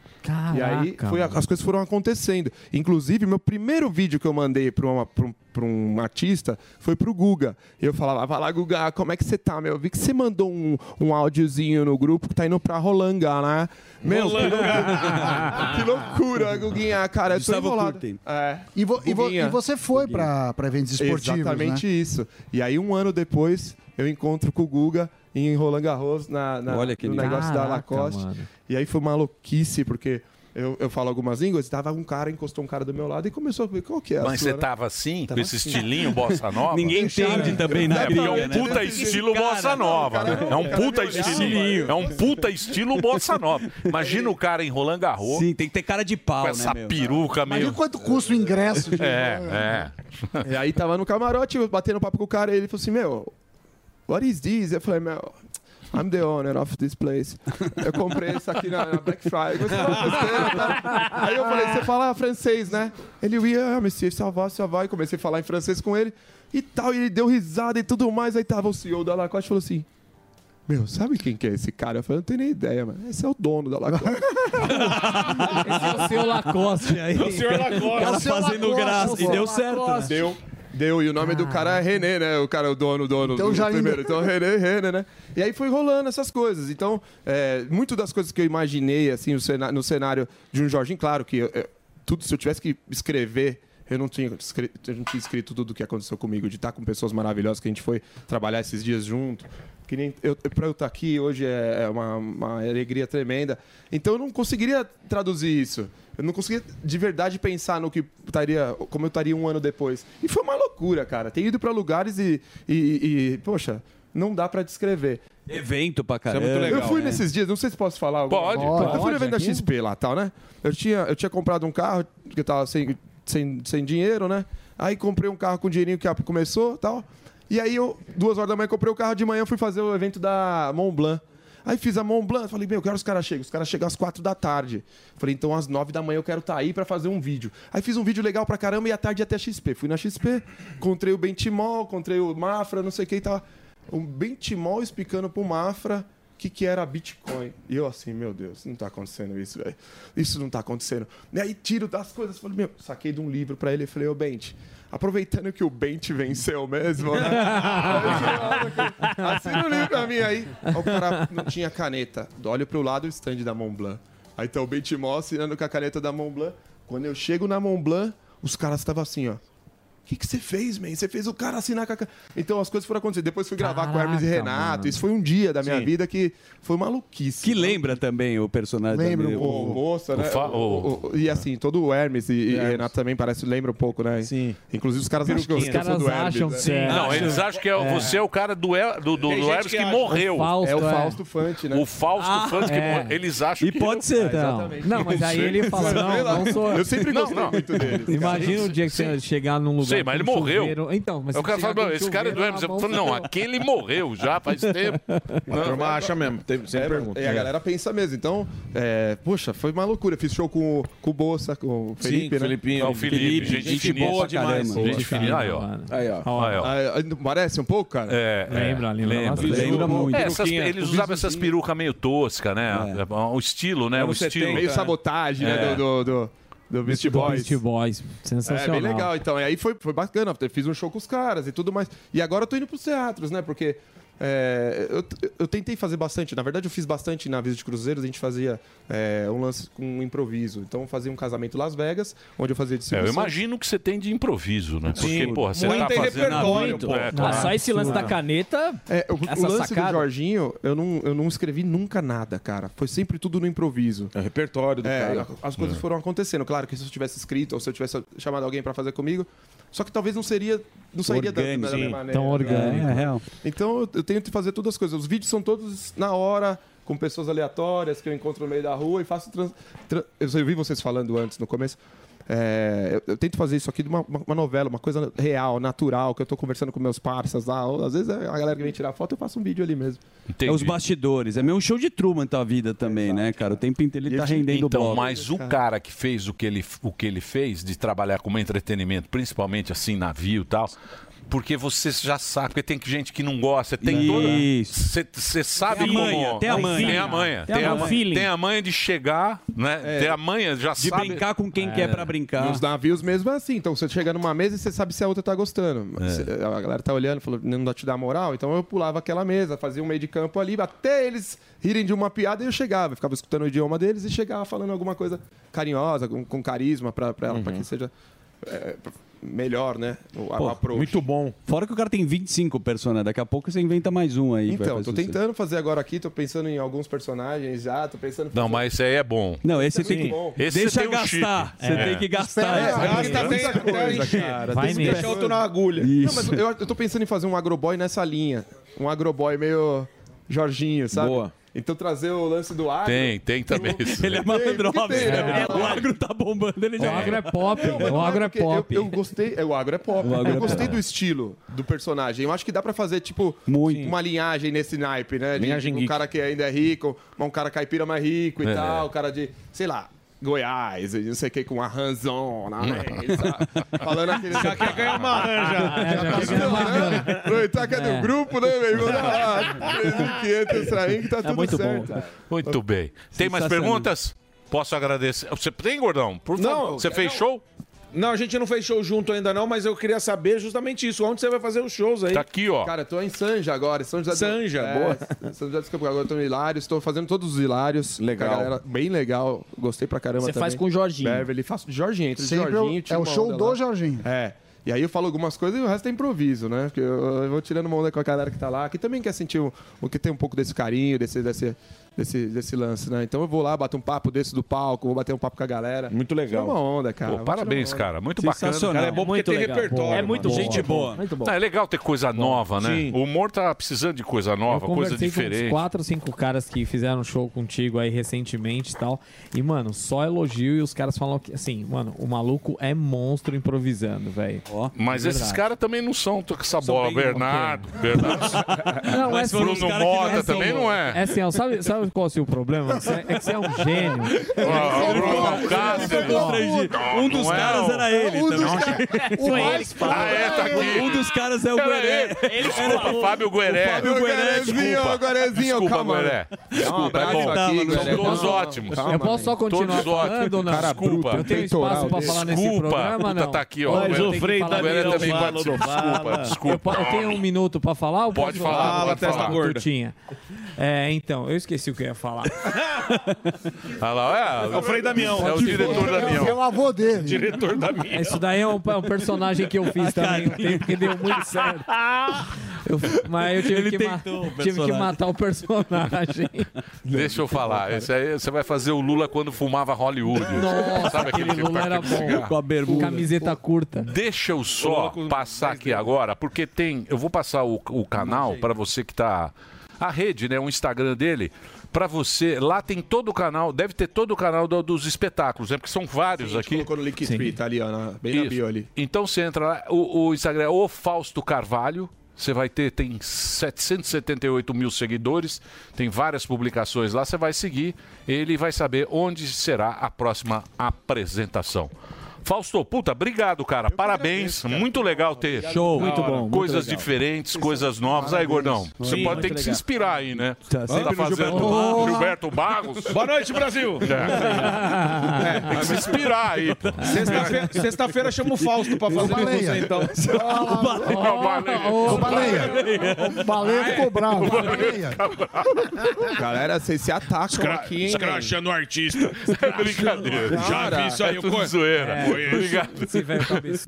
E aí
Caraca,
foi a-
mano.
as coisas foram acontecendo. Inclusive, meu primeiro vídeo que eu mandei para um, pra um artista foi pro Guga. Eu falava, vai lá, Guga, como é que você tá, meu? Eu vi que você mandou um, um áudiozinho no grupo que tá indo pra Rolanga, né? Meu, que *laughs* loucura, que loucura, Guguinha, cara, eu tô
Gustavo
enrolado.
Kurten.
É.
E, vo- e vo-
Guguinha.
e você foi pra pra eventos esportivos,
Exatamente
né?
isso. E aí, um ano depois, eu encontro com o Guga em Roland Garros, na, na-
Olha que
no
lindo.
negócio da
Caraca,
Lacoste.
mano.
E aí foi uma louquice, porque eu, eu falo algumas línguas, tava um cara, encostou um cara do meu lado e começou a ver qual que é a
Mas
sua,
você
né?
tava assim,
Tava
com esse
assim.
estilinho
*laughs*
bossa nova?
Ninguém entende também, né,
É, porque é um
briga, né?
puta estilo bossa nova. né? É um puta estilinho. É um puta estilo bossa nova. Imagina o cara enrolando garro.
Sim, tem que ter cara de pau,
Com
né,
essa
meu?
peruca
Imagina
meio...
quanto custa
*laughs*
o ingresso. gente.
É, é.
E aí tava no camarote, eu batendo papo com o cara, e ele falou assim, meu, what is this? Eu falei, meu, I'm the owner of this place. Eu comprei isso aqui na, na Black Friday. Você *laughs* fala besteira, tá? *laughs* Aí eu falei, você fala francês, né? Ele, oui, ah, monsieur, ça va, ça va. E comecei a falar em francês com ele, e tal, e ele deu risada e tudo mais. Aí tava o CEO da Lacoste e falou assim, meu, sabe quem que é esse cara? Eu falei, não tenho nem ideia, mano. Esse é o dono da
*laughs*
Lacoste.
Esse é o seu Lacoste aí. É o senhor Lacoste. O cara fazendo graça. E deu certo, né?
Deu. Deu, e o nome do cara é René, né? O cara, o dono, o dono
Então
do
já ainda-
primeiro. Então, René, René, né? E aí foi rolando essas coisas. Então, é, muito das coisas que eu imaginei, assim, o cena- no cenário de um Jorginho, claro que eu- eu- tudo, se eu tivesse que escrever, eu não tinha escrito, eu não tinha escrito tudo o que aconteceu comigo, de estar com pessoas maravilhosas que a gente foi trabalhar esses dias junto. Que nem eu, eu- pra eu estar aqui hoje é é uma, uma alegria tremenda. Então eu não conseguiria traduzir isso. Eu não conseguia de verdade pensar no que estaria, como eu estaria um ano depois. E foi uma loucura, cara. Ter ido pra lugares e, e- e, poxa, não dá pra descrever.
Evento pra caramba.
Eu fui
É.
nesses dias, não sei se posso falar alguma
Pode,
coisa.
pode.
né? Eu fui no evento da
Aqui.
XP lá tal, né? Eu tinha, eu tinha comprado um carro, que eu tava sem, sem, sem dinheiro, né? Aí comprei um carro com o dinheirinho que a- começou tal. E aí eu, duas horas da manhã, comprei o carro de manhã, fui fazer o evento da Mont Blanc. Aí fiz a Mont Blanc, falei, meu, que horas os caras chegam? Os caras chegam às quatro da tarde. Falei, então às nove da manhã eu quero estar aí pra fazer um vídeo. Aí fiz um vídeo legal pra caramba e à tarde ia até a XP. Fui na XP, encontrei o Bentimol, encontrei o Mafra, não sei o que e tava. O Bentimol explicando pro Mafra o que, que era Bitcoin. E eu assim, meu Deus, não tá acontecendo isso, velho. Isso não tá acontecendo. E aí tiro das coisas, falei, meu, saquei de um livro pra ele e falei, ô Bente, aproveitando que o Bente venceu mesmo, né?
*laughs*
Assina o livro pra mim aí. Aí o cara não tinha caneta. Olho pro lado, o stand da Montblanc. Aí tá o Bentimol assinando com a caneta da Montblanc. Quando eu chego na Montblanc, os caras estavam assim, ó. O que que você fez, man? Você fez o cara assinar com a... ca-" Então as coisas foram acontecendo. Depois fui gravar com o Hermes e
Caraca,
Renato.
mano.
Isso foi um dia da minha
Sim.
vida que foi maluquice.
Que lembra também o personagem
Lembra
também,
um pouco. Moça,
o
né?
fa-
O- o- o- e assim, todo o Hermes e, e Renato também parece, lembra um pouco, né? Sim. Inclusive os caras acham que eu
Peruquinha.
eu sou do Hermes. né?
Não, eles acham que é, você é o cara do, El- do, do,
Tem
do
gente
Hermes
que
que,
acha.
morreu.
O Fausto, É o é. Fausto Fante, né?
O Fausto
Ah,
Fante que
é.
morreu. Eles acham
E
que...
pode ser,
É,
então.
exatamente. é
Não, mas aí ele fala, não, não sou...
Eu sempre
Não,
gostei
não.
muito dele.
Imagina o dia que você chegar num lugar
Sei, mas
com
ele
um
morreu.
chuveiro- Então, mas
Aí o
você
cara
chegar
fala, não,
com um
esse cara é do
chuveiro
Hermes.
na
Eu falo,
mão,
não,
você-
aquele morreu já
*laughs*
faz tempo.
A turma acha mesmo, tem- sempre pergunta. E É, a galera pensa mesmo. Então, é, poxa, foi uma loucura. Fiz show com, o- com o Bolsa, com o Felipe, né?
É o Felipe, gente, finíssima pra caramba. Gente finíssima. Aí, ó.
Aí, ó.
Aí, ó.
Aí, não Parece um pouco, cara?
É, é,
Lembra muito.
É, essas- eles usavam essas perucas meio toscas,
É.
né? O estilo, né? O
Anos 70,
estilo.
Meio sabotagem, né?
É.
Do, do, do, do Beast Boys.
Beast Boys. Sensacional.
É, bem legal. Então, e aí foi, foi bacana. eu Fiz um show com os caras e tudo mais. E agora eu tô indo pros teatros, né? Porque É, eu, eu tentei fazer bastante, na verdade eu fiz bastante navios de cruzeiros, a gente fazia é, um lance com um improviso. Então eu fazia um casamento em Las Vegas, onde eu fazia
É, eu
distribuição.
imagino que você tem de improviso, né? Porque,
Sim,
porra, você
muito
tá
tem
fazendo...
repertório, pô.
É,
Ah,
claro.
só esse lance da caneta,
É, o, o
essa
lance
sacada.
do Jorginho, eu não, eu não escrevi nunca nada, cara. Foi sempre tudo no improviso. É repertório
do cara.
As coisas
É.
foram acontecendo. Claro que se eu tivesse escrito ou se eu tivesse chamado alguém pra fazer comigo, só que talvez não seria, não sairia da-
Orgânico.
da, da
Sim,
mesma maneira.
tão orgânico. É, é real.
Então eu- eu tenho que fazer todas as coisas. Os vídeos são todos na hora, com pessoas aleatórias que eu encontro no meio da rua e faço. Trans, tran- eu sei, eu vi vocês falando antes no começo. É, eu, eu tento fazer isso aqui de uma, uma- uma novela, uma coisa real, natural, que eu tô conversando com meus parças lá. ou Às vezes é a galera que vem tirar foto, eu faço um vídeo ali mesmo.
É os bastidores. É meio um show de Truman tua vida também, né, cara? O tempo inteiro ele tá rendendo
Então,
bola.
mas o cara que fez o que, ele, o que ele fez de trabalhar como entretenimento, principalmente assim, navio e tal, porque você já sabe, porque tem gente que não gosta, tem toda. Você você sabe
Tem a
como.
manha, tem a manha.
Tem a manha.
Tem a
Tem a
manha.
manha, tem a manha de chegar, né?
É.
Tem a manha, já
De
sabe. É.
brincar
com
quem quer pra
brincar.
É. Nos navios mesmo é assim. Então você chega numa mesa e você sabe se a outra tá gostando.
É.
Se- A galera tá olhando, falou, não dá te dar moral. Então eu pulava aquela mesa, fazia um meio de campo ali, até eles rirem de uma piada e eu chegava. Ficava escutando o idioma deles e chegava falando alguma coisa carinhosa, com, com carisma pra, pra ela, pra
Uhum.
que seja é, pra- melhor, né? O, a- o approach.
muito
bom.
Fora que o cara tem 25 personagens. Daqui a pouco você inventa mais um aí. que vai
Então,
fazer
tô
sucesso.
tentando fazer agora aqui, tô pensando em alguns personagens já, tô pensando.
Não, mas esse aí é bom.
Não, esse
Esse é
tem
muito bom.
que...
Esse
Deixa
tem um
gastar.
chip.
Você
É.
tem que gastar.
É,
essa
gasta
grana.
muita coisa, cara. Tem que deixar outro na agulha. Não, mas eu, eu tô pensando em fazer um agroboy nessa linha. Um agroboy meio Jorginho, sabe? Boa. Então trazer o lance do agro.
Tem, tem também.
Ele é malandro, né? O agro
tá bombando, ele
já. O agro é pop, o agro é pop. Eu, eu gostei, é, o agro é pop.
O agro
eu
é
gostei
pop.
do estilo do personagem. Eu acho que dá pra fazer, tipo, uma linhagem nesse naipe, né? De,
Linhagem
um
geek.
cara que ainda é rico, mas um cara caipira mais rico e
É.
tal, um cara de, sei lá. Goiás, e não sei o que, com né? uma ranzona, falando aquele... Já quer ganhar *laughs* uma ranja. Já tá chorando. Noitaca do grupo, né, meu *laughs* irmão? Ah, 3.500 extra que tá tudo certo.
Muito bem. Tem mais perguntas? Posso agradecer. Você tem, gordão? Por favor. Você fez show?
Não, a gente não fez show junto ainda não, mas eu queria saber justamente isso. Onde você vai fazer os shows aí?
Tá aqui, ó.
Cara, eu tô em Sanja agora, em São José
Sanja,
do...
boa.
É, *laughs* São José dos Campos, agora eu tô no Hilário, estou fazendo todos os Hilários.
Legal.
Com a galera, bem legal, gostei pra caramba
Você
também.
faz com o Jorginho.
Beverly, faço Jorginho, entre
Sempre é o-
Jorginho. tira
é o
uma
show
onda
do
lá.
Jorginho.
É. E aí eu falo algumas coisas e o resto é improviso, né? Porque eu, eu vou tirando uma onda com a galera que tá lá, que também quer sentir o, o que tem um pouco desse carinho, desse, desse, desse, desse lance, né? Então eu vou lá, bato um papo desse do palco, vou bater um papo com a galera. Muito
legal.
Tira uma onda, cara.
Pô,
Vou
parabéns,
tirar uma onda.
cara. Muito bacana. Cara, é bom porque tem repertório. né?
É muito
mano.
gente boa.
Não, é legal ter coisa nova, né?
Sim.
O humor tá precisando de coisa nova, coisa
Conversei com uns
diferente.
quatro ou cinco caras que fizeram show contigo aí recentemente e tal. E, mano, só elogio e os caras falam que, assim, mano, o maluco é monstro improvisando, velho.
Mas esses caras também não é são com essa bola.
bem-
Bernardo, *laughs* Bernardo.
Não, é assim, os
Bruno
cara que
Mota
não são-
também não é.
É assim, ó,
*laughs*
sabe, sabe qual é o seu problema? Você- É que você é um gênio.
Ó, o Bruno Alcácer.
Um dos caras era ele.
Um
também.
O mais Ah, é, tá aqui.
Um dos caras é o
Era
Gueré.
ele. Desculpa, Fábio Gueré.
O Fábio
Ô,
Gueré,
Guerezinho,
desculpa.
ô, Guerezinho,
Desculpa,
calma.
Gueré.
*laughs*
Desculpa,
Dá um
é bom.
abraço aqui,
São
Gueré.
todos
Calma.
ótimos.
Eu posso só
continuar
todos ótimos.
falando ou não?
Cara
Desculpa.
bruto,
Eu tenho
peitoral
espaço pra falar nesse
Desculpa.
programa, não?
Tá aqui, ó.
Mas
Gueré
o
tem
Frei
que falar.
Daniel
Gueré também
fala,
participa.
não fala.
Desculpa,
Eu, po-
desculpa.
eu tenho um minuto pra falar? Ou
Pode
posso
falar, pode
testa
falar.
gorda. Tutinha? É, então, eu esqueci o que eu ia falar.
Olha lá, *laughs* é,
É o Frei Damião.
É o diretor Damião.
É o avô dele.
Diretor Damião.
Isso daí é um, é um personagem que eu fiz também, um tempo que deu muito certo. Eu- mas eu tive,
Ele
que, ma-
tentou o
tive que
personagem.
matar o personagem.
Deixa eu falar. Esse aí você vai fazer o Lula quando fumava Hollywood.
Nossa,
Sabe aquele,
aquele
que
Lula
tá
era
aquele cigarro?
bom. Camiseta curta.
Deixa eu só passar aqui agora, porque tem. Eu vou passar o, o canal para você que tá. A rede, né? O Instagram dele. Para você. Lá tem todo o canal. Deve ter todo o canal do- dos espetáculos, né? Porque são vários
A gente
aqui.
colocou no Linktree, tá ali, ó, na- bem na
Isso.
bio ali.
Então você entra lá, o, o Instagram é o Fausto Carvalho. Você vai ter, tem 778 mil seguidores, tem várias publicações lá. Você vai seguir, ele vai saber onde será a próxima apresentação. Fausto, puta, obrigado, cara. Parabéns. muito legal ter.
Show.
Da
Muito
hora.
bom, muito
Coisas
legal.
diferentes, coisas novas. Aí, gordão, você
Sim,
pode ter
muito
que se
legal.
inspirar aí, né? Tá,
sempre no
fazendo
Gilberto Barros.
Gilberto Barros.
Boa noite, Brasil.
*laughs* É. Tem que se inspirar aí. pô.
Sexta-feira sexta-feira chama o Fausto pra fazer com você, então.
Ô, baleia.
Ô,
baleia. baleia ficou bravo.
Galera, vocês se atacam
Escra
aqui, hein?
escracha no artista.
*laughs* Brincadeira.
Já
Cara,
vi isso aí.
é
eu
tudo
conheço.
zoeira.
É, conheço.
Obrigado. Esse velho cabeça.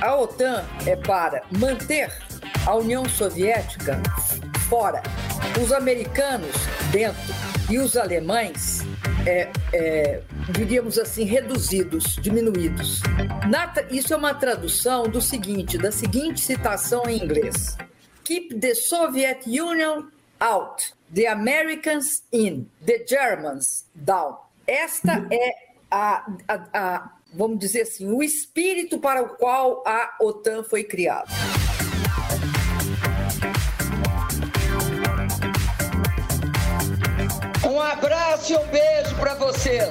A OTAN é para manter a União Soviética fora, os americanos dentro e os alemães, é, é, diríamos assim, reduzidos, diminuídos. Na tra- isso é uma tradução do seguinte, da seguinte citação em inglês: Keep the Soviet Union out, the Americans in, the Germans down. Esta é a, a- a- vamos dizer assim, o espírito para o qual a OTAN foi criada.
Um abraço e um beijo para vocês.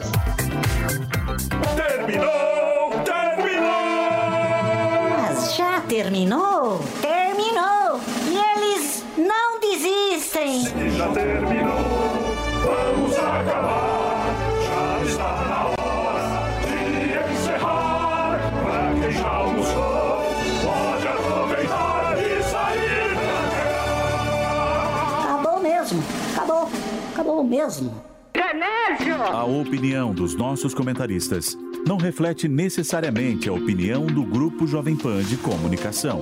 Terminou! Terminou!
Mas já terminou? Terminou! E eles não desistem!
Já terminou! Vamos acabar! Já está na hora de encerrar! Pra quem já almoçou, pode aproveitar e sair
Acabou mesmo! Acabou! Acabou mesmo!
Canésio!
A opinião dos nossos comentaristas não reflete necessariamente a opinião do Grupo Jovem Pan de Comunicação.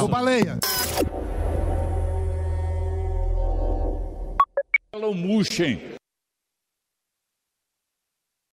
Ô, baleia.
Mushen.